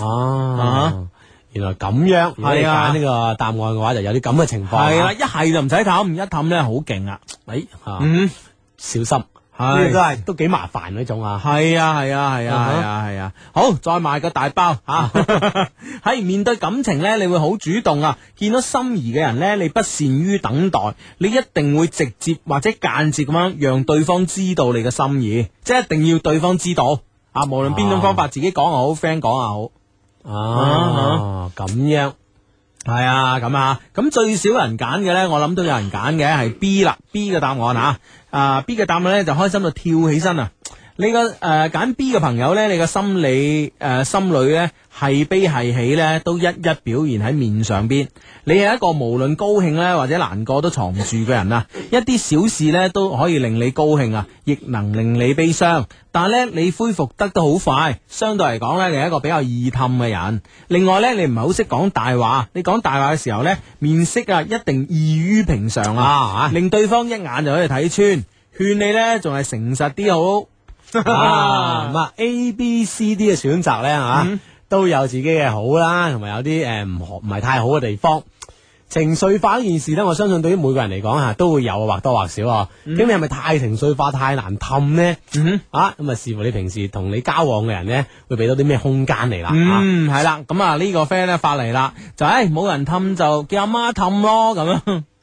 Speaker 4: 啊，原來咁樣，如果你
Speaker 2: 係啊
Speaker 4: 揀呢個答案嘅話，就有啲咁嘅情況啊，
Speaker 2: 系啦，一系就唔使氹，一氹咧好勁啊！
Speaker 4: 喂啊，
Speaker 2: 嗯，
Speaker 4: 小心，
Speaker 2: 係
Speaker 4: 呢個都係都幾麻煩嗰種啊。
Speaker 2: 係啊，係啊，係啊，
Speaker 4: 嗯哼
Speaker 2: 係啊，係啊。好，再賣個大包 吓。喺面對感情咧，你會好主動啊！見到心儀嘅人咧，你不善於等待，你一定會直接或者間接咁樣讓對方知道你嘅心意，即係一定要對方知道啊！無論邊種方法，自己講又好，friend 講又好。啊
Speaker 4: 啊，咁樣
Speaker 2: 系啊，咁啊，咁最少人揀嘅呢，我諗都有人揀嘅係 B 啦，B 嘅答案啊，啊 B 嘅答案呢，就開心到跳起身啊！你個诶揀 B 嘅朋友呢，你個心理诶、呃心裏呢，係悲係喜呢，都一一表現喺面上邊。你係一個無論高興呢，或者難過都藏唔住嘅人啊！一啲小事呢，都可以令你高興啊，亦能令你悲傷。但係呢，你恢復得都好快，相對嚟講呢，你係一個比較易啊氹嘅人。另外呢，你唔係好識講大話，你講大話嘅時候呢，面色啊一定異於平常啊，令對方一眼就可以睇穿。勸你呢，仲係誠實啲好。
Speaker 4: 啊，咁啊 A、B、C、D 嘅選擇咧
Speaker 2: 嗯
Speaker 4: 吓，都有自己嘅好啦，同埋有啲诶唔好唔係太好嘅地方。情緒化呢件事咧，我相信對於每個人嚟講吓，都會有或多或少啊。
Speaker 2: 嗯
Speaker 4: 咁你係咪太情緒化、太難氹呢？啊，咁啊視乎你平時同你交往嘅人呢，會俾到啲咩空間你啦。啊
Speaker 2: 嗯，系啦，咁啊呢個 friend 咧發嚟啦，就唉冇人氹就叫阿媽氹咯，咁樣。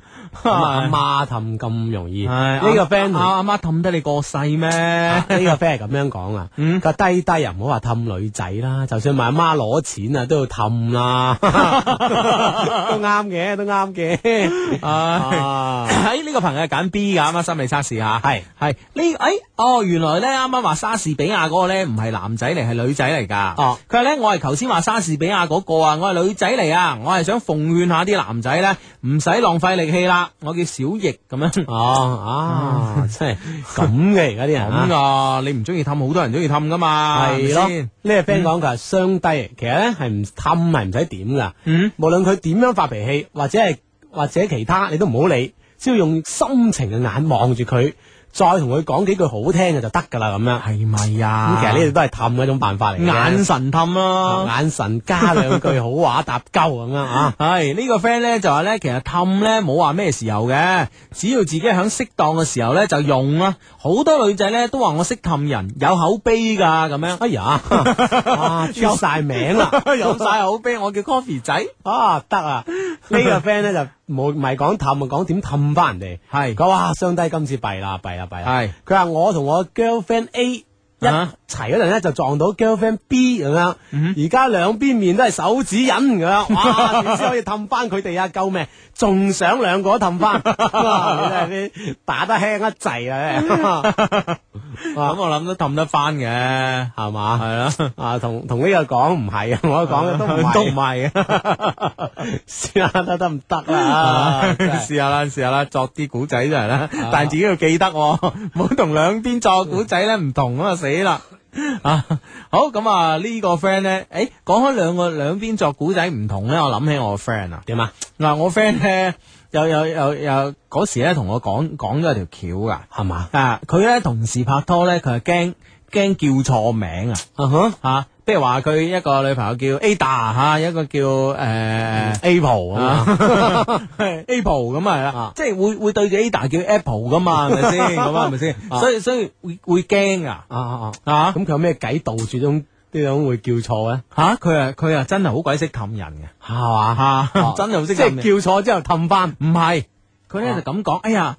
Speaker 4: 咁啊阿媽氹咁容易，呢
Speaker 2: 呢個
Speaker 4: 個 friend
Speaker 2: friend
Speaker 4: 同啊
Speaker 2: 阿媽氹得你過世咩？
Speaker 4: 呢個 friend 係咁樣講啊，
Speaker 2: 嗯
Speaker 4: 個低低又唔好話氹女仔啦，就算問阿媽攞錢啊，都要 氹啦，都啱嘅，都啱 嘅。啊，
Speaker 2: 喺呢個朋友係揀 B 噶，啱啱心理測試下，
Speaker 4: 係
Speaker 2: 係呢，诶哦，原來咧啱啱話莎士比亞嗰個咧唔係男仔嚟，係女仔嚟㗎。
Speaker 4: 哦，
Speaker 2: 佢話咧我係頭先話莎士比亞嗰個啊，我係女仔嚟啊，我係想奉勸下啲男仔咧，唔使浪費力氣啦，我叫小翼咁樣。
Speaker 4: 哦啊，真係咁嘅而家啲人啊
Speaker 2: 咁噶，你唔中意氹，好多人中意氹噶嘛，
Speaker 4: 系
Speaker 2: 咪
Speaker 4: 咯，
Speaker 2: 先
Speaker 4: 呢個 friend 講佢係雙低，其實咧係唔氹係唔使點噶。
Speaker 2: 嗯，
Speaker 4: 無論佢點樣發脾氣，或者係或者其他，你都唔好理，只要用心情嘅眼望住佢，再同佢講幾句好聽嘅就得㗎啦，咁樣。
Speaker 2: 係咪啊？
Speaker 4: 咁其實呢度都係氹嘅一種辦法嚟嘅。
Speaker 2: 眼神氹咯。
Speaker 4: 眼神加兩句好話搭鳩咁 樣啊！
Speaker 2: 系呢、個个 friend 咧就話咧，其實氹咧冇話咩時候嘅，只要自己喺適當嘅時候咧就用啦。好多女仔咧都話我識氹人，有口碑㗎咁樣。哎 呀，
Speaker 4: 啊，出晒名啦，
Speaker 2: 有晒口碑，我叫 coffee 仔。
Speaker 4: 啊得啊！呢個 friend 咧就冇唔係講氹啊，講點氹翻人哋。
Speaker 2: 係
Speaker 4: 佢話哇，相低今次弊啦，弊啦，弊啦。
Speaker 2: 係
Speaker 4: 佢話我同我 girlfriend A
Speaker 2: 一
Speaker 4: 啊
Speaker 2: 齊嗰陣咧就撞到 girlfriend B 咁樣，而家兩邊面都係手指印咁樣，哇！點先可以氹翻佢哋啊？救命！仲想兩個都氹翻，哇你真係啲打得輕一滯 啊！
Speaker 4: 咁我諗都氹得翻嘅，
Speaker 2: 係嘛？
Speaker 4: 係啦。
Speaker 2: 啊，同同呢個講唔 係啊，我講嘅都唔係
Speaker 4: 都唔
Speaker 2: 係 啊，試下得得唔得啊？真係啊
Speaker 4: 試下啦，試下啦，作啲古仔出嚟啦，但係自己要記得喎，唔好同兩邊作古仔咧唔同啊嘛，死啦！啊，好咁啊，呢個 friend 咧，誒講開兩個兩邊作古仔唔同咧，我諗起我個 friend 啊，
Speaker 2: 點啊？
Speaker 4: 嗱我 friend 咧有有有有嗰時咧同我講講咗條橋㗎，
Speaker 2: 係嘛？
Speaker 4: 啊佢咧同時拍拖咧，佢係驚驚叫錯名啊！
Speaker 2: 啊哈
Speaker 4: 吓，比如話佢一個女朋友叫 Ada 吓，一個叫诶
Speaker 2: Apple 啊嘛，
Speaker 4: Apple 咁啊，係啦
Speaker 2: 啊
Speaker 4: 即係會會對住 Ada 叫 Apple 噶嘛，係咪 先？咁啊係咪先？
Speaker 2: 啊
Speaker 4: 所以所以會會驚啊！
Speaker 2: 啊啊啊！
Speaker 4: 啊
Speaker 2: 咁佢有咩計杜絕呢種呢種會叫錯咧？
Speaker 4: 吓，佢啊佢啊真係好鬼識氹人嘅，
Speaker 2: 係嘛？哦
Speaker 4: 吓真係好識
Speaker 2: 即
Speaker 4: 氹人。
Speaker 2: 係叫錯之後氹翻。
Speaker 4: 唔係，佢咧
Speaker 2: 啊
Speaker 4: 就咁講，哎呀，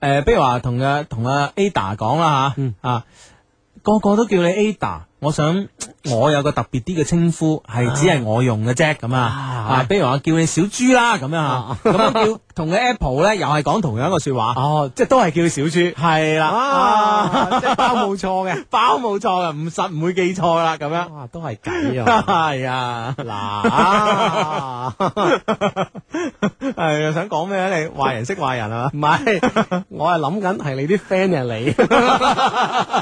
Speaker 4: 诶，比如話同阿同阿 Ada 講啦
Speaker 2: 嗯
Speaker 4: 吓，啊，個個都叫你 Ada。我想我有個特別啲嘅稱呼，係只係我用嘅啫，咁啊，
Speaker 2: 啊
Speaker 4: 啊，比如話叫你小豬啦，咁樣啊
Speaker 2: 啊，
Speaker 4: 咁樣叫同你 Apple 咧，又係講同樣一個说話，
Speaker 2: 哦，即係都係叫小豬。
Speaker 4: 係啦，
Speaker 2: 啊，即係包冇錯嘅。
Speaker 4: 包冇錯嘅，唔實唔會記錯啦，咁樣。
Speaker 2: 哇，都係計啊！
Speaker 4: 係啊，
Speaker 2: 嗱啊，
Speaker 4: 係啊，想講咩啊？你壞人識壞人啊
Speaker 2: 唔？係，我係諗緊係你啲 friend 定係你。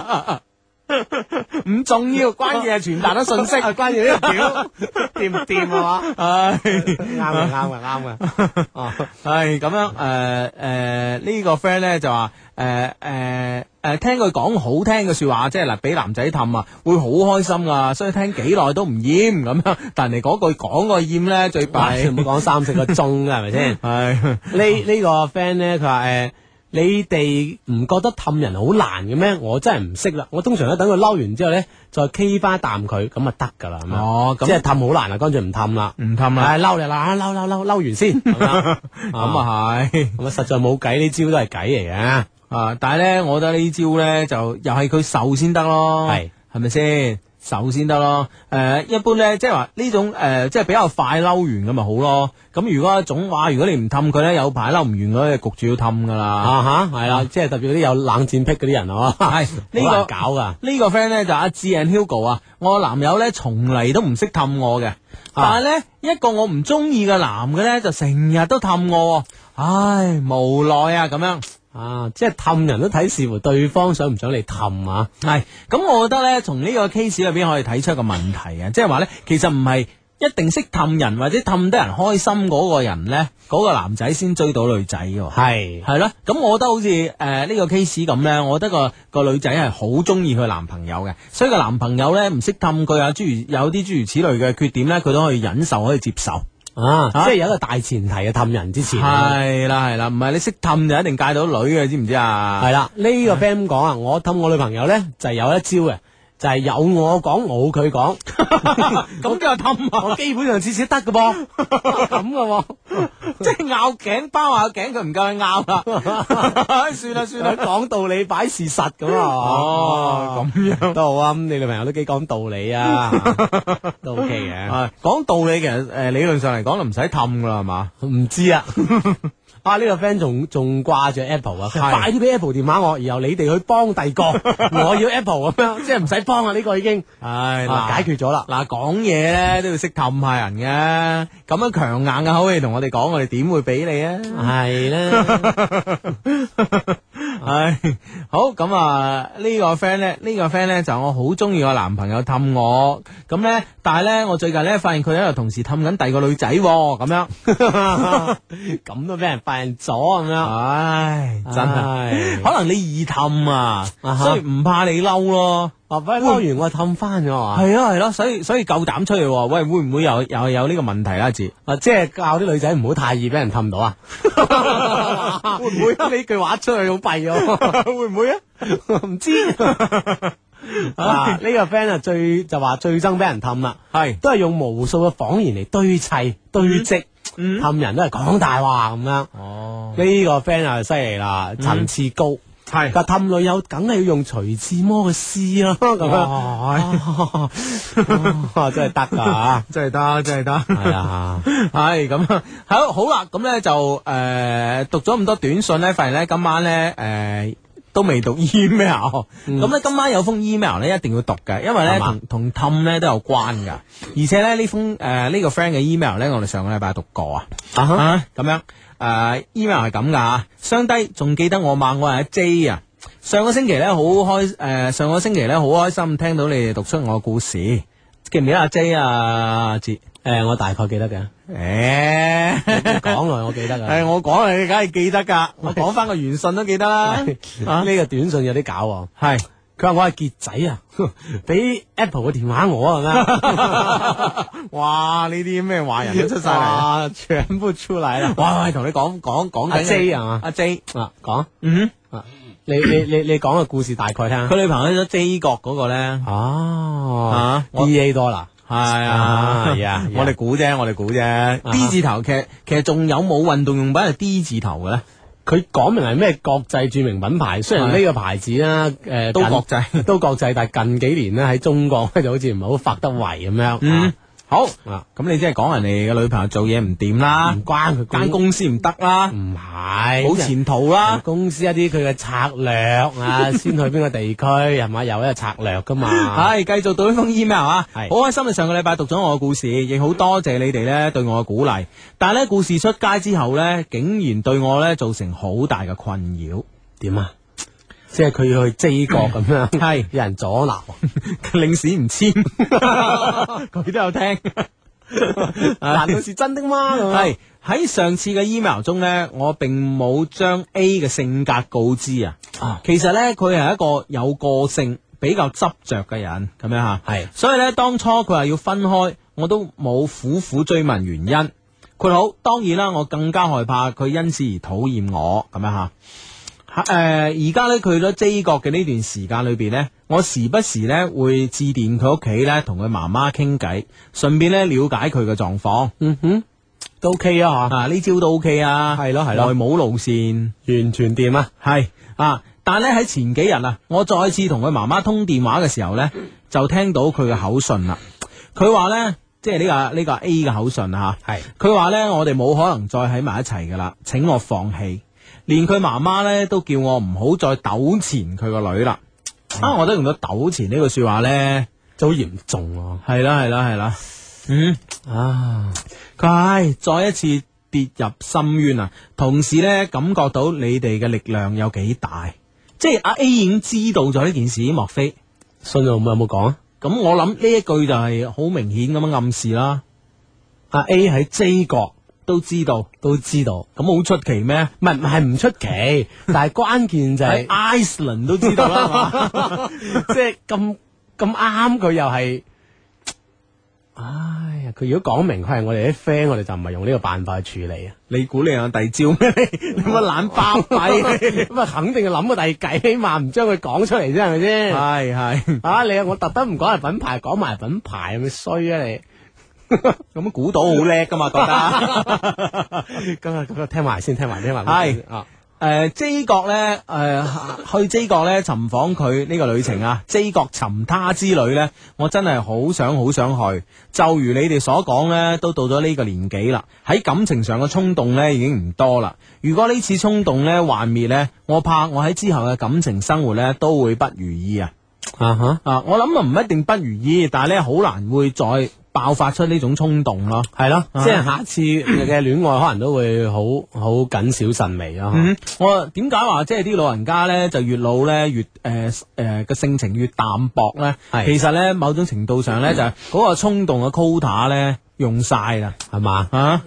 Speaker 4: 唔重要，關鍵係傳達得信息。
Speaker 2: 啊關鍵呢個表掂唔掂啊嘛？
Speaker 4: 唉，
Speaker 2: 啱嘅，啱嘅，啱嘅。哦，
Speaker 4: 係咁樣诶诶，呢個 friend 咧就話诶诶诶，聽佢講好聽嘅说話，即係嗱，俾男仔氹啊，會好開心啊，所以聽幾耐都唔厭咁樣。但係嗰句講個厭咧最弊，
Speaker 2: 喂唔好講三四個鐘啊，係咪先？
Speaker 4: 係
Speaker 2: 呢呢個 friend 咧，佢話誒，你哋唔覺得氹人好難嘅咩？我真係唔識啦。我通常咧等佢嬲完之後咧，再 K 翻啖佢，咁啊得㗎啦。咁樣
Speaker 4: 哦咁嗯
Speaker 2: 即係氹好難啊，乾脆唔氹啦。
Speaker 4: 唔氹啦，
Speaker 2: 唉，嬲就啦，嬲嬲嬲嬲完 先。咁啊
Speaker 4: 咁
Speaker 2: 咁啊，
Speaker 4: 啊係。
Speaker 2: 咁啊實在冇計，呢招都係計嚟嘅。
Speaker 4: 啊！但系咧，我覺得呢招咧就又係佢受先得咯，
Speaker 2: 係
Speaker 4: 哦係咪先？受先得咯。诶、一般咧，即係話呢種诶、誒即係比較快嬲完咁咪好咯。咁如果一種話，如果你唔氹佢咧，有排嬲唔完嗰，就焗住要氹噶啦。
Speaker 2: 啊哈，係啦，即係特別嗰啲有冷戰癖嗰啲人啊，
Speaker 4: 係呢
Speaker 2: 呢
Speaker 4: 個
Speaker 2: 個搞㗎。
Speaker 4: 呢個 friend 咧就阿志 and Hugo 啊，我男友咧從嚟都唔識氹我
Speaker 2: 啊
Speaker 4: 嘅，但係咧一個我唔中意嘅男嘅咧就成日都氹我喎，唉無奈啊咁樣。
Speaker 2: 啊，即係氹人都睇視乎對方想唔想你氹啊。
Speaker 4: 系，咁我覺得咧，從呢個 case 裏邊可以睇出一個問題啊，即係話咧，其實唔係一定識氹人或者氹得人開心嗰個人咧，嗰、個男仔先追到女仔嘅喎。
Speaker 2: 係
Speaker 4: 係咯，咁我覺得好似誒呢個 case 咁咧，我覺得個個女仔係好中意佢男朋友嘅，所以個男朋友咧唔識氹佢啊，諸如有啲諸如此類嘅缺點咧，佢都可以忍受，可以接受。
Speaker 2: 啊，
Speaker 4: 啊
Speaker 2: 即係有一個大前提啊，氹人之前。
Speaker 4: 係啦係啦，唔係你識氹就一定戒到女嘅，知唔知啊？
Speaker 2: 系啦，呢、個 friend 咁講啊，我氹我女朋友咧就係有一招嘅，就係有我講冇佢講，
Speaker 4: 咁叫氹啊！
Speaker 2: 我基本上次次得嘅 噃，咁嘅
Speaker 4: 即系拗颈包下颈，佢唔夠你拗啦。 算啦
Speaker 2: 喎，
Speaker 4: 算啦，
Speaker 2: 講道理擺事實咁啊，
Speaker 4: 哦咁
Speaker 2: 樣都好啊，咁你女朋友都幾講道理啊，都 OK 嘅，
Speaker 4: 啊講道理其實诶
Speaker 2: Ờ,
Speaker 4: 理論上嚟講就唔使氹噶啦，係嘛？
Speaker 2: 唔知 啊。啊！呢、個 friend 仲仲掛住 Apple 啊，佢話
Speaker 4: 係
Speaker 2: 快啲俾 Apple 電話我，然後你哋去幫第二個，我要 Apple à, 咁樣，即係唔使幫啊！呢、個已經
Speaker 4: 唉，
Speaker 2: 啊解
Speaker 4: 嗱
Speaker 2: 決咗啦。
Speaker 4: 嗱講嘢咧都要識氹下人嘅，咁樣強硬嘅口氣同我哋講，我哋點會俾你啊？
Speaker 2: 係啦，
Speaker 4: 唉，好咁啊！呢個 friend 咧，呢個 friend 咧就我好中意我男朋友氹我，咁咧，但係咧我最近咧發現佢喺度同時氹緊第二個女仔喎，咁樣，
Speaker 2: 咁都俾人發現咗咁樣。
Speaker 4: 唉，真係
Speaker 2: 唉，
Speaker 4: 可能你易氹啊，
Speaker 2: 啊哈
Speaker 4: 所以唔怕你嬲咯。
Speaker 2: 啊，喂，嬲完我氹翻咗啊！
Speaker 4: 系咯系咯，所以所以够胆出去喎，喂，會唔會有有有呢個問題啦？字
Speaker 2: 啊，即係教啲女仔唔好太易俾人氹到 啊！會唔會啊？呢句話出去好弊 啊！會唔會啊？ 唔知啊！呢個 friend 啊，最就話最憎俾人氹啦，
Speaker 4: 係
Speaker 2: 都係用無數嘅謊言嚟堆砌堆積，
Speaker 4: 嗯
Speaker 2: 氹人都係講大話咁樣。
Speaker 4: 哦，
Speaker 2: 嗯呢個 friend 啊，犀利啦，層次高。係
Speaker 4: 但氹女友梗係要用徐志摩嘅詩啦，
Speaker 2: 哦
Speaker 4: 咁樣 哇真係得㗎，啊
Speaker 2: 真系得，真系得。
Speaker 4: 係啊，
Speaker 2: 系咁啊，好好啦，咁咧就诶、呃读咗咁多短信咧，發現咧今晚咧诶、呃都未讀 email，咁
Speaker 4: 嗯
Speaker 2: 咧、今晚有封 email 咧一定要讀嘅，因為咧
Speaker 4: 係嘛
Speaker 2: 同同氹咧都有關噶， 而且咧呢封呃诶呢、個 friend 嘅 email 咧，我哋上個禮拜讀過啊。
Speaker 4: 啊哈
Speaker 2: 啊咁样诶、呃 email 系咁噶啊，相低仲記得我嘛？我係阿 J 啊。上個星期咧好開诶、呃上個星期咧好開心聽到你哋讀出我嘅故事，記唔記得阿 J 啊？阿哲，
Speaker 4: 誒我大概記 得嘅，
Speaker 2: 嗯诶、
Speaker 4: 講來我記得
Speaker 2: 诶，
Speaker 4: 㗎。
Speaker 2: 我讲你梗係記得㗎， 我講翻個原信都記得啦。
Speaker 4: 呢個短信有啲搞喎。
Speaker 2: 係
Speaker 4: 佢話我係傑仔啊，俾 Apple 嘅電話我啊，咁樣
Speaker 2: 哇，呢啲咩壞人都出晒嚟。
Speaker 4: 哇，全部出嚟啦。
Speaker 2: 哇，喂，同你講講講緊
Speaker 4: 阿 J 啊
Speaker 2: 阿 J，
Speaker 4: 啊，講
Speaker 2: 嗯
Speaker 4: 你你你你講個故事大概聽
Speaker 2: 哼，
Speaker 4: 下。
Speaker 2: 佢女朋友咗 J 國嗰個咧，
Speaker 4: 哦
Speaker 2: 啊我
Speaker 4: D A 多啦，
Speaker 2: 係啊，
Speaker 4: 啊呀
Speaker 2: 我哋估啫，我哋估啫。
Speaker 4: 哈
Speaker 2: D 字頭其實其實仲有冇運動用品係 D 字頭嘅咧？
Speaker 4: 佢講明係咩國際著名品牌，雖然呢個牌子啦，誒
Speaker 2: 都
Speaker 4: 近
Speaker 2: 國際
Speaker 4: 都國際，但係近幾年咧喺中國咧就好似唔係好發得圍咁樣。
Speaker 2: 嗯
Speaker 4: 啊，
Speaker 2: 好，
Speaker 4: 啊
Speaker 2: 咁你即係講人哋嘅女朋友做嘢唔掂啦
Speaker 4: 唔，關佢
Speaker 2: 間公司唔得啦，
Speaker 4: 唔係
Speaker 2: 冇前途
Speaker 4: 啊
Speaker 2: 啦。
Speaker 4: 公司一啲佢嘅策略啊， 先去邊個地區係咪？有一個策略噶嘛。
Speaker 2: 系，繼續讀呢封 email 啊，好
Speaker 4: 係
Speaker 2: 開心你上個禮拜讀咗我嘅故事，亦好多謝你哋咧對我嘅鼓勵。但係咧故事出街之後咧，竟然對我咧造成好大嘅困擾。
Speaker 4: 點啊？即係佢要去 J 國咁樣，
Speaker 2: 嗯係
Speaker 4: 有人阻撓。
Speaker 2: 領事唔 簽，佢都有聽。
Speaker 4: 難道是真的嗎？咁樣
Speaker 2: 係喺上次嘅 email 中呢，我並冇將 A 嘅性格告知啊。其實呢，佢係一個有個性、比較執着嘅人咁樣吓。
Speaker 4: 係
Speaker 2: 所以呢，當初佢話要分開，我都冇苦苦追問原因。佢好，當然啦，我更加害怕佢因此而討厭我咁樣吓。诶，呃而家咧佢去咗 J 國嘅呢段時間裏边呢，我時不時咧會致電佢屋企咧，同佢媽媽傾偈，順便咧了解佢嘅狀況。
Speaker 4: 嗯哼，都 OK 啊嚇，
Speaker 2: 啊，呢招都 OK 啊，
Speaker 4: 係咯係咯
Speaker 2: 外母路線
Speaker 4: 完全掂啊！
Speaker 2: 係啊，但咧喺前幾日啊，我再次同佢媽媽通電話嘅時候呢，就聽到佢嘅口信啦。佢話呢，即係呢、個呢、個 A 嘅口信啊，
Speaker 4: 係
Speaker 2: 佢話呢，我哋冇可能再喺埋一齊噶啦，請我放棄。連佢媽媽呢，都叫我唔好再糾纏佢個女啦。啊，我都用咗糾纏呢句说話呢，
Speaker 4: 就好嚴重咯。
Speaker 2: 係啦係啦係啦，嗯。
Speaker 4: 啊，
Speaker 2: 佢唉，再一次跌入深淵啊！同時呢，感覺到你哋嘅力量有幾大，即係阿 A 已經知道咗呢件事，莫非？
Speaker 4: 信老母有冇講啊？
Speaker 2: 咁我諗呢一句就係好明顯咁樣暗示啦，
Speaker 4: 阿 A 喺 J 國
Speaker 2: 都知道，
Speaker 4: 都知道，
Speaker 2: 咁好出奇咩？
Speaker 4: 唔係唔係唔 出奇，但係關鍵就
Speaker 2: 喺
Speaker 4: 係
Speaker 2: Iceland 都知道 啦，係嘛
Speaker 4: 即係咁咁啱佢又係。唉呀，佢如果講明佢係我哋啲 friend，我哋就唔係用呢個辦法去處理啊。
Speaker 2: 你估你有第二招咩？你乜懶包閉？
Speaker 4: 咁啊，肯定要諗個第二計，起碼唔將佢講出嚟啫，係咪 先？
Speaker 2: 係係，
Speaker 4: 啊，你我特登唔講係品牌，講埋品牌，咪衰啊你！
Speaker 2: 咁估到好叻噶嘛？覺得。
Speaker 4: 咁啊，咁啊，聽埋先，聽埋，聽埋。
Speaker 2: 係
Speaker 4: 啊，
Speaker 2: 诶、j 呃國咧，诶、去 J 國咧尋訪佢呢個旅程啊，J 國尋他之旅咧，我真係好想好想去。就如你哋所講咧，都到咗呢個年紀啦，喺感情上嘅衝動咧已經唔多啦。如果呢次衝動咧幻滅咧，我怕我喺之後嘅感情生活咧都會不如意啊！
Speaker 4: 啊哈，
Speaker 2: 啊，我諗啊唔一定不如意，但係咧好難會再爆發出呢種衝動咯。
Speaker 4: 係咯，
Speaker 2: 啊
Speaker 4: 即係下次嘅戀愛可能都會好好謹小慎微啊咯。
Speaker 2: 嗯，我點解話即係啲老人家咧就越老咧越誒誒個性情越淡薄咧？
Speaker 4: 係
Speaker 2: 其實咧某種程度上咧就係嗰個衝動嘅 quota 咧用晒啦。
Speaker 4: 係嘛？
Speaker 2: 啊，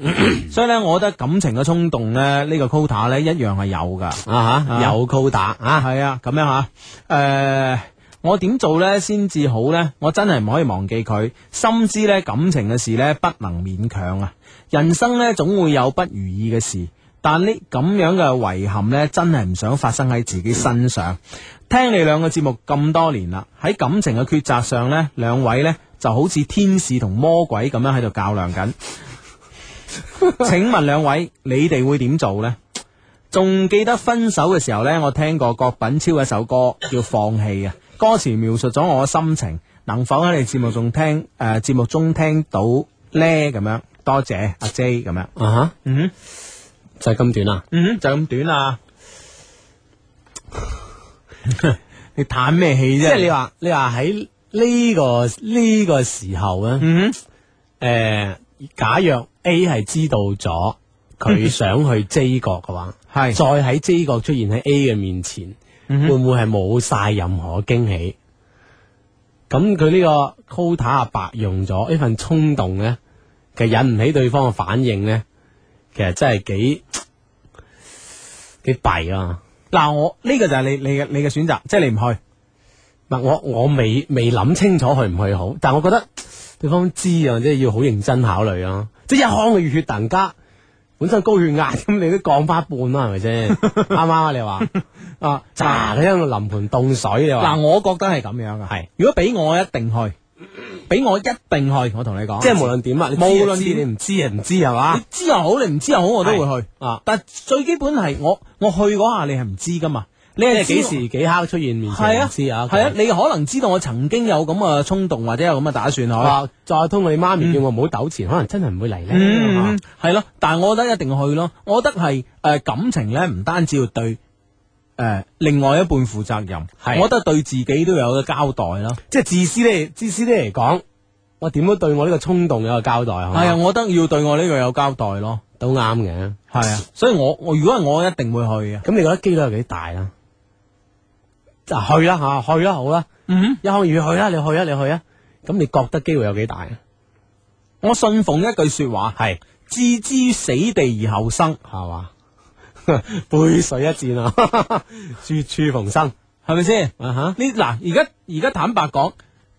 Speaker 2: 所以咧，我覺得感情嘅衝動咧，呢、個 quota 咧一樣係有噶。
Speaker 4: 啊哈，
Speaker 2: 啊
Speaker 4: 有 quota 啊！
Speaker 2: 係啊，呃咁樣吓，誒、我點做咧先至好咧？我真係唔可以忘記佢，深知咧感情嘅事咧不能勉強啊。人生咧總會有不如意嘅事，但呢咁樣嘅遺憾咧，真係唔想發生喺自己身上。聽你兩個節目咁多年啦，喺感情嘅抉擇上咧，兩位咧就好似天使同魔鬼咁樣喺度較量緊。請問兩位，你哋會點做呢？仲記得分手嘅時候呢，我聽過郭品超嘅一首歌叫《放棄》啊，歌詞描述咗我嘅心情，能否喺你節目中聽誒、呃、節目中聽到呢？咁樣多謝阿 J 咁樣，
Speaker 4: 啊哈，
Speaker 2: 嗯哼
Speaker 4: 就係咁短啊啦。
Speaker 2: 嗯哼，就咁短啦。 你嘆咩氣
Speaker 4: 即
Speaker 2: 啫？
Speaker 4: 係你話你話喺呢個呢個時候咧，
Speaker 2: 嗯哼，
Speaker 4: 诶，假若 A 係知道咗佢想去 J 國嘅
Speaker 2: 嗯
Speaker 4: 話，
Speaker 2: 係嗯
Speaker 4: 再喺 J 國出現喺 A 嘅面前，會唔會係冇晒任何驚喜？咁佢呢個 quota 啊白用咗呢份衝動咧，其實引唔起對方嘅反應咧，其實真係幾幾弊啊！
Speaker 2: 嗱我呢、個就係你你嘅你嘅選擇，即係你唔去。
Speaker 4: 唔係我我未未諗清楚去唔去好，但我覺得對方知啊，即係要好認真考慮咯。即係一腔嘅熱血，突然間本身高血壓 咁，你都降翻一半啦，係咪先？啱唔啱啊？你話啊，喳佢喺度臨盆凍水，你話
Speaker 2: 嗱，我覺得係咁樣嘅。
Speaker 4: 係
Speaker 2: 如果俾我一定去，俾我一定去，我同你講，
Speaker 4: 即係無論點啊，你知就
Speaker 2: 無論
Speaker 4: 知
Speaker 2: 點
Speaker 4: 你唔知啊，唔知係嘛
Speaker 2: 你？知又好，你唔知又好，我都會去。
Speaker 4: 啊，
Speaker 2: 但最基本係我我去嗰下，你係唔知噶嘛？你
Speaker 4: 即
Speaker 2: 係
Speaker 4: 係
Speaker 2: 知啊
Speaker 4: 幾時幾刻出現面
Speaker 2: 係
Speaker 4: 前
Speaker 2: 啊
Speaker 4: 唔知啊？
Speaker 2: 係啊，你可能知道我曾經有咁嘅衝動或者有咁嘅打算
Speaker 4: 佢
Speaker 2: 去。
Speaker 4: 話啊再通過你媽咪叫我唔好糾纏，可能真係唔會嚟咧。啊
Speaker 2: 嗯，係咯，但係我覺得一定去咯。我覺得係誒、呃感情咧，唔單止要對誒、呃另外一半負責任，
Speaker 4: 係
Speaker 2: 我覺得對自己都有個交代咯。
Speaker 4: 即係自私啲，自私啲嚟講，我點都對我呢個衝動有個交代係嘛
Speaker 2: 係啊，我覺得要對我呢個有交代咯。
Speaker 4: 都啱嘅。
Speaker 2: 系啊，所以我我如果系我一定會去嘅。
Speaker 4: 咁你覺得機率有幾大啊啦？就
Speaker 2: 啊
Speaker 4: 去啦吓，去啦好啦，
Speaker 2: 嗯，
Speaker 4: 一腔熱血去啦，你去啊，你去啊。咁你覺得機會有幾大？啊
Speaker 2: 我信奉一句说話，係置之於死地而後生，
Speaker 4: 係嘛？ 背水一戰啊， 絕處逢生
Speaker 2: 係咪先？
Speaker 4: 啊吓！
Speaker 2: 你嗱，而家而家坦白講，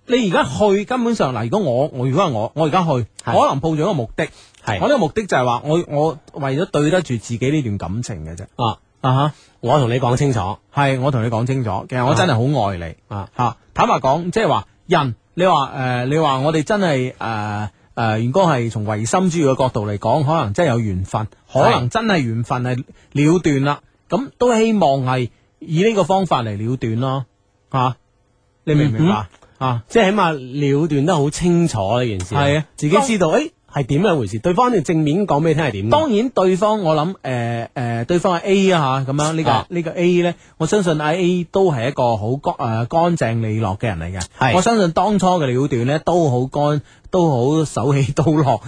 Speaker 2: 你而家去根本上嗱，如果我我如果係我，我而家去，
Speaker 4: 係
Speaker 2: 我可能抱住一個目的，
Speaker 4: 係
Speaker 2: 我呢個目的就係話我我為咗對得住自己呢段感情嘅啫。
Speaker 4: 啊，
Speaker 2: 啊
Speaker 4: 我同你講清楚
Speaker 2: 哈，係我同你講清楚，其實我真係好愛你。
Speaker 4: 啊，
Speaker 2: 吓，坦白講，即係話人，你話诶、呃你話我哋真係诶诶，如果係從唯心主義嘅角度嚟講，可能真係有緣分，可能真係緣分係了斷啦。咁都希望係以呢個方法嚟了斷咯，吓、你明唔
Speaker 4: 嗯
Speaker 2: 明白？啊，
Speaker 4: 即係起碼了斷得好清楚呢件事。
Speaker 2: 係啊
Speaker 4: 自己知道誒係點樣一回事，對方一定正面講俾你聽係點嘅。
Speaker 2: 當然對方我諗诶诶，对方係 A 啊吓，咁樣呢、個
Speaker 4: 啊
Speaker 2: 呢、個 A 呢，我相信阿 A 都係一個好乾诶干净利落嘅人嚟嘅。
Speaker 4: 係
Speaker 2: 我相信當初嘅了斷呢，都好乾，都好手起刀 落，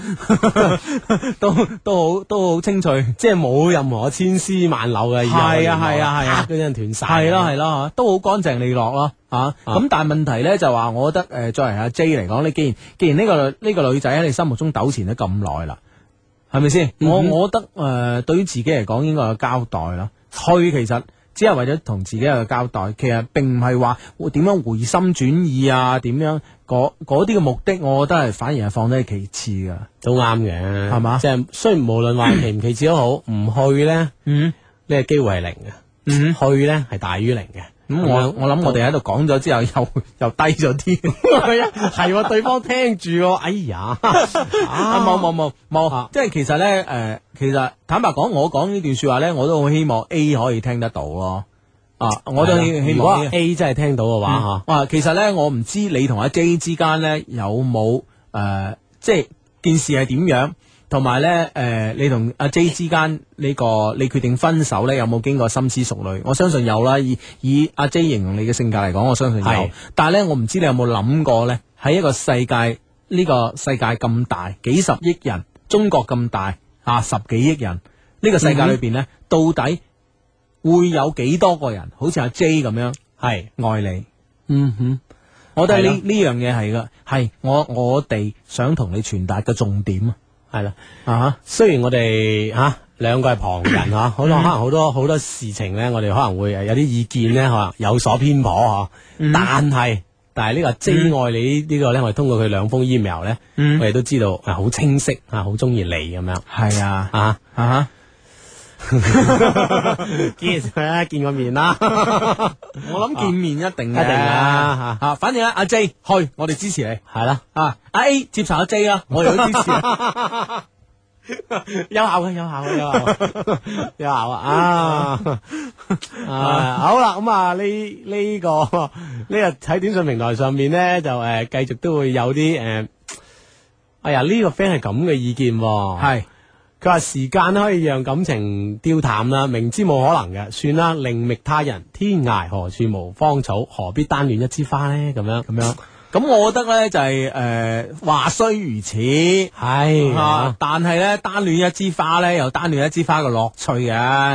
Speaker 2: 都都好都好清脆。
Speaker 4: 即係冇任何千絲萬縷嘅意外
Speaker 2: 係啊
Speaker 4: 聯絡
Speaker 2: 係啊係啊
Speaker 4: 啪嗰啲人斷晒。
Speaker 2: 係咯係咯嚇都好乾淨利落咯嚇。咁、
Speaker 4: 啊
Speaker 2: 但係問題咧就話，我覺得誒、呃作為阿 J 嚟講，你既然既然呢、個呢、個女仔喺你心目中糾纏咗咁耐啦，係咪先？
Speaker 4: 嗯
Speaker 2: 我我覺得誒、呃、對於自己嚟講應該有交代啦。去其實只係為咗同自己有個交代，其實並唔係話會點樣回心轉意啊，點樣嗰嗰啲嘅目的，我覺得係反而係放低其次㗎。
Speaker 4: 都啱嘅，
Speaker 2: 係嘛
Speaker 4: 即係雖然無 論話期唔期止都好，唔去咧，
Speaker 2: 嗯，
Speaker 4: 呢個機會係零嘅，
Speaker 2: 嗯
Speaker 4: 去咧係大於零嘅。
Speaker 2: 咁、我我諗我哋喺度講咗之後，又又低咗啲。
Speaker 4: 係啊，係喎，對方聽住喎，哎呀，
Speaker 2: 啊冇冇冇
Speaker 4: 啊
Speaker 2: 冇，即係其實咧，诶、其實坦白講，我講呢段说話咧，我都好希望 A 可以聽得到咯。啊，我都希希
Speaker 4: 如果
Speaker 2: 望 A
Speaker 4: A 真係聽到嘅話嚇，
Speaker 2: 啊，其實咧，我唔知你同阿 J 之間咧有冇诶、呃即係件事係點樣，同埋咧诶，你同阿 J 之間呢、個你決定分手咧，有冇經過深思熟慮？我相信有啦，以以阿 J 形容你嘅性格嚟講，我相信有
Speaker 4: 係。
Speaker 2: 但係咧，我唔知你有冇諗過咧，喺一個世界呢、個世界咁大，幾十億人，中國咁大啊，十幾億人，呢、個世界裏
Speaker 4: 嗯
Speaker 2: 邊咧，到底會有幾多個人好似阿 J 咁樣
Speaker 4: 係
Speaker 2: 愛你？
Speaker 4: 嗯哼，
Speaker 2: 我覺得呢
Speaker 4: 係
Speaker 2: 呢樣嘢係噶，係我我哋想同你傳達嘅重點啊！
Speaker 4: 係啦。
Speaker 2: 啊
Speaker 4: 雖然我哋嚇兩個係旁人嚇，好多
Speaker 2: 嗯
Speaker 4: 可能好多好多事情咧，我哋可能會呃有啲意見咧，可能有所偏頗
Speaker 2: 嗯
Speaker 4: 嚇，但係。但係呢個真愛你呢個咧，我哋通過佢兩封 email 咧，
Speaker 2: 嗯
Speaker 4: 我哋都知道啊，好清晰啊，好中意你咁樣
Speaker 2: 係啊，
Speaker 4: 啊。
Speaker 2: 啊
Speaker 4: 見啦，見個面啦， 啊
Speaker 2: 我諗見面一定嘅一定
Speaker 4: 一定啦
Speaker 2: 啊！反正咧，阿 J 去，我哋支持你
Speaker 4: 係啦，
Speaker 2: 啊！阿 A 接受阿 J 啦，我哋都支持。
Speaker 4: 有效嘅，有效嘅，有效嘅， 有效啊！啊，啊好啦，咁啊，呢呢個呢個喺短信平台上面咧，就誒繼續都會有啲誒，哎呀，呢個 friend 係咁嘅意見喎，
Speaker 2: 系
Speaker 4: 佢話時間可以讓感情tiêu淡啦，明知冇可能嘅，算啦，另覓他人。天涯何處無芳草，何必單戀一枝花呢？咁樣咁樣，
Speaker 2: 咁，我覺得咧就係诶話雖如此。
Speaker 4: 係
Speaker 2: 啊
Speaker 4: 啊！
Speaker 2: 但係咧，單戀一枝花咧，有單戀一枝花嘅樂趣嘅，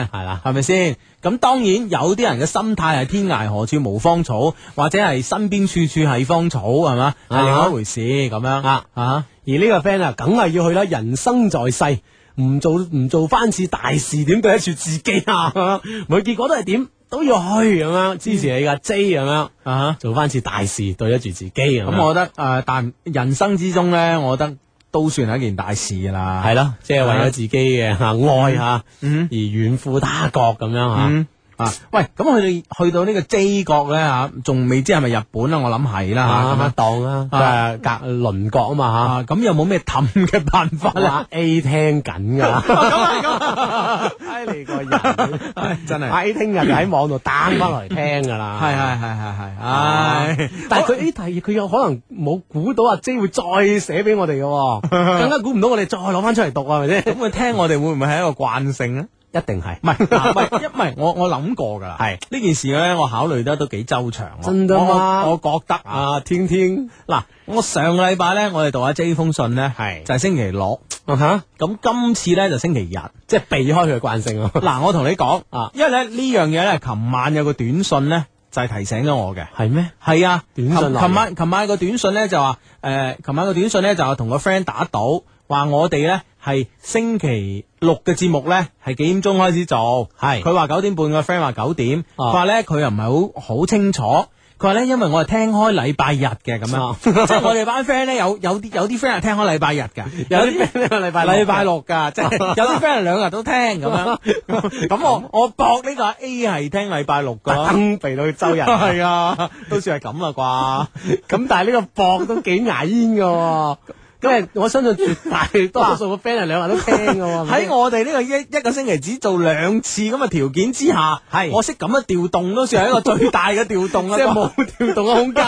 Speaker 2: 係
Speaker 4: 啦
Speaker 2: 係咪先？咁當然有啲人嘅心態係天涯何處無芳草，或者係身邊處處係芳草，係嘛？係、
Speaker 4: 啊
Speaker 2: 另外一回事咁樣
Speaker 4: 啊
Speaker 2: 啊！
Speaker 4: 而呢個 friend 啊，梗係要去啦，人生在世。唔做唔做翻次大事，點對得住自己啊？ 咁樣無論結果都係點，都要去咁樣支持你噶 J 咁樣
Speaker 2: 啊
Speaker 4: 做翻次大事，對得住自己咁樣。啊
Speaker 2: 咁我覺得誒、呃但人生之中咧，我覺得都算係一件大事㗎啦。
Speaker 4: 係咯，即係為咗自己嘅嚇愛嚇，
Speaker 2: 啊嗯
Speaker 4: 而遠赴他國咁樣嚇。
Speaker 2: 嗯啊，喂，咁去到去到呢個 J 國咧嚇，仲未知係咪日本啊啦？我諗係啦嚇咁樣
Speaker 4: 啊，當啦，
Speaker 2: 啊
Speaker 4: 佢係隔鄰國啊嘛
Speaker 2: 啊，咁有冇咩氹嘅辦法
Speaker 4: 嚇。
Speaker 2: 咧？
Speaker 4: 哇 A 聽 緊㗎，
Speaker 2: 咁啊 咁啊，哎
Speaker 4: 唉你 個人
Speaker 2: 真係。
Speaker 4: 喺聽日喺網度 down 翻嚟聽㗎啦。
Speaker 2: 系系系系系，唉，
Speaker 4: 但係佢呢題佢有可能冇估到阿 J 會再寫俾我哋 嘅喎，更加估唔到我哋再攞翻出嚟讀啊，係咪先？
Speaker 2: 咁佢聽我哋會唔會係一個慣性咧？
Speaker 4: 一定係
Speaker 2: 唔係，啊嗱唔係，一唔係我我諗過㗎啦。
Speaker 4: 係
Speaker 2: 呢件事咧，我考慮得都幾周詳喎。
Speaker 4: 真㗎嘛
Speaker 2: 啊我我覺得啊，
Speaker 4: 啊，天天
Speaker 2: 嗱，我上個禮拜咧，我哋讀阿 J 封信咧，
Speaker 4: 係
Speaker 2: 就係星期六。
Speaker 4: 嚇，
Speaker 2: 咁今次咧就星期日。
Speaker 4: 即係避開佢嘅慣性咯。
Speaker 2: 嗱，我同你講
Speaker 4: 啊，
Speaker 2: 因為咧呢樣嘢咧，琴晚有個短信咧，就係提醒咗我嘅。
Speaker 4: 係咩？
Speaker 2: 系啊，
Speaker 4: 短信
Speaker 2: 琴
Speaker 4: 嚟嘅
Speaker 2: 琴晚琴晚個短信咧就話，诶、琴晚個短信咧就話同個 friend 打賭，話我哋咧係星期六嘅節目咧係幾點鐘開始做？
Speaker 4: 係
Speaker 2: 佢話九點半，個 friend 話九點，
Speaker 4: 哦
Speaker 2: 佢話咧佢又唔係好好清楚。佢話咧，因為我係聽開禮拜日嘅咁樣，
Speaker 4: 哦
Speaker 2: 即係我哋班 friend 咧有有啲有啲 friend 係聽開禮拜日㗎，
Speaker 4: 有啲 friend 係禮拜六㗎
Speaker 2: 禮拜六㗎，即 係有 啲 friend 係兩日都聽咁樣。咁我我搏呢個 A 係聽禮拜六㗎
Speaker 4: 特
Speaker 2: 咯。
Speaker 4: 登避到去周日，
Speaker 2: 系啊，都算系咁啊啦
Speaker 4: 咁但係呢個博都幾牙煙㗎喎。因為我相信絕大多數個 friend 係兩日都聽㗎
Speaker 2: 啩。
Speaker 4: 喎。
Speaker 2: 喺我哋呢個一一個星期只做兩次咁嘅條件之下，
Speaker 4: 係
Speaker 2: 我識咁嘅調動都算係一個最大嘅調動 啦。
Speaker 4: 即係冇調動嘅空間，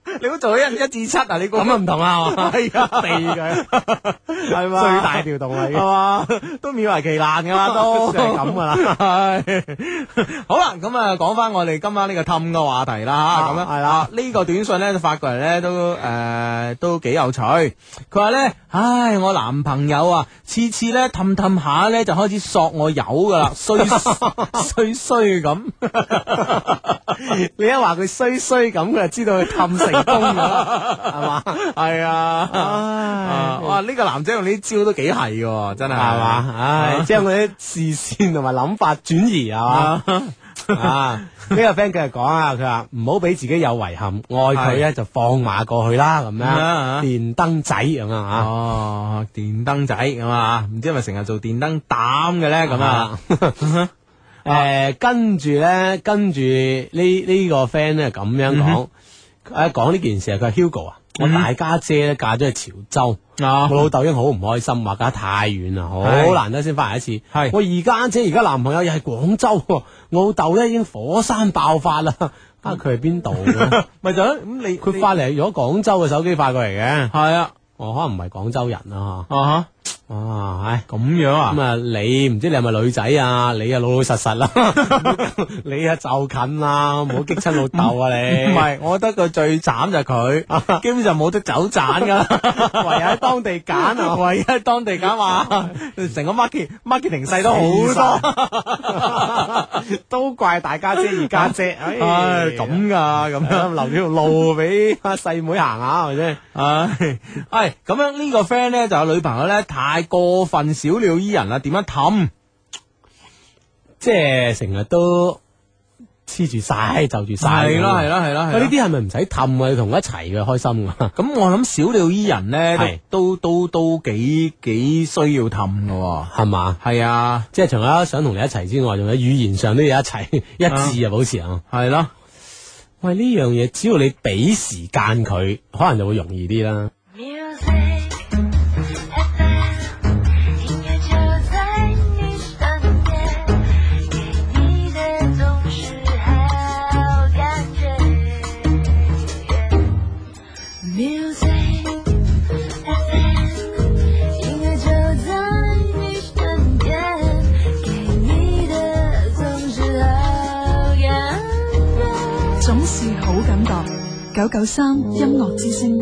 Speaker 2: 你都做咗一一至七啊？你估
Speaker 4: 咁啊唔同啦，係嘛？
Speaker 2: 係啊，
Speaker 4: 避佢
Speaker 2: 係嘛？
Speaker 4: 最大調動啦已經
Speaker 2: 係嘛？都勉為其難 噶啦，都
Speaker 4: 就係咁㗎 啦
Speaker 2: 係好啦，咁啊，講翻我哋今晚呢個氹嘅話題啦，
Speaker 4: 啊
Speaker 2: 咁樣
Speaker 4: 係啦
Speaker 2: 啊呢個短信咧就發過嚟咧都誒都幾有趣。佢話咧，唉，我男朋友啊，次次咧氹氹下咧就開始索我油噶啦， 衰衰衰咁。
Speaker 4: 你一話佢衰衰咁，佢就知道佢氹成功咗 啦，係嘛？
Speaker 2: 系啊，啊哇！呢、個男仔用呢招都幾係喎，真係啊
Speaker 4: 係嘛？唉，將佢啲視線同埋諗法轉移係嘛？啊！呢個 friend 繼續講啊，佢話唔好俾自己有遺憾，愛佢咧就放馬過去啦，咁
Speaker 2: 啊
Speaker 4: 樣電燈仔咁樣啊。
Speaker 2: 哦，電燈仔咁啊，唔知係咪成日做電燈膽嘅咧咁啊
Speaker 4: 啊？ 诶、跟住咧，跟住呢呢個 friend 咧咁樣
Speaker 2: 嗯
Speaker 4: 講，诶講呢件事啊，佢話 Hugo 啊，我大家姐咧嫁咗去潮州。
Speaker 2: 啊
Speaker 4: 我老豆已經好唔開心，話家太遠啦，
Speaker 2: 係
Speaker 4: 好難得先翻嚟一次。
Speaker 2: 係
Speaker 4: 我二家姐而家男朋友又係廣州喎， 我老豆咧已經火山爆發啦。
Speaker 2: 嗯
Speaker 4: 啊，佢係邊度 嘅？
Speaker 2: 咪就係咯咁你
Speaker 4: 佢發嚟咗廣州嘅手機發過嚟嘅。
Speaker 2: 系啊，
Speaker 4: 我可能唔係廣州人啦
Speaker 2: 啊
Speaker 4: 嚇。啊，唉。
Speaker 2: 吓咁樣啊
Speaker 4: 咁？啊，你唔知你係咪女仔啊？你啊老老實 實啦，你啊就近啦，唔好激親老豆啊你。
Speaker 2: 唔，係，我覺得佢最慘就係佢，基本上冇得走盞 噶啦，
Speaker 4: 唯有喺當地揀啊，
Speaker 2: 唯一喺當地揀話，成個 market marketing 細咗好多。
Speaker 4: 好多，都怪大家姐二家姐，唉
Speaker 2: 唉，咁噶咁樣。
Speaker 4: 留條路俾阿細妹行下，係咪先？
Speaker 2: 唉，唉，咁樣呢個 friend 咧就有女朋友咧太過分小鳥依人啦，點樣氹？
Speaker 4: 即係成日都黐住晒，就住晒。
Speaker 2: 係啦係啦係啦係
Speaker 4: 喂呢
Speaker 2: 啦。
Speaker 4: 啲係咪唔使氹啊？你同佢一齊嘅開心噶。
Speaker 2: 咁我諗小鳥依人咧
Speaker 4: 係，
Speaker 2: 都都都幾幾需要氹噶。
Speaker 4: 係嘛？
Speaker 2: 係啊，
Speaker 4: 即係除咗想同你一齊之外，仲有語言上都要一齊 一致啊，保持啊。
Speaker 2: 係咯，
Speaker 4: 喂，呢樣嘢只要你俾時間佢，可能就會容易啲啦。
Speaker 3: Music FM Music FM，音乐就在你身边，给你的总是好感动。
Speaker 1: 总是好感觉。九九三音乐之声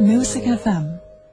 Speaker 1: ，Music FM。